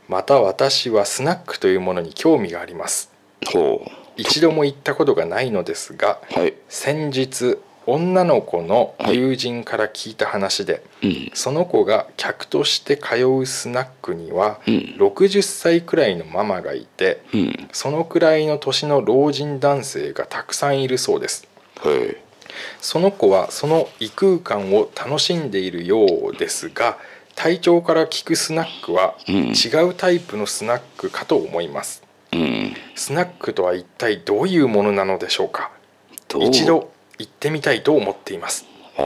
Speaker 3: また私はスナックというものに興味があります
Speaker 4: ほ
Speaker 3: 一度も行ったことがないのですが
Speaker 4: う。はい。
Speaker 3: 先日女の子の友人から聞いた話で、
Speaker 4: うん。
Speaker 3: その子が客として通うスナックには、
Speaker 4: うん
Speaker 3: 60歳くらいのママがいて
Speaker 4: うん。へ
Speaker 3: そのくらいの年の老人男性がたくさんいるそうです
Speaker 4: え。
Speaker 3: その子はその異空間を楽しんでいるようですが体調から聞くスナックは
Speaker 4: うん
Speaker 3: 違うタイプのスナックかと思います、
Speaker 4: うん。
Speaker 3: スナックとは一体どういうものなのでしょうか
Speaker 4: どう
Speaker 3: 一。度行ってみたいと思っています
Speaker 4: ああ。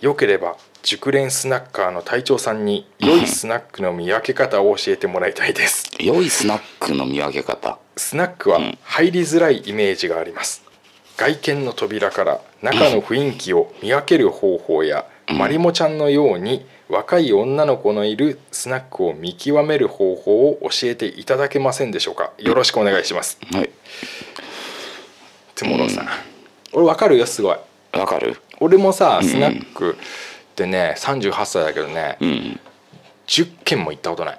Speaker 3: よければ熟練スナッカーの隊長さんに良いスナックの見分け方を教えてもらいたいです
Speaker 4: 良いスナックの見分け方。
Speaker 3: スナックは
Speaker 4: うん
Speaker 3: 入りづらいイメージがあります外見の扉から中の雰囲気を見分ける方法やまりもちゃんのように若い女の子のいるスナックを見極める方法を教えていただけませんでしょうかよろしくお願いします
Speaker 4: はい。
Speaker 3: トゥモローさん、俺わかるよすごい
Speaker 4: わかる。
Speaker 3: 俺もさスナックってね38歳だけどね
Speaker 4: うん。
Speaker 3: 10軒も行ったことない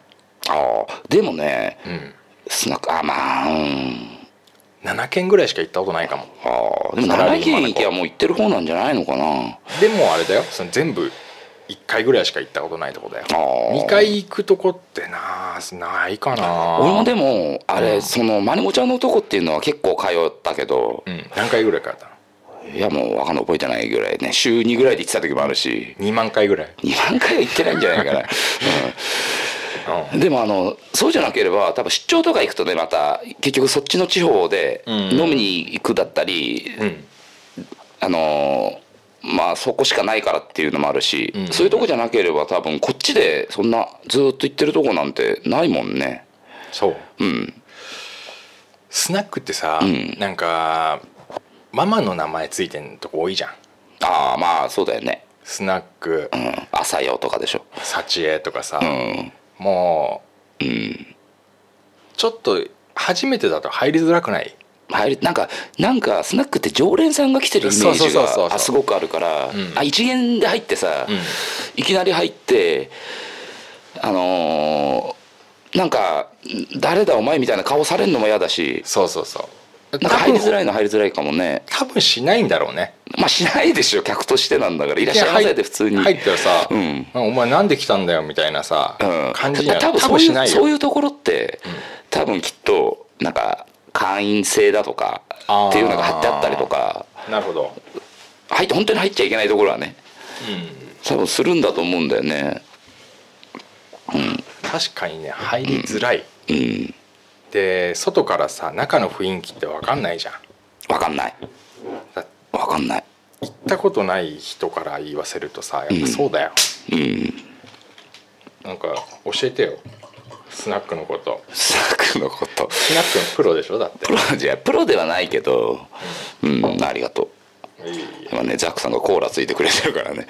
Speaker 4: ああ。でもね。
Speaker 3: うん
Speaker 4: スナック。あ、まあ。うん。
Speaker 3: 7軒ぐらいしか行ったことないかも
Speaker 4: ああ。でも、
Speaker 3: サラリ
Speaker 4: 奈
Speaker 3: ー
Speaker 4: 良
Speaker 3: マ
Speaker 4: 県
Speaker 3: ン
Speaker 4: 行きはもう行ってる方なんじゃないのかな。
Speaker 3: でもあれだよその全部1回ぐらいしか行ったことないとこだよ
Speaker 4: ああ。
Speaker 3: 2回行くとこってなないかな
Speaker 4: 俺もでもあれ、
Speaker 3: うん
Speaker 4: そのまりもちゃんのとこっていうのは結構通ったけど
Speaker 3: う、ん何回ぐらいかったの
Speaker 4: いやもうわかんない覚えてないぐらいね週2ぐらいで行ってた時もあるし
Speaker 3: 2万回ぐらい、
Speaker 4: 2万回は行ってないんじゃないかな、 (laughs) うん、でもあのそうじゃなければ多分出張とか行くとねまた結局そっちの地方で
Speaker 3: うん
Speaker 4: 飲みに行くだったり、
Speaker 3: うん、うん
Speaker 4: あのまあそこしかないからっていうのもあるし、
Speaker 3: うん
Speaker 4: そういうとこじゃなければ多分こっちでそんなずーっと行ってるとこなんてないもんね
Speaker 3: そう
Speaker 4: うん
Speaker 3: スナックってさ、
Speaker 4: うん
Speaker 3: なんかママの名前ついてんとこ多いじゃん
Speaker 4: ああまあそうだよね
Speaker 3: スナック
Speaker 4: うん朝よとかでしょ
Speaker 3: 幸恵とかさ、
Speaker 4: うん
Speaker 3: も
Speaker 4: うん
Speaker 3: うちょっと初めてだと入りづらくない
Speaker 4: 入るなんかなんかスナックって常連さんが来てるイメー
Speaker 3: そう
Speaker 4: ジ
Speaker 3: そうそうそう
Speaker 4: があすごくあるから、
Speaker 3: ん
Speaker 4: あ一元で入ってさ、
Speaker 3: うん
Speaker 4: いきなり入ってあのーなんかん誰だお前みたいな顔されるのも嫌だし
Speaker 3: そうそうそう
Speaker 4: なんか入りづらいの入りづらいかもね
Speaker 3: 多分しないんだろうね
Speaker 4: まあしないでしょ客としてなんだからいらっしゃいませで普通に
Speaker 3: 入ったらさ、
Speaker 4: うん
Speaker 3: お前なんで来たんだよ」みたいなさ、
Speaker 4: うん、
Speaker 3: 感じには
Speaker 4: 多分そうい
Speaker 3: しな
Speaker 4: う
Speaker 3: い
Speaker 4: そう
Speaker 3: よ
Speaker 4: いうところって、多分きっとなんか会員制だとかっていうのが貼ってあったりとか
Speaker 3: なるほど、
Speaker 4: 入って本当に入っちゃいけないところはね
Speaker 3: うん、
Speaker 4: 多分するんだと思うんだよね
Speaker 3: 確かにね入りづらい、
Speaker 4: うん
Speaker 3: で外からさ中の雰囲気って分かんないじゃん
Speaker 4: 分かんない
Speaker 3: だ
Speaker 4: 分かんない
Speaker 3: 行ったことない人から言わせるとさやっぱそうだよ、
Speaker 4: うん
Speaker 3: なんか教えてよスナックのこと
Speaker 4: スナックのこと
Speaker 3: スナックのプロでしょだって
Speaker 4: プロじゃプロではないけどうんありがと
Speaker 3: いいいう
Speaker 4: 今ねザックさんがコーラついてくれてるからね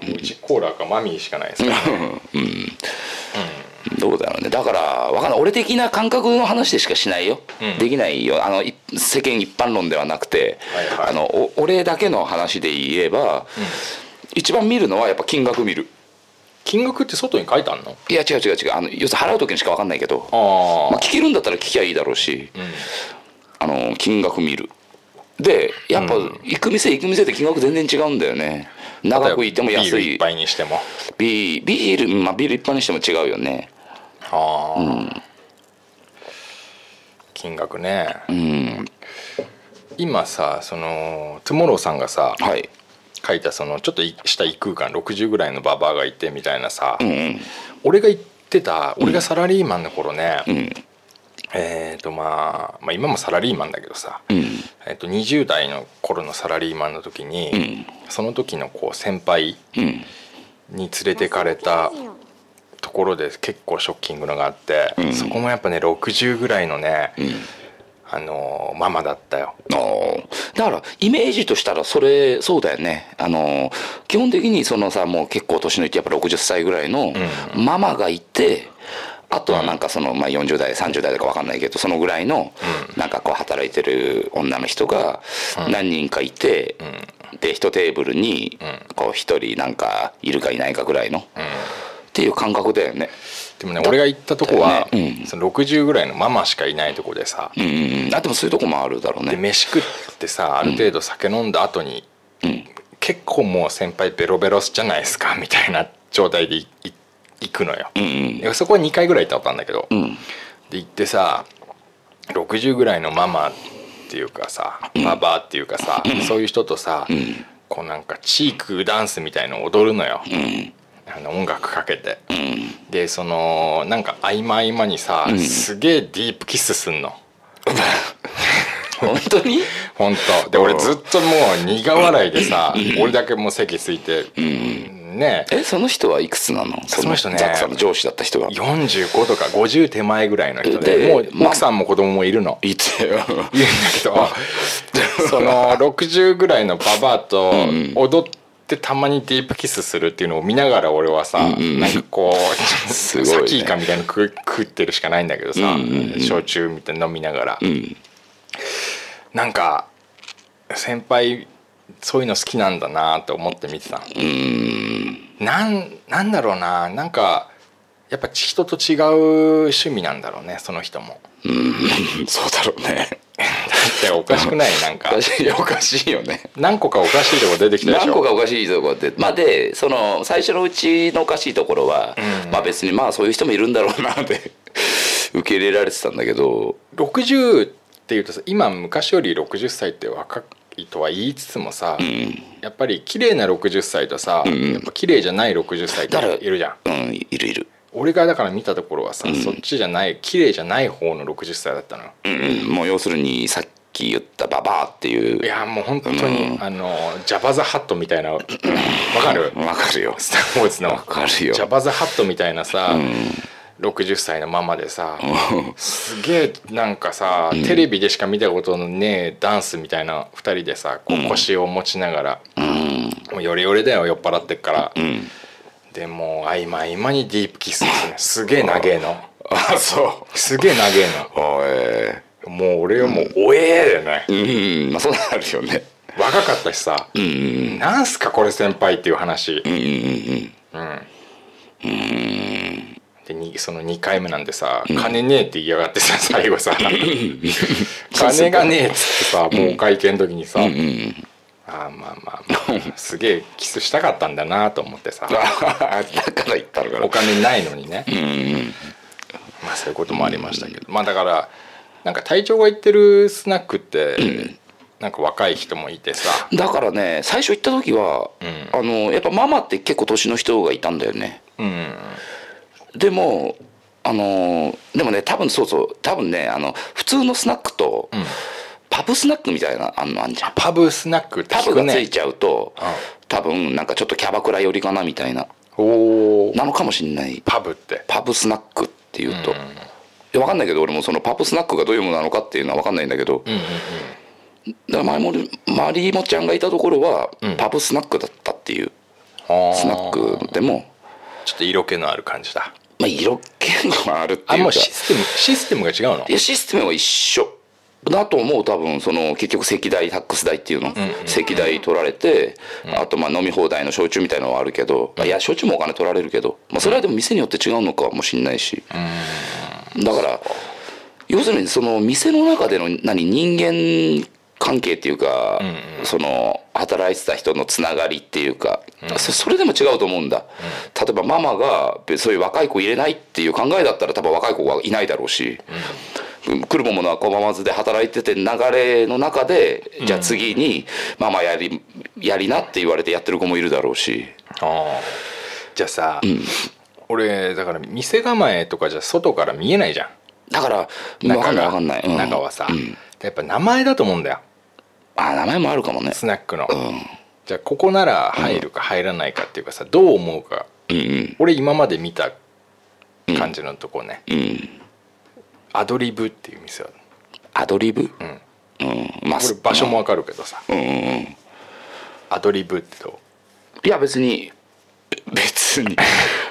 Speaker 3: やもううちコーラかマミーしかないですから、
Speaker 4: どうだろうねだからわかんない俺的な感覚の話でしかしないよ、
Speaker 3: うん
Speaker 4: できないよあのい世間一般論ではなくて、
Speaker 3: はいはい
Speaker 4: あのお俺だけの話で言えば、一番見るのはやっぱ金額見る
Speaker 3: 金額って外に書いてあんの
Speaker 4: いや違う違う違うあの要するに払う時にしかわかんないけど
Speaker 3: あ
Speaker 4: まあ、聞けるんだったら聞きゃいいだろうし、
Speaker 3: ん
Speaker 4: あの金額見るでやっぱ
Speaker 3: うん
Speaker 4: 行く店行く店って金額全然違うんだよね長くいても
Speaker 3: ビー
Speaker 4: 安
Speaker 3: ル一
Speaker 4: い
Speaker 3: 杯にしても
Speaker 4: ビービールまあビール一般にしても違うよね
Speaker 3: ああ、金額ね
Speaker 4: うん
Speaker 3: 今さそのトゥモローさんがさ
Speaker 4: はい
Speaker 3: 書いたそのちょっといした異空間60ぐらいのババアがいてみたいなさ、
Speaker 4: うんうん
Speaker 3: 俺が言ってた俺がサラリーマンの頃ね、
Speaker 4: うん
Speaker 3: えーとまあ、まあ今もサラリーマンだけどさ、
Speaker 4: うん
Speaker 3: えー、と20代の頃のサラリーマンの時に、
Speaker 4: ん
Speaker 3: その時のこう先輩
Speaker 4: うん
Speaker 3: に連れてかれたところで結構ショッキングのがあって、
Speaker 4: うん
Speaker 3: そこもやっぱね60ぐらいのね、
Speaker 4: うん
Speaker 3: あのーママだったよ。
Speaker 4: あーだからイメージとしたらそれそうだよねあのー基本的にそのさもう結構年のいってやっぱ60歳ぐらいの
Speaker 3: う
Speaker 4: ママがいてあとはなんかその、まあ、40代30代とか分かんないけどそのぐらいのなんかこう働いてる女の人が何人かいて、で一テーブルにこう一人なんかいるかいないかぐらいの、っていう感覚だよね。
Speaker 3: でもね俺が行ったとこは、
Speaker 4: だよねうん
Speaker 3: その60ぐらいのママしかいないとこでさ、
Speaker 4: うんうんうん、あでもそういうとこもあるだろうね。
Speaker 3: で飯食ってさある程度酒飲んだ後に、結構もう先輩ベロベロじゃないですかみたいな状態でいい行くのよ、
Speaker 4: うんうん
Speaker 3: でそこは2回ぐらい行ったことあるんだけど、
Speaker 4: うん
Speaker 3: で行ってさ60ぐらいのママっていうかさババアっていうかさ、そういう人とさ、
Speaker 4: ん
Speaker 3: こうなんかチークダンスみたいのを踊るのよ、
Speaker 4: うん
Speaker 3: あの音楽かけて、
Speaker 4: うん
Speaker 3: でそのなんか合間合間にさ、
Speaker 4: ん
Speaker 3: すげえディープキスすんの
Speaker 4: 本当に
Speaker 3: 本当で俺ずっともう苦笑いでさ俺だけもう席ついて、ね
Speaker 4: えその人はいくつなの
Speaker 3: その人ね
Speaker 4: ザックさんの上司だった人が
Speaker 3: 45とか50手前ぐらいの人で
Speaker 4: で
Speaker 3: も
Speaker 4: ま
Speaker 3: う
Speaker 4: あ
Speaker 3: 奥さんも子供もいるの
Speaker 4: いてよ
Speaker 3: いるんだけどその60ぐらいのババアと踊ってたまにディープキスするっていうのを見ながら俺はさ、なんかこう
Speaker 4: すごいね
Speaker 3: サキイカみたいなの食食ってるしかないんだけどさ、焼酎みたいなの飲みながら。
Speaker 4: うん
Speaker 3: なんか先輩そういうの好きなんだなと思って見てた
Speaker 4: うーん
Speaker 3: なんなんだろうななんかやっぱ人と違う趣味なんだろうねその人も
Speaker 4: うーん (laughs) そうだろうね
Speaker 3: でおかしくないなん
Speaker 4: お
Speaker 3: か
Speaker 4: かしいおかしいよね
Speaker 3: 何個かおかしいとこ出てきたでし
Speaker 4: 何個
Speaker 3: ょ
Speaker 4: かおかしいとこってまあでその最初のうちのおかしいところは、まあ別にまあそういう人もいるんだろうなって (laughs) 受け入れられてたんだけど
Speaker 3: 60っていうとさ今昔より60歳って若いとは言いつつもさ、やっぱり綺麗な60歳とさ、やっぱ綺麗じゃない60歳って
Speaker 4: だから
Speaker 3: いるじゃん
Speaker 4: うんいるいる
Speaker 3: 俺がだから見たところはさ、そっちじゃない綺麗じゃない方の60歳だったのよ
Speaker 4: うんうんもう要するにさっき言ったババアっていう
Speaker 3: いやもう本当に、あのジャバザハットみたいなわかる
Speaker 4: わかるよ
Speaker 3: スター・ウォーズの
Speaker 4: わかるよ
Speaker 3: ジャバザハットみたいなさ、60歳のママでさすげえなんかさ、テレビでしか見たことのねえダンスみたいな2人でさこう腰を持ちながら、もうヨレヨレだよ酔っ払ってっから、でもう合間合間にディープキスですねすげえ長えの
Speaker 4: あそ
Speaker 3: すげえ長えの
Speaker 4: うおえ
Speaker 3: もう俺はもう「おえー!」だよね
Speaker 4: うんまあそうなるよね
Speaker 3: 若かったしさ「なんすかこれ先輩」っていう話、
Speaker 4: うんうんうん
Speaker 3: でにその2回目なんでさ「金ねえ」って言いやがってさ最
Speaker 4: (laughs)
Speaker 3: 後さ「金がねえ」っつってさもうお会計の時にさ、
Speaker 4: うんうん
Speaker 3: あーまあまあまあすげえキスしたかったんだなと思っ
Speaker 4: (laughs)
Speaker 3: てさ
Speaker 4: あだから言ったのかな
Speaker 3: お金ないのにね、
Speaker 4: うん
Speaker 3: まあそういうこともありましたけど、まあだからなんか隊長が行ってるスナックって、なんか若い人もいてさ
Speaker 4: だからね最初行った時は、あのやっぱママって結構年の人がいたんだよね
Speaker 3: うん
Speaker 4: でもあのでもね多分そうそう多分ねあの普通のスナックと、パブスナックみたいなあんのあんじゃん
Speaker 3: パブスナックって
Speaker 4: パ
Speaker 3: 聞
Speaker 4: ブ
Speaker 3: く
Speaker 4: がつい
Speaker 3: ね
Speaker 4: ちゃうと、
Speaker 3: うん
Speaker 4: 多分なんかちょっとキャバクラ寄りかなみたいな
Speaker 3: おー
Speaker 4: なのかもしんない
Speaker 3: パブって
Speaker 4: パブスナックっていうと、いやわかんないけど俺もそのパブスナックがどういうものなのかっていうのはわかんないんだけど、
Speaker 3: うんうんうん
Speaker 4: だから前もマリーモちゃんがいたところは、
Speaker 3: うん
Speaker 4: パブスナックだったっていう
Speaker 3: あー
Speaker 4: スナックでも、
Speaker 3: ちょっと色気のある感じだ
Speaker 4: まあ、色気があるって
Speaker 3: あ
Speaker 4: いうか
Speaker 3: もうシステムシステムが違うの
Speaker 4: いやシステムは一緒だと思う多分その結局石代タックス代っていうの、石代取られて、あとまあ飲み放題の焼酎みたいのはあるけど、まあいや焼酎もお金取られるけど、まあ、それはでも店によって違うのかもしれないし、だから要するにその店の中での何人間関係っていうか、その働いてた人のつながりっていうか、そそれでも違うと思うんだ、例えばママがそういう若い子入れないっていう考えだったら多分若い子はいないだろうし、来るものは拒まずで働いてて流れの中でじゃあ次にママやりやりなって言われてやってる子もいるだろうし
Speaker 3: ああじゃあさ、俺だから店構えとかじゃ外から見えないじゃ
Speaker 4: だから
Speaker 3: ん
Speaker 4: 分かんない分
Speaker 3: が
Speaker 4: かんない、うん
Speaker 3: 中はさ、
Speaker 4: うん
Speaker 3: やっぱ名前だと思うんだよ
Speaker 4: あ名前もあるかもね
Speaker 3: スナックの、
Speaker 4: う
Speaker 3: じゃあここなら入るか入らないかっていうかさどう思うか
Speaker 4: んうん
Speaker 3: 俺今まで見た感じのとこね、
Speaker 4: うんうん
Speaker 3: アドリブっていう店は、
Speaker 4: アドリブうんまあ
Speaker 3: これ場所もわかるけどさ、
Speaker 4: うんうんうん
Speaker 3: アドリブってど
Speaker 4: いや別に別
Speaker 3: (laughs)
Speaker 4: に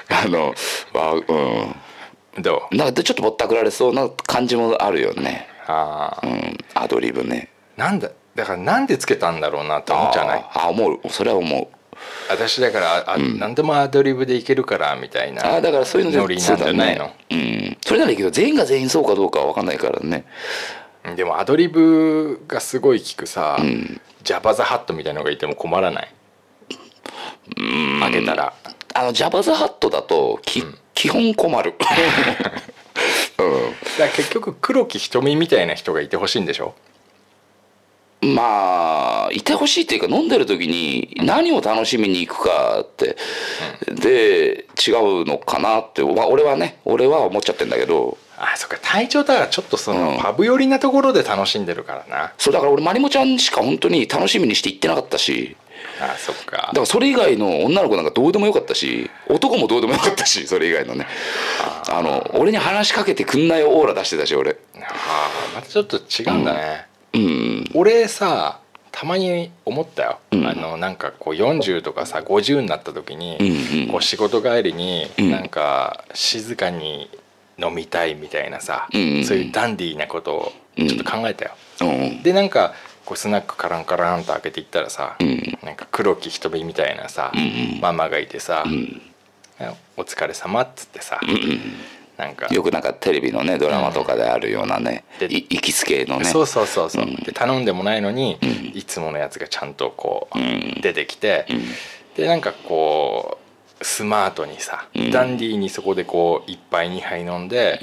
Speaker 4: あのわう
Speaker 3: うどうん
Speaker 4: なんかちょっとぼったくられそうな感じもあるよね
Speaker 3: ああ
Speaker 4: うんアドリブね
Speaker 3: なんだだからなんでつけたんだろうなと思うじゃない
Speaker 4: あーあ思うそれは思う
Speaker 3: 私だからあ、何でもアドリブでいけるからみたいな
Speaker 4: ああだからそういうの
Speaker 3: ノリなんじゃないの、
Speaker 4: そうだねうんそれならいいけど全員が全員そうかどうかは分かんないからね
Speaker 3: でもアドリブがすごい効くさ、
Speaker 4: ん
Speaker 3: ジャバザハットみたいのがいても困らない開けたら
Speaker 4: あのジャバザハットだとき、基本困
Speaker 3: (laughs)
Speaker 4: る
Speaker 3: だから結局黒木瞳みたいな人がいてほしいんでしょ
Speaker 4: うんまあいてほしいっていうか飲んでる時に何を楽しみに行くかって、で違うのかなって、まあ、俺はね俺は思っちゃってんだけど
Speaker 3: あそっか体調だからちょっとその、
Speaker 4: うん
Speaker 3: パブ寄りなところで楽しんでるからな
Speaker 4: そうだから俺まりもちゃんしか本当に楽しみにして行ってなかったし
Speaker 3: あそっか
Speaker 4: だからそれ以外の女の子なんかどうでもよかったし男もどうでもよかったしそれ以外のねあの俺に話しかけてくんないオーラ出してたし俺
Speaker 3: あーまたちょっと違うんだね、
Speaker 4: うん
Speaker 3: 俺さたまに思ったよ、
Speaker 4: うん
Speaker 3: あのなんかこう40とかさ50になった時に、
Speaker 4: うんうん
Speaker 3: こう仕事帰りに
Speaker 4: うん
Speaker 3: なんか静かに飲みたいみたいなさ、
Speaker 4: うんうん
Speaker 3: そういうダンディーなことをちょっと考えたよ、
Speaker 4: うん
Speaker 3: でなんかこうスナックカランカランと開けていったらさ、
Speaker 4: うん
Speaker 3: なんか黒き瞳みたいなさ、
Speaker 4: んうん
Speaker 3: ママがいてさ「
Speaker 4: ん
Speaker 3: お疲れ様っつってさ、なんか
Speaker 4: よくなんかテレビのねドラマとかであるようなね
Speaker 3: うん
Speaker 4: い行きつけのね
Speaker 3: そうそうそうそう、
Speaker 4: うん
Speaker 3: で頼んでもないのに、いつものやつがちゃんとこう、出てきて、でなんかこうスマートにさ、ダンディーにそこでこう1杯2杯飲んで、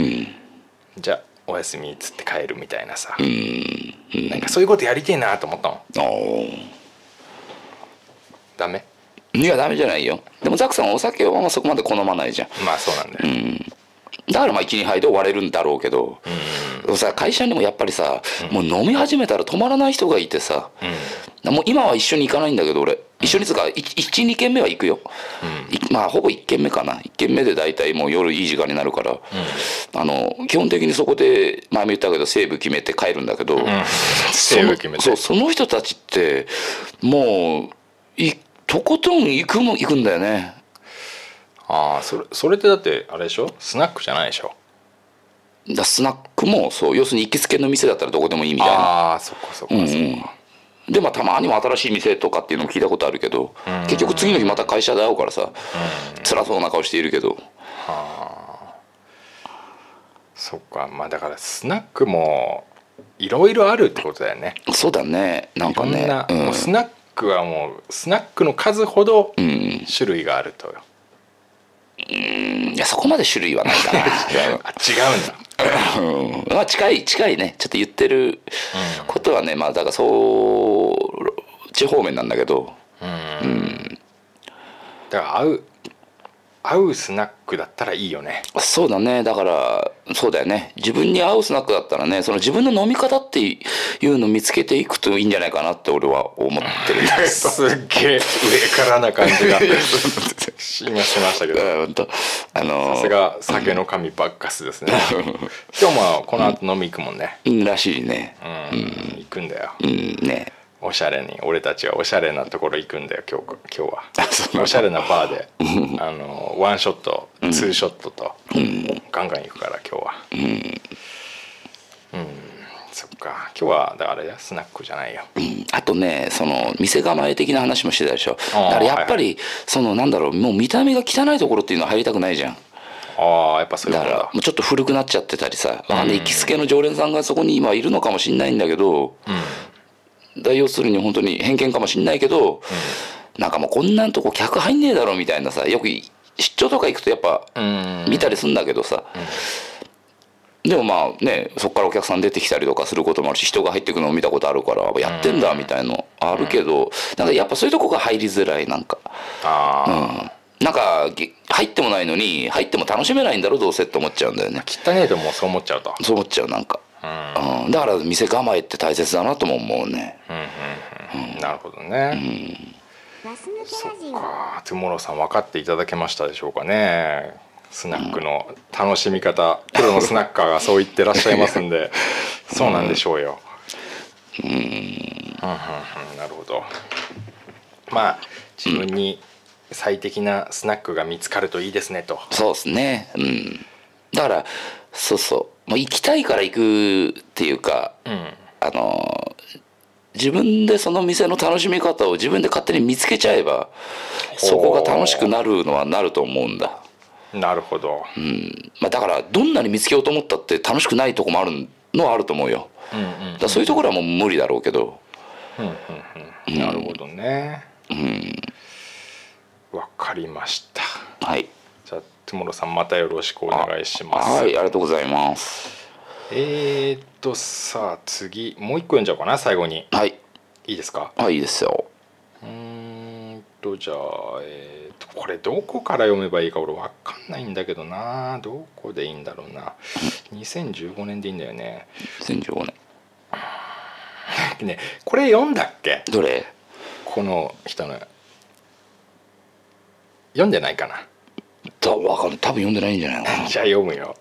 Speaker 4: ん
Speaker 3: じゃあおやすみっつって帰るみたいなさ、
Speaker 4: うんうん
Speaker 3: なんかそういうことやりてえなと思ったもん
Speaker 4: おー
Speaker 3: ダメ
Speaker 4: いやダメじゃないよでもザックさんはお酒はあんまそこまで好まないじゃん
Speaker 3: まあそうなんだよ、
Speaker 4: だからまあ12杯で終われるんだろうけど、でもさ会社にもやっぱりさ、もう飲み始めたら止まらない人がいてさ、もう今は一緒に行かないんだけど俺一緒につうか12軒目は行くよ、いまあほぼ1軒目かな1軒目で大体もう夜いい時間になるから、あの基本的にそこで前も言ったけどセーブ決めて帰るんだけど、そ
Speaker 3: セー
Speaker 4: の
Speaker 3: ブ決めて
Speaker 4: そうその人たちってもういとことん行くも行くんだよね
Speaker 3: ああそれそれってだってあれでしょスナックじゃないでしょ
Speaker 4: だからスナックもそう要するに行きつけの店だったらどこでもいいみたいな
Speaker 3: ああそっかそっかそ
Speaker 4: うんう
Speaker 3: っか、
Speaker 4: ん、でまあたまには新しい店とかっていうのも聞いたことあるけど結局次の日また会社で会うからさ辛そうな顔しているけど
Speaker 3: そっかまあだからスナックもいろいろあるってことだよね
Speaker 4: そうだねなん
Speaker 3: いろ
Speaker 4: か
Speaker 3: ん
Speaker 4: ね
Speaker 3: な、
Speaker 4: うん
Speaker 3: もうスナックはもうスナックの数ほど
Speaker 4: ん
Speaker 3: 種類があるとよ、
Speaker 4: うんいやそこまで種類はないかな
Speaker 3: あ (laughs) 違うんだ
Speaker 4: うんまあ近い近いねちょっと言ってることはねまあだからそう地方面なんだけど
Speaker 3: だから合う合うスナックだったらいいよね
Speaker 4: そうだねだからそうだよね自分に合うスナックだったらねその自分の飲み方っていうのを見つけていくといいんじゃないかなって俺は思ってるんだけど
Speaker 3: すっげえ上からな感
Speaker 4: (laughs)
Speaker 3: じが今しましたけど
Speaker 4: うんほんとあのー
Speaker 3: さすが酒の神バッカスですね今日もこの後飲み行くもんね
Speaker 4: うんらしいね
Speaker 3: うん、行くんだよ
Speaker 4: うんね (laughs)
Speaker 3: おしゃれに俺たちはおしゃれなところ行くんだよ今日か今
Speaker 4: あそう
Speaker 3: 日はおしゃれなバーであのワンショットツーショットと、ガンガン行くから今日はうん、そっか今日はだからあれだスナックじゃないよ、
Speaker 4: うんあとねその店構え的な話もしてたでしょ
Speaker 3: あー
Speaker 4: だからやっぱ
Speaker 3: はい
Speaker 4: り、そのなんだろうもう見た目が汚いところっていうのは入りたくないじゃん
Speaker 3: ああやっぱそういう
Speaker 4: だ
Speaker 3: こ
Speaker 4: か
Speaker 3: と
Speaker 4: ら
Speaker 3: だ
Speaker 4: もうちょっと古くなっちゃってたりさ、まあね、行きつけの常連さんがそこに今いるのかもしんないんだけど、だから要するに本当に偏見かもしんないけど、なんかもうこんなんとこ客入んねえだろみたいなさよく出張とか行くとやっぱ
Speaker 3: うん
Speaker 4: 見たりすんだけどさ、でもまあねそこからお客さん出てきたりとかすることもあるし人が入ってくのを見たことあるからやってんだみたいのあるけど、なんかやっぱそういうとこが入りづらいなんか、う
Speaker 3: ああ、
Speaker 4: ん、なんかぎ入ってもないのに入っても楽しめないんだろどうせって思っちゃうんだよね
Speaker 3: 汚ねえともうそう思っちゃうと
Speaker 4: そう思っちゃうなんか、
Speaker 3: うん
Speaker 4: うん、だから店構えって大切だなとも思うね
Speaker 3: なるほどね、そっかトゥモローさん分かっていただけましたでしょうかねスナックの楽しみ方、プロのスナッカーがそう言ってらっしゃいますんでそうなんでしょうようんうんうんなるほどまあ自分に最適なスナックが見つかるといいですねと、
Speaker 4: そうですねうんだからそうそう、まあ、行きたいから行くっていうか
Speaker 3: うん、
Speaker 4: あの自分でその店の楽しみ方を自分で勝手に見つけちゃえばそこが楽しくなるのはなると思うんだ、
Speaker 3: なるほど、
Speaker 4: うんまあ、だからどんなに見つけようと思ったって楽しくないとこもあるのはあると思うよ
Speaker 3: うんうん
Speaker 4: だからそういうところはもう無理だろうけど
Speaker 3: うんうんなるほどねわ、かりました
Speaker 4: はい
Speaker 3: じゃあトゥモロさんまたよろしくお願いします
Speaker 4: はいありがとうございます
Speaker 3: えー、っとさあ次もう一個読んじゃおうかな最後に
Speaker 4: はい
Speaker 3: いいですか
Speaker 4: あいいですよ
Speaker 3: うーんとじゃあ、えーっとこれどこから読めばいいか俺わかんないんだけどなどこでいいんだろうな2015年でいいんだよね
Speaker 4: 2015年
Speaker 3: ねこれ読んだっけ
Speaker 4: どれ
Speaker 3: この人の読んでないかな
Speaker 4: だわかんない多分読んでないんじゃないのかな
Speaker 3: じゃあ読むよ。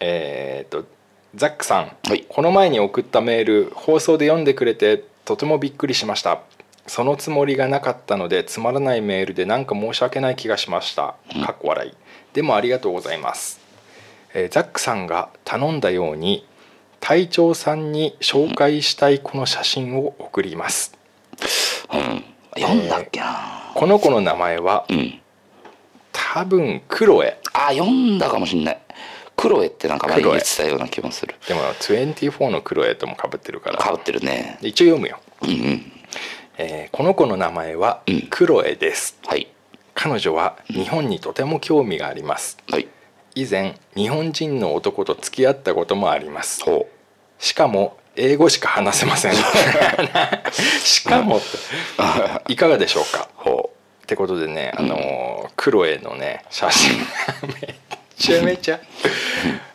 Speaker 3: えーっとザックさん、
Speaker 4: はい
Speaker 3: この前に送ったメール放送で読んでくれてとてもびっくりしましたそのつもりがなかったのでつまらないメールでなんか申し訳ない気がしましたかっこ笑いでもありがとうございます、えーザックさんが頼んだように隊長さんに紹介したいこの写真を送ります
Speaker 4: うん読んだっけな
Speaker 3: この子の名前は
Speaker 4: うん
Speaker 3: 多分クロエ
Speaker 4: あ読んだかもしんないクロエってなんか前に
Speaker 3: クロエ
Speaker 4: 言ってたような気もする
Speaker 3: でも24のクロエともかぶってるから
Speaker 4: かぶってるね
Speaker 3: で一応読むよ
Speaker 4: うんうん
Speaker 3: えーこの子の名前は
Speaker 4: うん
Speaker 3: クロエです、
Speaker 4: はい
Speaker 3: 彼女は日本にとても興味があります
Speaker 4: はい
Speaker 3: 以前日本人の男と付き合ったこともあります
Speaker 4: ほ
Speaker 3: しかも英語しか話せ
Speaker 4: (laughs)
Speaker 3: ませんしかもっていかがでしょうか
Speaker 4: うほ
Speaker 3: ってことでね、あのークロエのね
Speaker 4: (laughs)
Speaker 3: 写真がめちゃめちゃ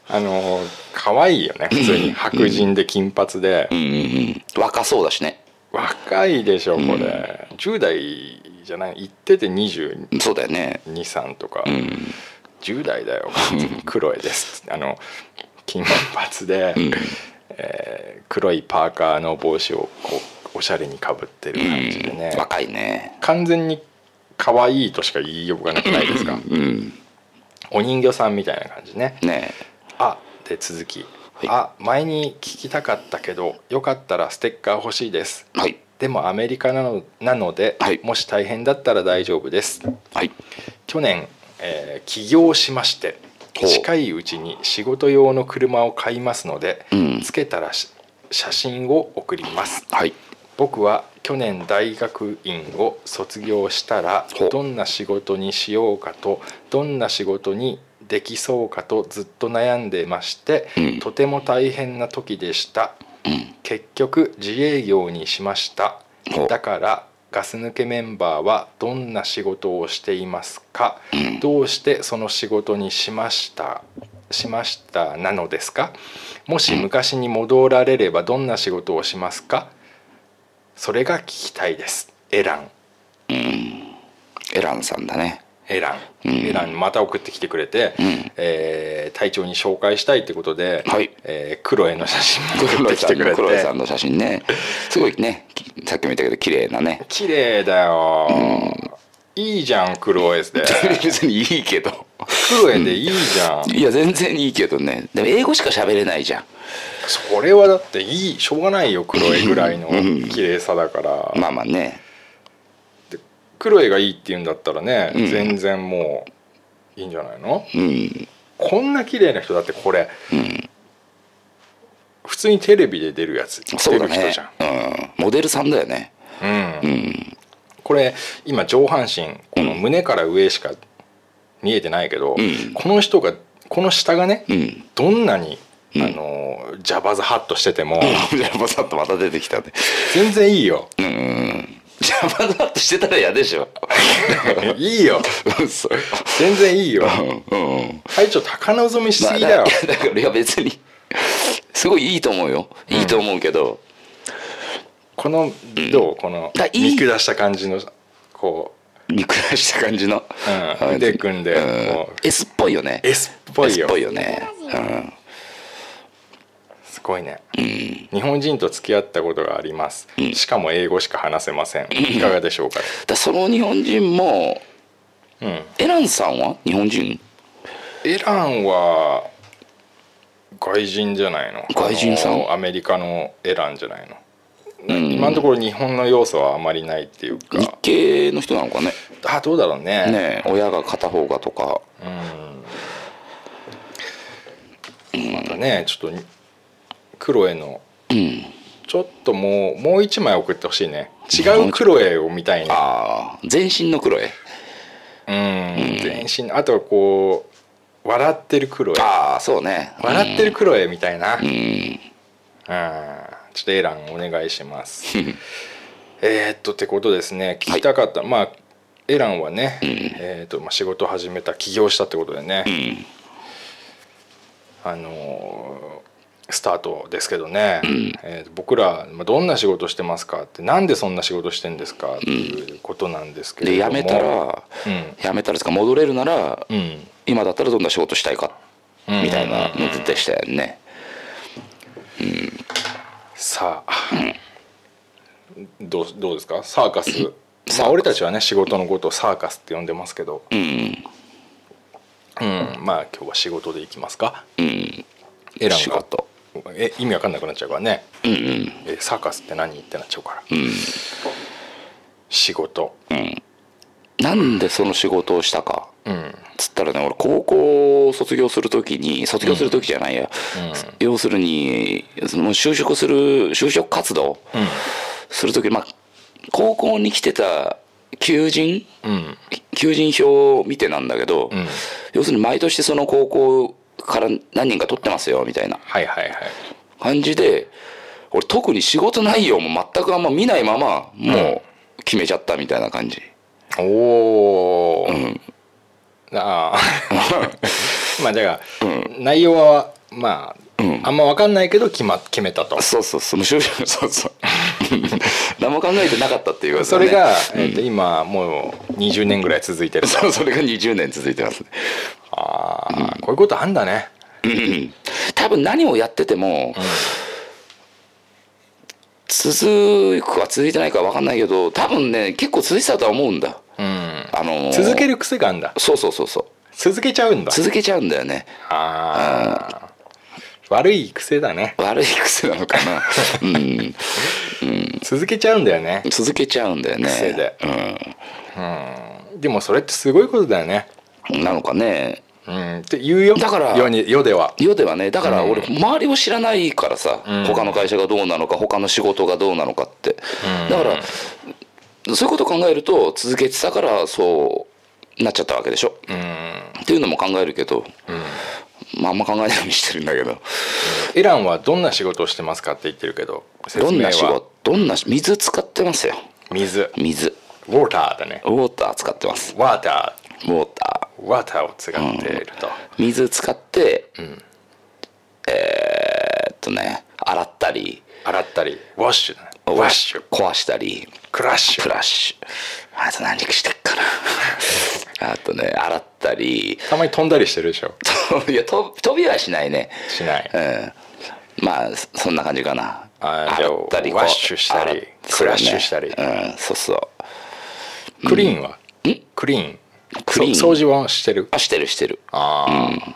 Speaker 3: あのー可愛いよね普通に白人で金髪で
Speaker 4: ううんうんうん若そうだしね
Speaker 3: 若いでしょこれ10代じゃない行ってて20
Speaker 4: そうだよね
Speaker 3: 23とか、
Speaker 4: うん
Speaker 3: 10代だよクロエですあの金髪で、えー黒いパーカーの帽子をこうおしゃれにかぶってる感じでね、
Speaker 4: 若いね
Speaker 3: 完全に可愛いとしか言いようがなくないですか
Speaker 4: うん
Speaker 3: お人形さんみたいな感じね
Speaker 4: ね
Speaker 3: あで続き、
Speaker 4: はい
Speaker 3: あ前に聞きたかったけどよかったらステッカー欲しいです
Speaker 4: はい
Speaker 3: でもアメリカなのなので、
Speaker 4: はい
Speaker 3: もし大変だったら大丈夫です
Speaker 4: はい
Speaker 3: 去年、えー起業しまして
Speaker 4: ほう
Speaker 3: 近いうちに仕事用の車を買いますので、
Speaker 4: うん
Speaker 3: つけたらし写真を送ります
Speaker 4: はい
Speaker 3: 僕は去年大学院を卒業したら
Speaker 4: ほう
Speaker 3: どんな仕事にしようかとどんな仕事にできそうかとずっと悩んでまして、
Speaker 4: うん
Speaker 3: とても大変な時でした
Speaker 4: うん
Speaker 3: 結局自営業にしました
Speaker 4: ほう
Speaker 3: だからガス抜けメンバーはどんな仕事をしていますか、
Speaker 4: うん
Speaker 3: どうしてその仕事にしましたしましたなのですかもし昔に戻られればどんな仕事をしますかそれが聞きたいですエラン
Speaker 4: エランさんだね
Speaker 3: エラン、エランまた送ってきてくれて、
Speaker 4: ん
Speaker 3: えー隊長に紹介したいってことで、
Speaker 4: はい
Speaker 3: えークロエの写真も
Speaker 4: ク
Speaker 3: 送
Speaker 4: ロ
Speaker 3: っ
Speaker 4: エ
Speaker 3: てき
Speaker 4: さ
Speaker 3: て
Speaker 4: ん
Speaker 3: く
Speaker 4: の
Speaker 3: れて
Speaker 4: クロエさんの写真ねすごいねきさっきも言ったけど綺麗なね
Speaker 3: 綺麗だよ、いいじゃんクロ
Speaker 4: (laughs)
Speaker 3: エで
Speaker 4: 別にいいけど
Speaker 3: クロエでいいじゃん、
Speaker 4: いや全然いいけどねでも英語しか喋れないじゃん
Speaker 3: それはだっていいしょうがないよクロエぐらいの綺麗さだから、
Speaker 4: まあまあね
Speaker 3: クロエがいいって言うんだったらね、
Speaker 4: うん
Speaker 3: 全然もういいんじゃないの
Speaker 4: うん
Speaker 3: こんな綺麗な人だってこれ、普通にテレビで出るやつ
Speaker 4: そう
Speaker 3: 出
Speaker 4: だ
Speaker 3: る人
Speaker 4: ね
Speaker 3: じゃん
Speaker 4: うんモデルさんだよね
Speaker 3: うんこれ今上半身この胸から上しか見えてないけど、
Speaker 4: ん
Speaker 3: この人がこの下がね、
Speaker 4: うん
Speaker 3: どんなに、
Speaker 4: うん
Speaker 3: あのジャバズハッとしてても、
Speaker 4: ジャバザットまた出てきた
Speaker 3: (laughs)
Speaker 4: ね
Speaker 3: 全然いい
Speaker 4: (laughs)
Speaker 3: よ
Speaker 4: うんジャバザットしてたら嫌でしょ
Speaker 3: いいよ
Speaker 4: 嘘
Speaker 3: 全然いいよ
Speaker 4: うんうん
Speaker 3: 隊長高望みしすぎだ
Speaker 4: ま
Speaker 3: よ、
Speaker 4: あだだからいや別にすごいいいと思うよいいと思うけど、
Speaker 3: このどうこの
Speaker 4: だいい
Speaker 3: 見下した感じのこ
Speaker 4: 見下した感じの、
Speaker 3: うん
Speaker 4: あ
Speaker 3: 腕組んで
Speaker 4: う
Speaker 3: こう
Speaker 4: S っぽいよね
Speaker 3: う S っぽい
Speaker 4: S
Speaker 3: よ
Speaker 4: っぽいよね、うん
Speaker 3: すごいね、日本人と付き合ったことがあります、しかも英語しか話せませんいかがでしょうか、
Speaker 4: だその日本人も
Speaker 3: うん、
Speaker 4: エランさんは日本人
Speaker 3: エランは外人じゃないの
Speaker 4: 外人さん
Speaker 3: あのアメリカのエランじゃないの、
Speaker 4: ん
Speaker 3: 今のところ日本の要素はあまりないっていう
Speaker 4: 日
Speaker 3: か
Speaker 4: 系の人なのかね
Speaker 3: あどうだろうね
Speaker 4: ねえ親が片方がとか
Speaker 3: またねちょっとクロエの
Speaker 4: うん
Speaker 3: ちょっともうもう一枚送ってほしいね違うクロエを見たいね
Speaker 4: ああ全身の黒絵
Speaker 3: うん全身あとはこう笑ってるクロエ
Speaker 4: ああそうね
Speaker 3: 笑ってるクロエみたいな、うん、
Speaker 4: うん
Speaker 3: ちょっとエランお願いしますえーっとってことですね聞きたかった、まあエランはね、えーっとまあ、仕事を始めた起業したってことでね、
Speaker 4: ん
Speaker 3: あのースタートですけどね、えーっと僕らまあどんな仕事してますかってなんでそんな仕事してんですかっていうことなんですけ
Speaker 4: で
Speaker 3: れど
Speaker 4: 辞
Speaker 3: も、
Speaker 4: めたら
Speaker 3: うん
Speaker 4: 辞めたらですか戻れるなら
Speaker 3: うん
Speaker 4: 今だったらどんな仕事したいか
Speaker 3: うん
Speaker 4: みたいなのでしたよね
Speaker 3: さあ、どうどうですかサーカスまあ俺たちはね仕事のことをサーカスって呼んでますけど、
Speaker 4: うん
Speaker 3: うんまあ今日は仕事でいきますか
Speaker 4: うん
Speaker 3: エラン
Speaker 4: 仕
Speaker 3: が
Speaker 4: 事
Speaker 3: え意味わかんなくなっちゃうからね、
Speaker 4: うんうん
Speaker 3: えサーカスって何ってなっちゃうから、
Speaker 4: うん
Speaker 3: 仕事
Speaker 4: なんでその仕事をしたか
Speaker 3: うん
Speaker 4: つったらね俺高校を卒業するときに卒業するときじゃないや、要するにその就職する就職活動するとき、まあ、高校に来てた求人
Speaker 3: うんうん
Speaker 4: 求人票を見てなんだけど、
Speaker 3: うん
Speaker 4: 要するに毎年その高校から何人か取ってますよみたいな
Speaker 3: はいはいはい
Speaker 4: 感じで俺特に仕事内容も全くあんま見ないままもう決めちゃったみたいな感じ。
Speaker 3: おお、ああ
Speaker 4: (laughs)
Speaker 3: まあだから、内容はまあ、あんまわかんないけど決,、ま、決めたと
Speaker 4: そうそう (laughs) そう、無就職、そうそう。何も考えてなかったっていうこと、ね、
Speaker 3: それが、えーと今もう20年ぐらい続いてると
Speaker 4: そう、それが20年続いてますね。
Speaker 3: ああ、こういうことあんだね
Speaker 4: うん多分何をやってても、続くか続いてないか分かんないけど、多分ね、結構続いてたとは思うんだ。
Speaker 3: うん
Speaker 4: あのー
Speaker 3: 続ける癖があんだ
Speaker 4: そうそうそうそう。
Speaker 3: 続けちゃうんだ
Speaker 4: 続けちゃうんだよね。
Speaker 3: ああ悪い癖だね
Speaker 4: 悪い癖なのか
Speaker 3: (laughs)
Speaker 4: な。うん。
Speaker 3: 続けちゃうんだよね
Speaker 4: 続けちゃうんだよね。
Speaker 3: 癖ででもそれってすごいことだよね
Speaker 4: うん。なのかね。
Speaker 3: うんって言うよ
Speaker 4: だから
Speaker 3: 世に世では
Speaker 4: 世ではねだから
Speaker 3: うん
Speaker 4: 俺周りを知らないからさ、
Speaker 3: ん
Speaker 4: 他の会社がどうなのか他の仕事がどうなのかって、だからそういうことを考えると続けてたからそうなっちゃったわけでしょ、
Speaker 3: うん
Speaker 4: っていうのも考えるけど、まああんま考えないようにしてるんだけど
Speaker 3: エランはどんな仕事をしてますかって言ってるけど説
Speaker 4: ど
Speaker 3: 明は
Speaker 4: んな仕事どんな水使ってますよ
Speaker 3: 水
Speaker 4: 水
Speaker 3: ウォーターだね
Speaker 4: ウォーター使ってます
Speaker 3: ワータ
Speaker 4: ウォータ
Speaker 3: ーワーターを使っていると、
Speaker 4: ー水使って、えーっとね洗ったり
Speaker 3: 洗ったりウォッシュだねウォッシュ
Speaker 4: 壊したり
Speaker 3: クラッシ
Speaker 4: フ
Speaker 3: ュ
Speaker 4: ラッシュあと何してっか
Speaker 3: (laughs)
Speaker 4: なあとね洗ったり
Speaker 3: たまに飛んだりしてるでしょ
Speaker 4: とい (laughs) やと飛びはしないね
Speaker 3: しない
Speaker 4: うんまあそそんな感じかな
Speaker 3: あじゃあ
Speaker 4: こう
Speaker 3: ワッシュしたり
Speaker 4: 洗っ
Speaker 3: クラッシュしたり
Speaker 4: そうだねうんそうそう
Speaker 3: クリーンはクリーン
Speaker 4: クリーン
Speaker 3: そ掃除はしてる
Speaker 4: あしてるしてる
Speaker 3: ああ、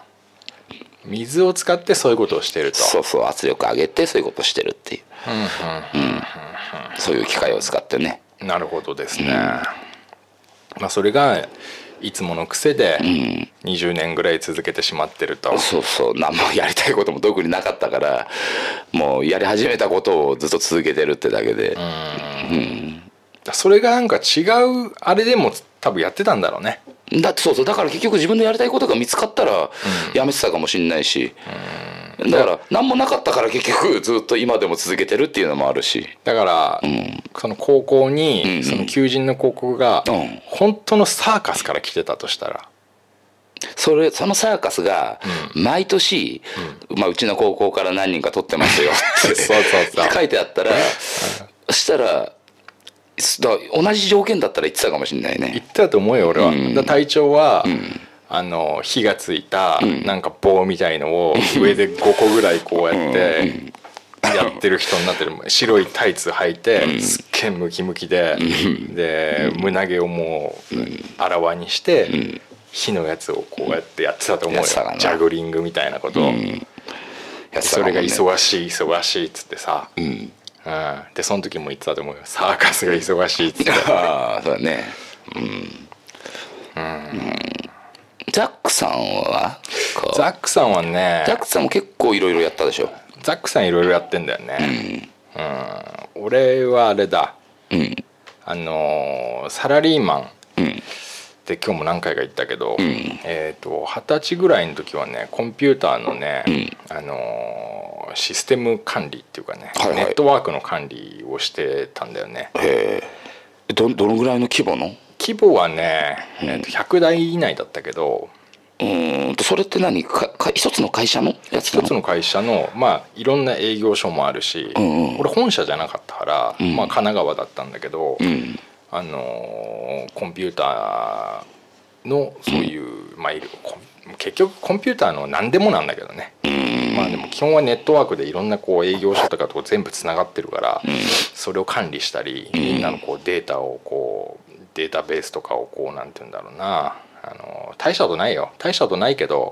Speaker 3: 水を使ってそういうことをしてると
Speaker 4: そうそう圧力上げてそういうことしてるっていううんそういう機械を使ってね
Speaker 3: なるほどですね、まあそれがいつもの癖で20年ぐらい続けてしまってると、
Speaker 4: そうそう何もやりたいことも特になかったからもうやり始めたことをずっと続けてるってだけで、
Speaker 3: それがなんか違うあれでも多分やってたんだろうね
Speaker 4: だってそうそうだから結局自分のやりたいことが見つかったらやめてたかもしれないし、だから何もなかったから結局ずっと今でも続けてるっていうのもあるし
Speaker 3: だから、
Speaker 4: ん
Speaker 3: その高
Speaker 4: う
Speaker 3: 校
Speaker 4: んう
Speaker 3: に
Speaker 4: ん
Speaker 3: その求人の広告が
Speaker 4: うん
Speaker 3: 本当のサーカスから来てたとしたら、
Speaker 4: それそのサーカスが毎年、うまあ、うちの高校から何人か取ってますよって
Speaker 3: (laughs) そうそうそう
Speaker 4: 書いてあったらしたらすだ同じ条件だったら言ってたかもしれない
Speaker 3: 言っ
Speaker 4: ね。
Speaker 3: てたと思うよ俺は、
Speaker 4: うん
Speaker 3: だから体調は、
Speaker 4: ん
Speaker 3: あの火がついたなんか棒みたいのを上で5個ぐらいこうやってやってる人になってる白いタイツ履いてすっげえムキムキでで胸毛をもうあらわにして火のやつをこうやってやってたと思うよ
Speaker 4: やってたかな
Speaker 3: ジャグリングみたいなことを。
Speaker 4: やってた
Speaker 3: そ
Speaker 4: かも
Speaker 3: れ
Speaker 4: ね
Speaker 3: が忙しい忙しいっつってさ、うんでその時も言ってたと思うよサーカスが忙しいっつって
Speaker 4: ああそうだねうん、うんザックさんはこう
Speaker 3: ザックさんはね
Speaker 4: ザックさんも結構いろいろやったでしょ
Speaker 3: ザックさんいろいろやってんだよねうん、俺はあれだ
Speaker 4: うん
Speaker 3: あのーサラリーマ
Speaker 4: う
Speaker 3: ン
Speaker 4: ん
Speaker 3: って今日も何回か言ったけど、
Speaker 4: ん
Speaker 3: えっ、と二十歳ぐらいの時はねコンピューターのね、
Speaker 4: ん
Speaker 3: あのーシステム管理っていうかね、
Speaker 4: はいはい
Speaker 3: ネットワークの管理をしてたんだよね
Speaker 4: へえどどのぐらいの規模の
Speaker 3: 規模はね、えーと100台以内だったけど
Speaker 4: うーんとそれって何かか一つの会社のやつな
Speaker 3: 一つの会社のまあいろんな営業所もあるし、
Speaker 4: うんうん
Speaker 3: 俺本社じゃなかったから、
Speaker 4: ん
Speaker 3: まあ、神奈川だったんだけど、
Speaker 4: うん
Speaker 3: あのーコンピューターのそういう、まあいるコン結局コンピューターの何でもなんだけどね、まあでも基本はネットワークでいろんなこう営業所とかと全部つながってるから、それを管理したり、みんなのこうデータをこうデータベースとかをこうなんて言うんだろうなあのー大したことないよ大したことないけど、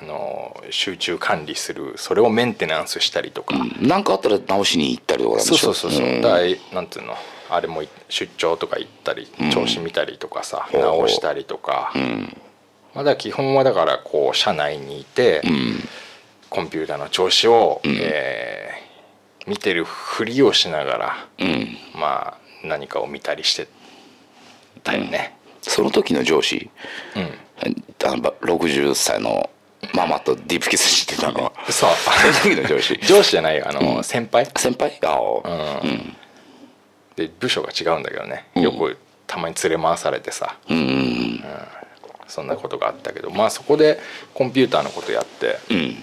Speaker 3: あのー集中管理するそれをメンテナンスしたりとか。
Speaker 4: 何かあったら直しに行ったりとかなん
Speaker 3: そ
Speaker 4: で
Speaker 3: う
Speaker 4: し
Speaker 3: そ
Speaker 4: ょ
Speaker 3: うそうそう、
Speaker 4: ん
Speaker 3: だからえなんていうのあれもい出張とか行ったり調子見たりとかさ、
Speaker 4: おう
Speaker 3: 直したりとか、
Speaker 4: ん
Speaker 3: まあだから基本はだからこう社内にいて、
Speaker 4: うん
Speaker 3: コンピューターの調子を、えー見てるふりをしながら、
Speaker 4: うん
Speaker 3: まあ何かを見たりしてたよね、
Speaker 4: その時の上司
Speaker 3: うん
Speaker 4: あの60歳のママとディープキスしてたのは
Speaker 3: そう
Speaker 4: (laughs) その時の上司
Speaker 3: (laughs) 上司じゃないよあの、
Speaker 4: うん
Speaker 3: 先輩、
Speaker 4: 先輩あ
Speaker 3: う
Speaker 4: あ
Speaker 3: んで部署が違うんだけどね、よくたまに連れ回されてさ、
Speaker 4: うんうん
Speaker 3: そんなことがあったけどまあそこでコンピューターのことやって、
Speaker 4: うん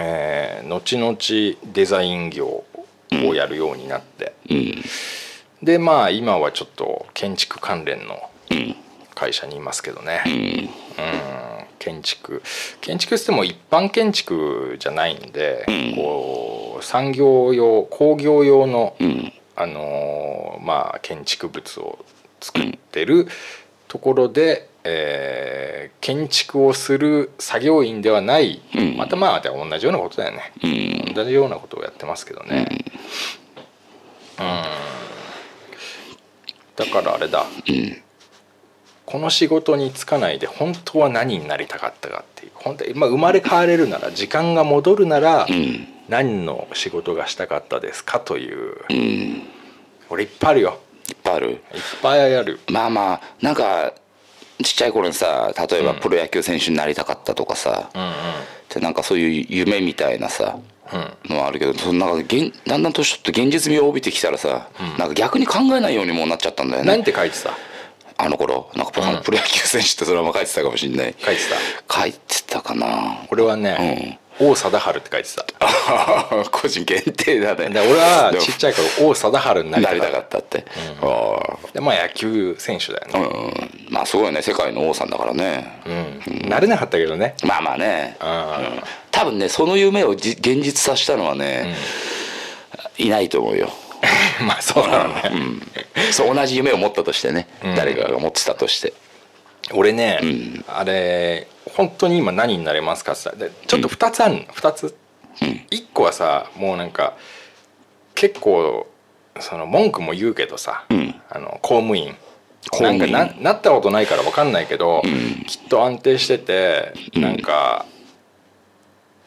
Speaker 3: えー後々デザイン業をやるようになって、
Speaker 4: うん
Speaker 3: でまあ今はちょっと建築関連の
Speaker 4: うん
Speaker 3: 会社にいますけどね、
Speaker 4: うん
Speaker 3: うん建築建築っつっても一般建築じゃないんで、こう産業用工業用の、
Speaker 4: うん
Speaker 3: あのーまあ、建築物を作ってるところで、えー建築をする作業員ではない、
Speaker 4: うん
Speaker 3: またまあでも同じようなことだよね、
Speaker 4: うん
Speaker 3: 同じようなことをやってますけどね、うんだからあれだ、この仕事に就かないで本当は何になりたかったかっていう本当に、まあ、生まれ変われるなら時間が戻るなら、
Speaker 4: うん
Speaker 3: 何の仕事がしたかったですかという
Speaker 4: うんいっ
Speaker 3: 俺いっぱいあるよ
Speaker 4: ぱいある
Speaker 3: いっぱいある
Speaker 4: まあまあなんかちっちゃい頃にさ例えば
Speaker 3: うん
Speaker 4: プロ野球選手になりたかったとかさ、
Speaker 3: うんうん
Speaker 4: でなんかそういう夢みたいなさ
Speaker 3: うん
Speaker 4: のはあるけどそのなんか現だんだん年取って現実味を帯びてきたらさ、なんか逆に考えないようにもうなっちゃったんだよ
Speaker 3: 何
Speaker 4: ね
Speaker 3: て書いてた
Speaker 4: あの頃なんかプ,、
Speaker 3: うん
Speaker 4: ロ野球選手ってそのまま書いてたかもしんない
Speaker 3: 書いてた
Speaker 4: 書いてたかな (laughs)
Speaker 3: 俺はね、王貞治って書いてた
Speaker 4: 個人限定だね
Speaker 3: で俺は
Speaker 4: でも
Speaker 3: ちっちゃい頃王貞治になり
Speaker 4: な
Speaker 3: た
Speaker 4: り
Speaker 3: かった
Speaker 4: かったって、あ
Speaker 3: でまあ野球選手だよ
Speaker 4: あ
Speaker 3: ね、
Speaker 4: うんまあすごいね世界の王さんだからね、
Speaker 3: うんなれなかったけどね
Speaker 4: まあまあね
Speaker 3: あ
Speaker 4: 多分ねその夢をじ現実させたのはね、いないと思うよ、
Speaker 3: ー (laughs) まあそうなのね、
Speaker 4: そう同じ夢を持ったとしてね、
Speaker 3: ん
Speaker 4: 誰かが持ってたとして
Speaker 3: 俺ね、
Speaker 4: ん
Speaker 3: あれ本当に今何になれますかってさでちょっと2つあるの2つ、1個はさもうなんか結構その文句も言うけどさ、
Speaker 4: うん
Speaker 3: あの公務員
Speaker 4: 公務員
Speaker 3: なんかななったことないから分かんないけど、きっと安定しててなんか、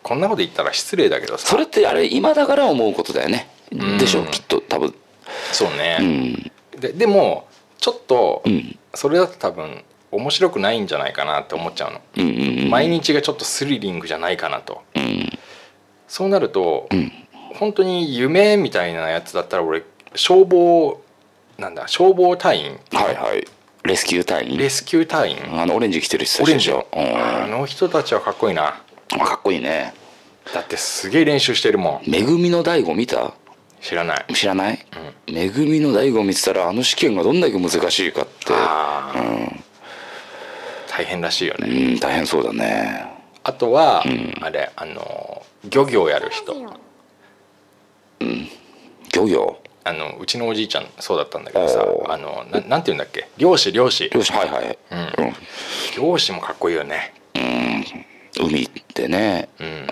Speaker 3: こんなこと言ったら失礼だけどさ
Speaker 4: それってあれ今だから思うことだよね、
Speaker 3: ん
Speaker 4: でしょきっと多分
Speaker 3: そうね、
Speaker 4: うん
Speaker 3: ででもちょっと
Speaker 4: うん
Speaker 3: それだと多分面白くないんじゃないかなって思っちゃうの、
Speaker 4: うんうんうん
Speaker 3: 毎日がちょっとスリリングじゃないかなと
Speaker 4: うん
Speaker 3: そうなると、
Speaker 4: うん
Speaker 3: 本当に夢みたいなやつだったら俺消防なんだ消防隊員
Speaker 4: はいはいレスキュー隊員
Speaker 3: レスキュー隊員
Speaker 4: あのオレンジ着てる人
Speaker 3: オ
Speaker 4: たち
Speaker 3: レン
Speaker 4: で
Speaker 3: ジ
Speaker 4: しょ
Speaker 3: よあの人たちはかっこいいな
Speaker 4: うんかっこいいね
Speaker 3: だってすげえ練習してるも
Speaker 4: 「
Speaker 3: ん
Speaker 4: めぐみの大悟」見た
Speaker 3: 知らない
Speaker 4: 知らない、めぐみの大悟見てたらあの試験がどんだけ難しいかって
Speaker 3: ああ、大変らしいよね、
Speaker 4: うん大変そうだね
Speaker 3: あとは、あれあの漁業やる人
Speaker 4: 漁業
Speaker 3: あのうちのおじいちゃんそうだったんだけどさ
Speaker 4: おー
Speaker 3: あのななんて言うんだっけ漁師漁師
Speaker 4: 漁師はいはい、
Speaker 3: 漁師もかっこいいよね
Speaker 4: うん、海ってね、
Speaker 3: うん、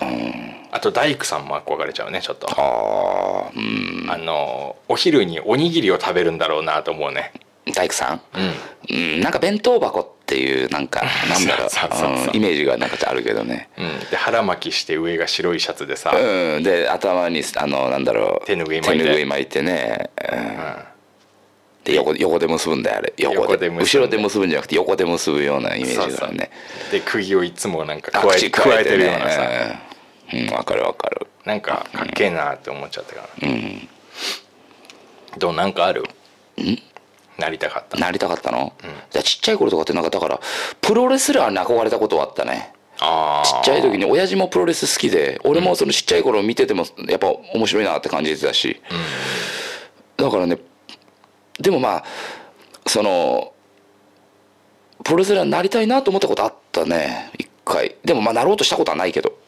Speaker 3: あと大工さんも憧れちゃうねちょっと
Speaker 4: ああうん
Speaker 3: あのお昼におにぎりを食べるんだろうなと思うね
Speaker 4: 大工さん
Speaker 3: うん
Speaker 4: うん、なんか弁当箱っていうなんかなんだろう
Speaker 3: (laughs) そうそうそう
Speaker 4: うんイメージがなんかあるけどね
Speaker 3: うん、で腹巻きして上が白いシャツでさ、
Speaker 4: うんで頭にあのなんだろう
Speaker 3: 手拭い巻いて
Speaker 4: 手い巻いてね、うんで横横で結ぶんだよあれ横で
Speaker 3: 横で結んで
Speaker 4: 後ろで結ぶんじゃなくて横で結ぶようなイメージがあるね
Speaker 3: で釘をいつもなんか
Speaker 4: あ
Speaker 3: 加え
Speaker 4: 口
Speaker 3: て
Speaker 4: 加
Speaker 3: 加
Speaker 4: え
Speaker 3: え
Speaker 4: て
Speaker 3: てるよう
Speaker 4: ね
Speaker 3: なさ、
Speaker 4: うんうんわ、かるわかる
Speaker 3: なんかかっけえなって思っちゃったから、どうなんかあるなりたかった
Speaker 4: なりたかったの、じゃあちっちゃい頃とかってなんかだからプロレスラーに憧れたことはあったね
Speaker 3: あ
Speaker 4: ちっちゃい時に親父もプロレス好きで俺もそのちっちゃい頃見ててもやっぱ面白いなって感じてたし、だからねでもまあそのプロレスラーになりたいなと思ったことあったね一回でもまあなろうとしたことはないけど、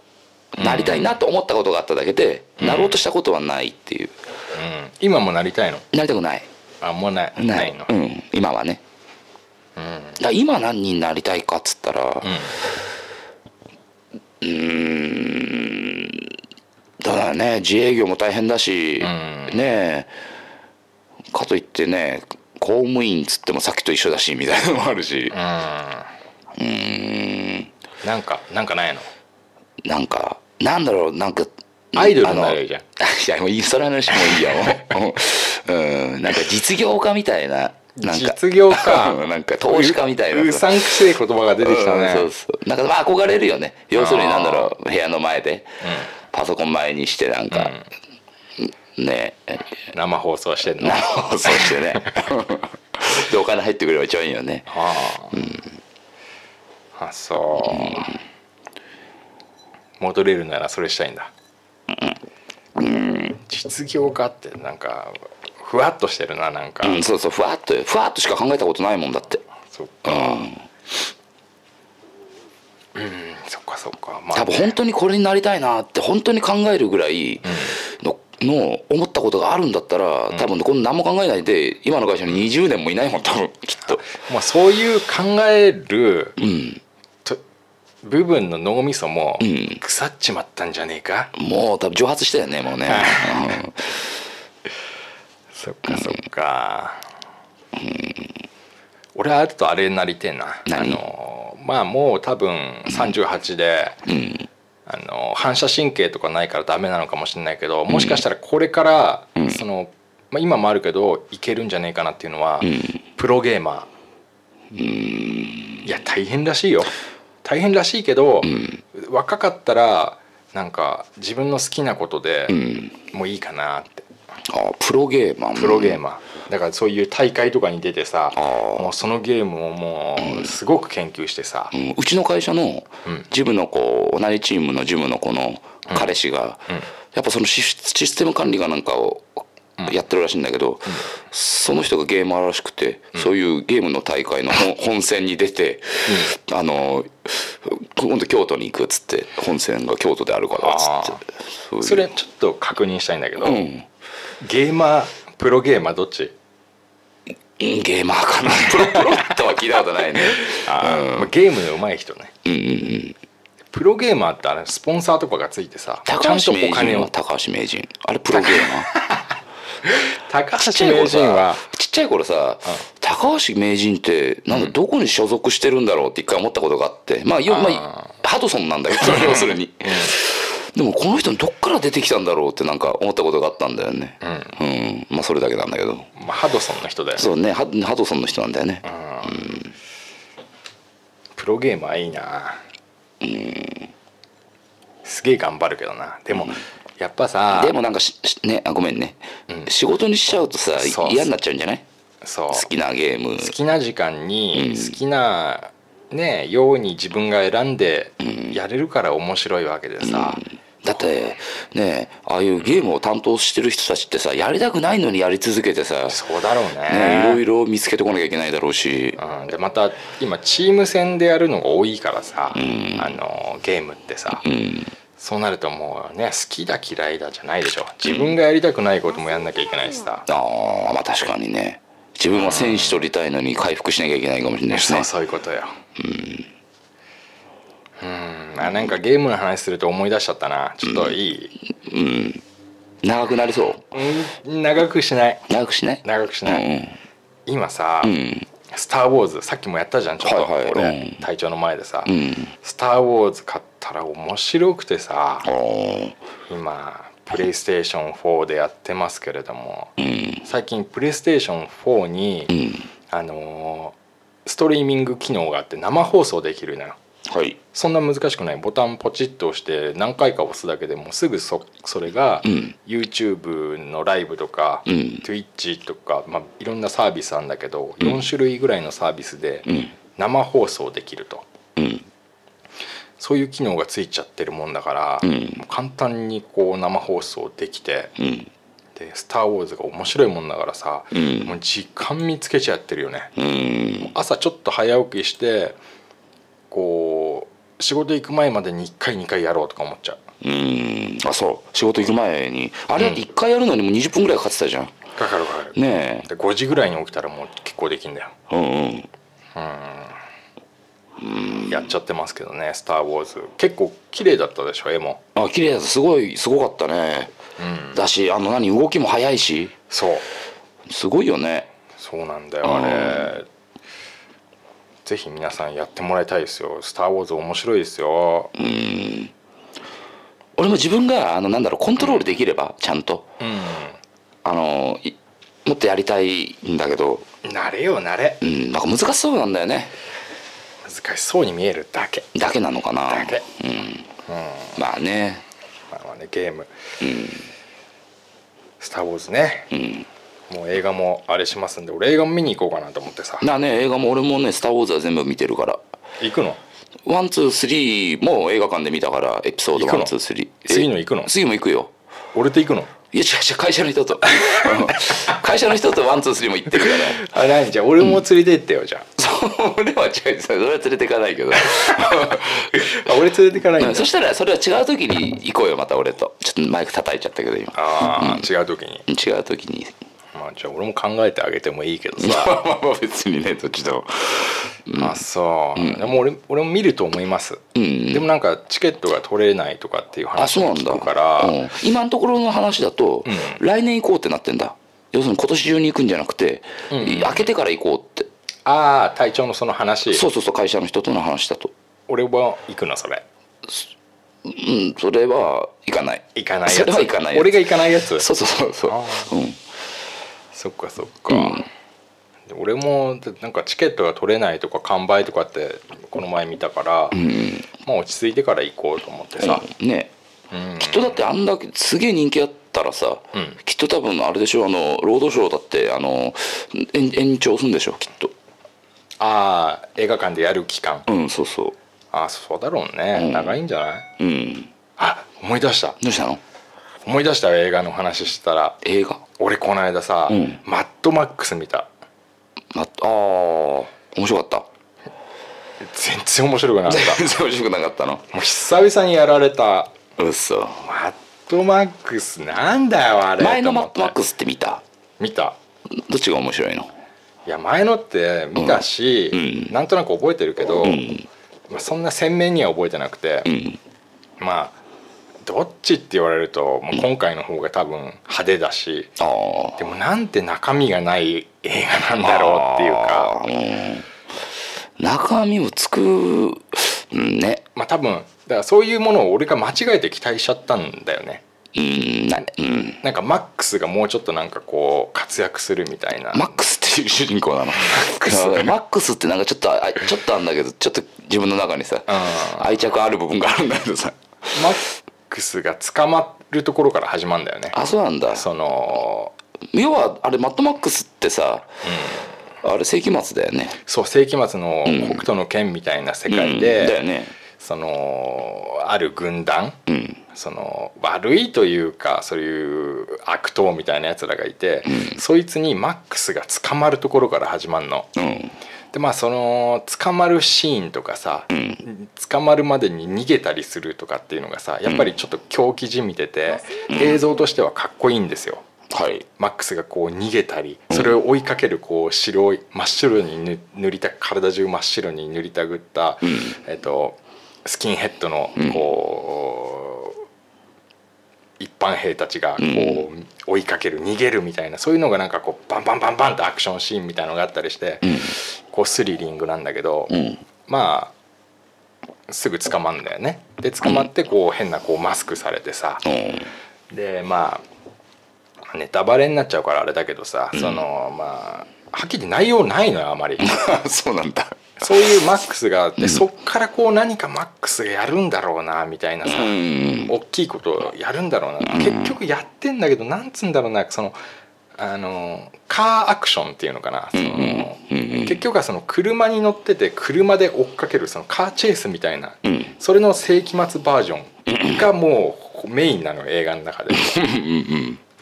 Speaker 4: なりたいなと思ったことがあっただけで、なろうとしたことはないっていう
Speaker 3: うん今もなりたいの
Speaker 4: なりたくない
Speaker 3: あもうないない
Speaker 4: ない
Speaker 3: の、
Speaker 4: うん、今はね、だから今何になりたいかっつったらうんーんだからね自営業も大変だし、
Speaker 3: うん
Speaker 4: ねえかといってね公務員っつってもさっきと一緒だしみたいなのもあるし
Speaker 3: うんなんかなんかないの
Speaker 4: なんかなんだろうなんか
Speaker 3: アイドルになりゃいいじゃん
Speaker 4: あの (laughs) いやもういいそれの話もういいやもううんなんか実業家みたいななんか
Speaker 3: 実業家
Speaker 4: (laughs) なんか投資家みたいな
Speaker 3: ううさんくせえ言葉が出てきたね、
Speaker 4: うんそうそうなんかまあ憧れるよね要するになんだろう部屋の前で、パソコン前にしてなんか、ね
Speaker 3: 生放送してんの
Speaker 4: な放送して
Speaker 3: (laughs)
Speaker 4: ねでお金入ってくれば一番いいよね
Speaker 3: ああ、あそう、戻れるならそれしたいんだ、実業家ってなんかふわっとしてるななんか、
Speaker 4: うんそうそうふわっとふわっとしか考えたことないもんだって
Speaker 3: そっ
Speaker 4: う
Speaker 3: か、
Speaker 4: ん
Speaker 3: そっかそっかま
Speaker 4: 多分本当にこれになりたいなって本当に考えるぐらいの,、の思ったことがあるんだったら多分こんな何も考えないで今の会社に20年もいないもん多分きっと
Speaker 3: もうそういう考える
Speaker 4: うん
Speaker 3: と部分の脳みそも
Speaker 4: うん
Speaker 3: 腐っちまったんじゃねえか、
Speaker 4: もう多分蒸発したよねもうね、うん
Speaker 3: そっかそっか、俺はあとあれになりてえなあ
Speaker 4: 何
Speaker 3: のまあもう多分38で、あの反射神経とかないからダメなのかもしれないけどもしかしたらこれから、そのまあ、今もあるけどいけるんじゃねえかなっていうのは、プロゲーマー、いや大変らしいよ大変らしいけど、若かったらなんか自分の好きなことで、もういいかなって
Speaker 4: あプロゲーマー
Speaker 3: プロゲーマーだからそういう大会とかに出てさ
Speaker 4: ー
Speaker 3: もうそのゲームをもうすごく研究してさ、
Speaker 4: うんうちの会社の
Speaker 3: うん
Speaker 4: ジムの子同じチームのジムの子の彼氏が、
Speaker 3: ん
Speaker 4: やっぱそのシスシステム管理かなんかをやってるらしいんだけど、その人がゲーマーらしくて、そういうゲームの大会の (laughs) 本本戦に出て、あの今度京都に行くっつって本戦が京都であるからっつってういう
Speaker 3: それちょっと確認したいんだけど、
Speaker 4: うんうん
Speaker 3: ゲーマープロゲーマーどっち
Speaker 4: ゲーマーかなプロプロとは聞いたことないね
Speaker 3: あーまあゲームの上手い人ね、プロゲーマーってあれスポンサーとかがついてさちゃん
Speaker 4: (laughs) 高橋
Speaker 3: と
Speaker 4: 名
Speaker 3: お金
Speaker 4: 人は
Speaker 3: を
Speaker 4: 高橋名人あれプロゲーマー
Speaker 3: 高
Speaker 4: ちっち
Speaker 3: 橋
Speaker 4: ゃい
Speaker 3: 名
Speaker 4: 頃さ
Speaker 3: 人は
Speaker 4: ちっちゃい頃さ、高橋名人ってなんだどこに所属してるんだろうって一回思ったことがあってまあよまあハドソンなんだけ
Speaker 3: (laughs)
Speaker 4: ど要するに、でもこの人どっから出てきたんだろうってなんか思ったことがあったんだよねうん、まあそれだけなんだけど
Speaker 3: まあ、ハドソンの人だよね
Speaker 4: そうねハハドソンの人なんだよね、
Speaker 3: うんプロゲーマーいいなすげえ頑張るけどなでも、やっぱさ
Speaker 4: でもなんかししねあごめんね、仕事にしちゃうとさ
Speaker 3: そう
Speaker 4: 嫌になっちゃうんじゃない
Speaker 3: そう
Speaker 4: 好きなゲーム
Speaker 3: 好きな時間に
Speaker 4: うん
Speaker 3: 好きな、ね、ように自分が選んでやれるから面白いわけでさ、
Speaker 4: だってねああいうゲームを担当してる人たちってさやりたくないのにやり続けてさ、
Speaker 3: そうだろうね
Speaker 4: ね、いろいろ見つけてこなきゃいけないだろうし
Speaker 3: うん、でまた今チーム戦でやるのが多いからさ、あのゲームってさ、
Speaker 4: うん
Speaker 3: そうなるともうね好きだ嫌いだじゃないでしょ自分がやりたくないこともやんなきゃいけないし
Speaker 4: あ
Speaker 3: さ、
Speaker 4: ーまあ確かにね自分は戦士取りたいのに回復しなきゃいけないかもしれないし
Speaker 3: そ
Speaker 4: ね
Speaker 3: うそういうことようんあなんかゲームの話すると思い出しちゃったなちょっといい、
Speaker 4: 長くなりそう
Speaker 3: うん長くしない
Speaker 4: 長くしない
Speaker 3: 長くし
Speaker 4: うん
Speaker 3: ない、今さ、スター・ウォーズ」さっきもやったじゃんちょっと、
Speaker 4: はいはい
Speaker 3: 俺、
Speaker 4: うん
Speaker 3: 隊長の前でさ「
Speaker 4: うんうん
Speaker 3: スター・ウォーズ」買ったら面白くてさ
Speaker 4: あー
Speaker 3: 今プレイステーション4でやってますけれども
Speaker 4: うん
Speaker 3: 最近プレイステーション4に、
Speaker 4: うん
Speaker 3: あのーストリーミング機能があって生放送できるのよ
Speaker 4: はい
Speaker 3: そんな難しくないボタンポチッと押して何回か押すだけでもうすぐそそれが
Speaker 4: うん
Speaker 3: YouTube のライブとか、
Speaker 4: うん
Speaker 3: Twitch とか、まあ、いろんなサービスなんだけど、
Speaker 4: うん
Speaker 3: 4種類ぐらいのサービスで
Speaker 4: うん
Speaker 3: 生放送できると
Speaker 4: うん
Speaker 3: そういう機能がついちゃってるもんだから、
Speaker 4: うん
Speaker 3: もう簡単にこう生放送できて
Speaker 4: うん
Speaker 3: で「スター・ウォーズ」が面白いもんだからさ、
Speaker 4: うん
Speaker 3: もう時間見つけちゃってるよね
Speaker 4: うん
Speaker 3: 朝ちょっと早起きしてこう仕事行く前までに1回2回やろうとか思っちゃう
Speaker 4: うんあそう仕事行く前にあれ一回やるのにもう20分ぐらいかかってたじゃん
Speaker 3: かかるかかる、
Speaker 4: ね
Speaker 3: で5時ぐらいに起きたらもう結構できんだよ
Speaker 4: えうんうん
Speaker 3: やっちゃってますけどね「スター・ウォーズ」結構綺麗だったでしょ絵も
Speaker 4: あ綺麗だったすごいすごかったね、だしあの何動きも速いし
Speaker 3: そう
Speaker 4: すごいよね
Speaker 3: そうなんだよあれぜひ皆さんやってもらいたいですよ「スター・ウォーズ」面白いですよ、
Speaker 4: 俺も自分があのなんだろうコントロールできればちゃんと
Speaker 3: う
Speaker 4: あのいもっとやりたいんだけど
Speaker 3: ん、なれよなれ
Speaker 4: うんなんか難しそうなんだよね
Speaker 3: 難しそうに見えるだけ
Speaker 4: だけなのかな
Speaker 3: だけ、
Speaker 4: まあね
Speaker 3: まあまあねゲーム、スター・ウォーズね、もう映画もあれしますんで俺映画も見に行こうかなと思ってさ
Speaker 4: なね映画も俺もね「スター・ウォーズ」は全部見てるから
Speaker 3: 行くの
Speaker 4: ワンツースリーも映画館で見たからエピソード
Speaker 3: 行く
Speaker 4: ワ
Speaker 3: の
Speaker 4: ンツースリーえ
Speaker 3: 次の行くの
Speaker 4: 次も行くよ
Speaker 3: 俺と行くの
Speaker 4: いや違う違う会社の人
Speaker 3: (laughs)
Speaker 4: とうん会社の人とワンツースリーも行ってるから
Speaker 3: あ何じゃあ俺も連れてってよ、じゃ
Speaker 4: それは違うそれは連れてかないけど
Speaker 3: ああ俺連れていかないん
Speaker 4: うんそ
Speaker 3: だ
Speaker 4: したらそれは違う時に行こうよまた俺とちょっとマイク叩いちゃったけど今
Speaker 3: ああ、違う時に
Speaker 4: 違う時に
Speaker 3: まあじゃあ俺も考えてあげてもいいけど
Speaker 4: ま
Speaker 3: さ
Speaker 4: あまあまあ別にねどっちでも
Speaker 3: あそう、でも俺俺も見ると思います、
Speaker 4: ん
Speaker 3: でもなんかチケットが取れないとかっていう
Speaker 4: あ
Speaker 3: 話
Speaker 4: そうな
Speaker 3: も
Speaker 4: んだ
Speaker 3: 聞くから
Speaker 4: うん今のところの話だと、
Speaker 3: う
Speaker 4: 来年行こうってなってんだ要するに今年中に行くんじゃなくて、
Speaker 3: うん
Speaker 4: 開けてから行こうって
Speaker 3: ああ隊長のその話
Speaker 4: そうそうそう会社の人との話だと
Speaker 3: 俺も行くのそれ
Speaker 4: うんそれは行かない
Speaker 3: 行かないやつ
Speaker 4: それは行かないやつ
Speaker 3: 俺が行かないやつ
Speaker 4: そうそうそう
Speaker 3: あ
Speaker 4: そううん
Speaker 3: そっかそっか、で俺もでなんかチケットが取れないとか完売とかってこの前見たから、まあ落ち着いてから行こうと思ってさ、
Speaker 4: うんね
Speaker 3: うん
Speaker 4: きっとだってあんだけすげえ人気あったらさ、
Speaker 3: うん
Speaker 4: きっと多分あれでしょあのロードショーだってあの延延長するんでしょきっと
Speaker 3: ああ映画館でやる期間
Speaker 4: うんそうそ
Speaker 3: ああそうだろうね、
Speaker 4: うん
Speaker 3: 長いんじゃないう
Speaker 4: うん
Speaker 3: あ思い出した
Speaker 4: どうしたの
Speaker 3: 思い出したよ映画の話してたら
Speaker 4: 映画
Speaker 3: 俺この間さ、
Speaker 4: うん
Speaker 3: マッドマックス見た
Speaker 4: まああー面白かった
Speaker 3: 全然面白くなかった
Speaker 4: (laughs) 全然面白くなかったの
Speaker 3: もう久々にやられた
Speaker 4: うっそ
Speaker 3: マッドマックスなんだよあれ
Speaker 4: 前のマッドマック
Speaker 3: ス
Speaker 4: スって見た
Speaker 3: 見た
Speaker 4: どっちが面白いの
Speaker 3: いや前のって見たし、
Speaker 4: うん
Speaker 3: なんとなく覚えてるけど、
Speaker 4: うん
Speaker 3: まあ、そんな鮮明には覚えてなくて、
Speaker 4: うん
Speaker 3: まあどっちって言われると、まあ、今回の方が多分派手だし、
Speaker 4: あ
Speaker 3: でもなんて中身がない映画なんだろうっていうか
Speaker 4: あーうん中身をつくうんね
Speaker 3: まあ多分だからそういうものを俺が間違えて期待しちゃったんだよね
Speaker 4: うんなうん
Speaker 3: なんかマックスがもうちょっとなんかこう活躍するみたいな
Speaker 4: マックスっていう主人公なのマッ
Speaker 3: クス
Speaker 4: マックスってなんかちょっとあちょっとあんだけどちょっと自分の中にさ
Speaker 3: あ
Speaker 4: 愛着ある部分があるんだけどさ
Speaker 3: マックスが捕まるところから始まるんだよね
Speaker 4: あそうなんだ
Speaker 3: その
Speaker 4: 要はあれマッドマックスってさ、あれ世紀末だよね
Speaker 3: そう世紀末の北斗の拳みたいな世界
Speaker 4: うんだよ
Speaker 3: で、
Speaker 4: ね
Speaker 3: そのある軍団、
Speaker 4: うん
Speaker 3: その悪いというかそういう悪党みたいなやつらがいて、そいつにマックスが捕まるところから始まるの。
Speaker 4: うん
Speaker 3: でまあその捕まるシーンとかさ、捕まるまでに逃げたりするとかっていうのがさやっぱりちょっと狂気じみてて、映像としてはかっこいいんですよ。
Speaker 4: はい
Speaker 3: マックスがこう逃げたりそれを追いかけるこう白い真っ白に塗塗りた体中真っ白に塗りたぐった、えっと、スキンヘッドのこう、一般兵たちがこう追いかける逃げるみたいなそういうのがなんかこうバンバンバンバンってアクションシーンみたいなのがあったりして、こうスリリングなんだけど、
Speaker 4: うん
Speaker 3: まあすぐ捕まるんだよね。で捕まってこう変なこうマスクされてさ、
Speaker 4: うん
Speaker 3: でまあネタバレになっちゃうからあれだけどさ、そのまあはっきり内容ないのよあまり (laughs)
Speaker 4: そうなん (laughs) だ
Speaker 3: そういうマックスがあって、そっからこう何かマックスがやるんだろうなみたいなさ、
Speaker 4: うん
Speaker 3: 大きいことをやるんだろうな、結局やってんだけどなんつうんだろうなそのあのカーアクションっていうのかなその、結局はその車に乗ってて車で追っかけるそのカーチェイスみたいな、
Speaker 4: ん
Speaker 3: それの世紀末バージョンがもうメインなのよ映画の中で。
Speaker 4: (laughs)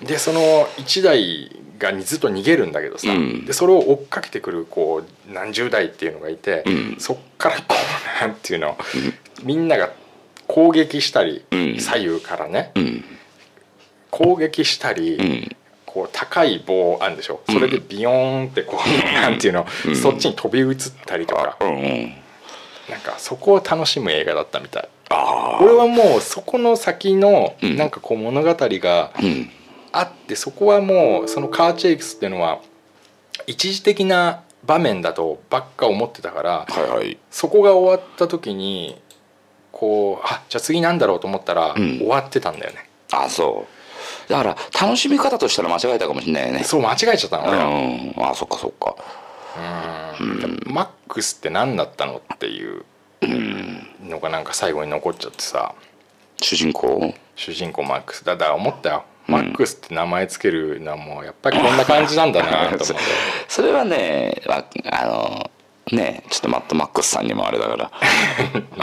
Speaker 3: でその1台がずっと逃げるんだけどさ、
Speaker 4: うん
Speaker 3: でそれを追っかけてくるこう何十台っていうのがいて、
Speaker 4: うん
Speaker 3: そっからこうなんていうの、みんなが攻撃したり、
Speaker 4: うん
Speaker 3: 左右からね
Speaker 4: うん
Speaker 3: 攻撃したり、
Speaker 4: うん
Speaker 3: こう高い棒あるでしょそれでビヨーンってこう、なんていうの、そっちに飛び移ったりとか、
Speaker 4: うんうん
Speaker 3: なんかそこを楽しむ映画だったみたい
Speaker 4: ああ
Speaker 3: 俺はもうそこの先の
Speaker 4: うん
Speaker 3: なんかこう物語が
Speaker 4: うん
Speaker 3: あってそこはもうそのカーチェイクスっていうのは一時的な場面だとばっか思ってたから
Speaker 4: はいはい
Speaker 3: そこが終わった時にこうあじゃあ次なんだろうと思ったら
Speaker 4: うん
Speaker 3: 終わってたんだよね、
Speaker 4: あそうだから楽しみ方としたら間違えたかもしれないよね
Speaker 3: そう間違えちゃったの俺は
Speaker 4: うんあそっかそっか
Speaker 3: マックスって何だったのっていうのがなんか最後に残っちゃってさ
Speaker 4: 主人公
Speaker 3: 主人公マックスだだから思ったよ、マックスって名前つけるのはもうやっぱりこんな感じなんだなと思って
Speaker 4: (laughs) それはねわあのねちょっとマットマックスさんにもあれだから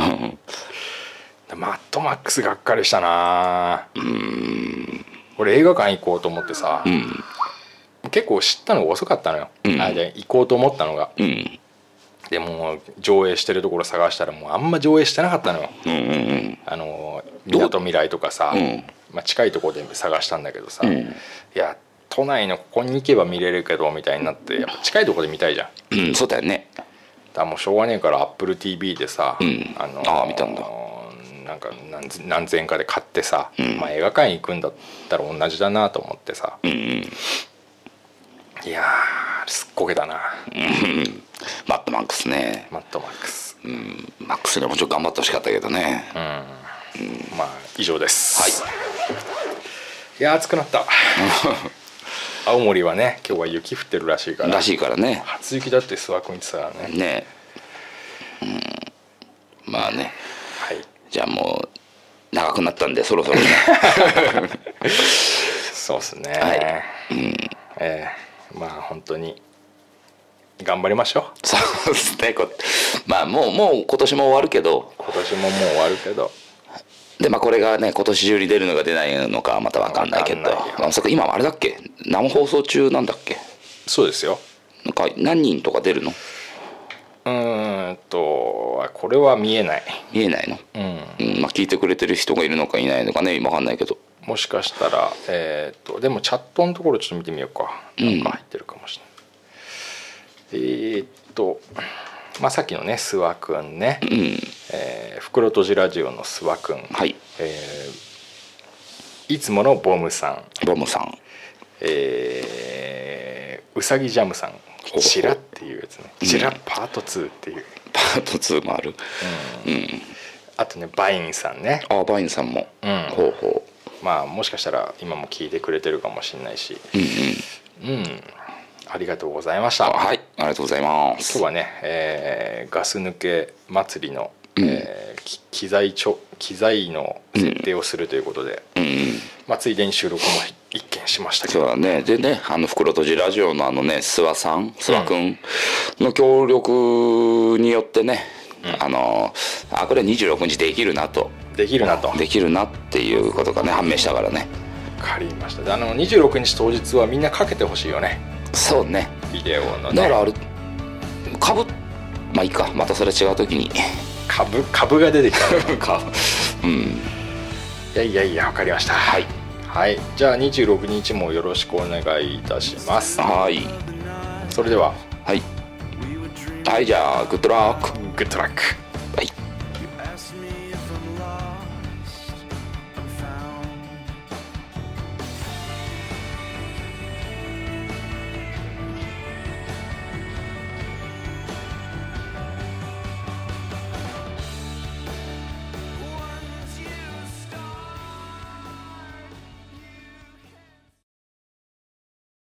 Speaker 4: うん
Speaker 3: でマットマックスがっかりしたな俺映画館行こうと思ってさ、
Speaker 4: ん
Speaker 3: 結構知ったのが遅かったのよ、
Speaker 4: うん
Speaker 3: あで行こうと思ったのが
Speaker 4: うん
Speaker 3: でもう上映してるところ探したらもうあんま上映してなかったのよ
Speaker 4: うんうん
Speaker 3: あのみ
Speaker 4: どう
Speaker 3: なとみらいとかさ、
Speaker 4: うん
Speaker 3: まあ、近いところで探したんだけどさ、
Speaker 4: うん
Speaker 3: いや都内のここに行けば見れるけどみたいになってやっぱ近いところで見たいじゃんだか
Speaker 4: うんうんそうだよね
Speaker 3: らもうしょうがねえから AppleTV でさ、
Speaker 4: うん
Speaker 3: あの
Speaker 4: ああ見たんだ
Speaker 3: なんか何千何千円かで買ってさ、
Speaker 4: ん
Speaker 3: まあ、映画館行くんだったら同じだなと思ってさ、
Speaker 4: うんうん
Speaker 3: いやーすっこけだな、
Speaker 4: マットマックスね
Speaker 3: マットマックス、うん
Speaker 4: マックスにはもちろん頑張ってほしかったけどね
Speaker 3: まあ以上です
Speaker 4: はい
Speaker 3: いやー暑くなった
Speaker 4: (laughs)
Speaker 3: 青森はね今日は雪降ってるらしいから
Speaker 4: らしいからね
Speaker 3: 初雪だって諏訪君言ってたからね、
Speaker 4: ねうんまあね
Speaker 3: はい
Speaker 4: じゃあもう長くなったんでそろそろね
Speaker 3: そうですね、
Speaker 4: はい
Speaker 3: ええまあ本当に頑張りましょう
Speaker 4: そうですねこまあもうもう今年も終わるけど
Speaker 3: 今年ももう終わるけど
Speaker 4: でまあこれがね今年中に出るのか出ないのかはまた分かんないけど
Speaker 3: わかんないよ
Speaker 4: まあそっか今あれだっけ生放送中なんだっけ
Speaker 3: そうですよ
Speaker 4: なんか何人とか出るの
Speaker 3: うーんとこれは見えない、
Speaker 4: 見えないの、
Speaker 3: うん、
Speaker 4: うんまあ、聞いてくれてる人がいるのかいないのかね分かんないけど
Speaker 3: もしかしたらえっ、とでもチャットのところちょっと見てみようかなんか入ってるかもしれない、えーっとまあさっきのね諏訪くんね、
Speaker 4: うん
Speaker 3: えー袋とじラジオの諏訪くん、
Speaker 4: はい
Speaker 3: えーいつものボムさん
Speaker 4: ボムさん
Speaker 3: えーうさぎジャムさん「
Speaker 4: ほ
Speaker 3: チラ」っていうやつね「チラパート2」っていう
Speaker 4: パート2もある
Speaker 3: あとねバインさんね
Speaker 4: ああバインさんも、
Speaker 3: うん
Speaker 4: ほうほう
Speaker 3: まあもしかしたら今も聞いてくれてるかもしれないし、うんありがとうございました、
Speaker 4: はいありがとうございま
Speaker 3: 今
Speaker 4: す
Speaker 3: 日はね、えーガス抜け祭りの、えーき機材ちょ機材の設定をするということで、まあ、ついでに収録も一見しましたけ
Speaker 4: そう
Speaker 3: ど
Speaker 4: だねでねあの袋とじラジオのあのね諏訪さん諏訪くんの協力によってね、あのあこれ26日できるなと
Speaker 3: できるなと
Speaker 4: できるなっていうことがね判明したからね
Speaker 3: 借りましたであの26日当日はみんなかけてほしいよね
Speaker 4: そうね
Speaker 3: ビデオの
Speaker 4: だか
Speaker 3: ね
Speaker 4: らあれかぶまあいいかまたそれ違う時に
Speaker 3: 株株が出てきたね
Speaker 4: うん
Speaker 3: いやいやいやわかりましたはい、はい、じゃあ26日もよろしくお願いいたします
Speaker 4: はい
Speaker 3: それでは
Speaker 4: はいはいじゃあグッドラック
Speaker 3: グッドラック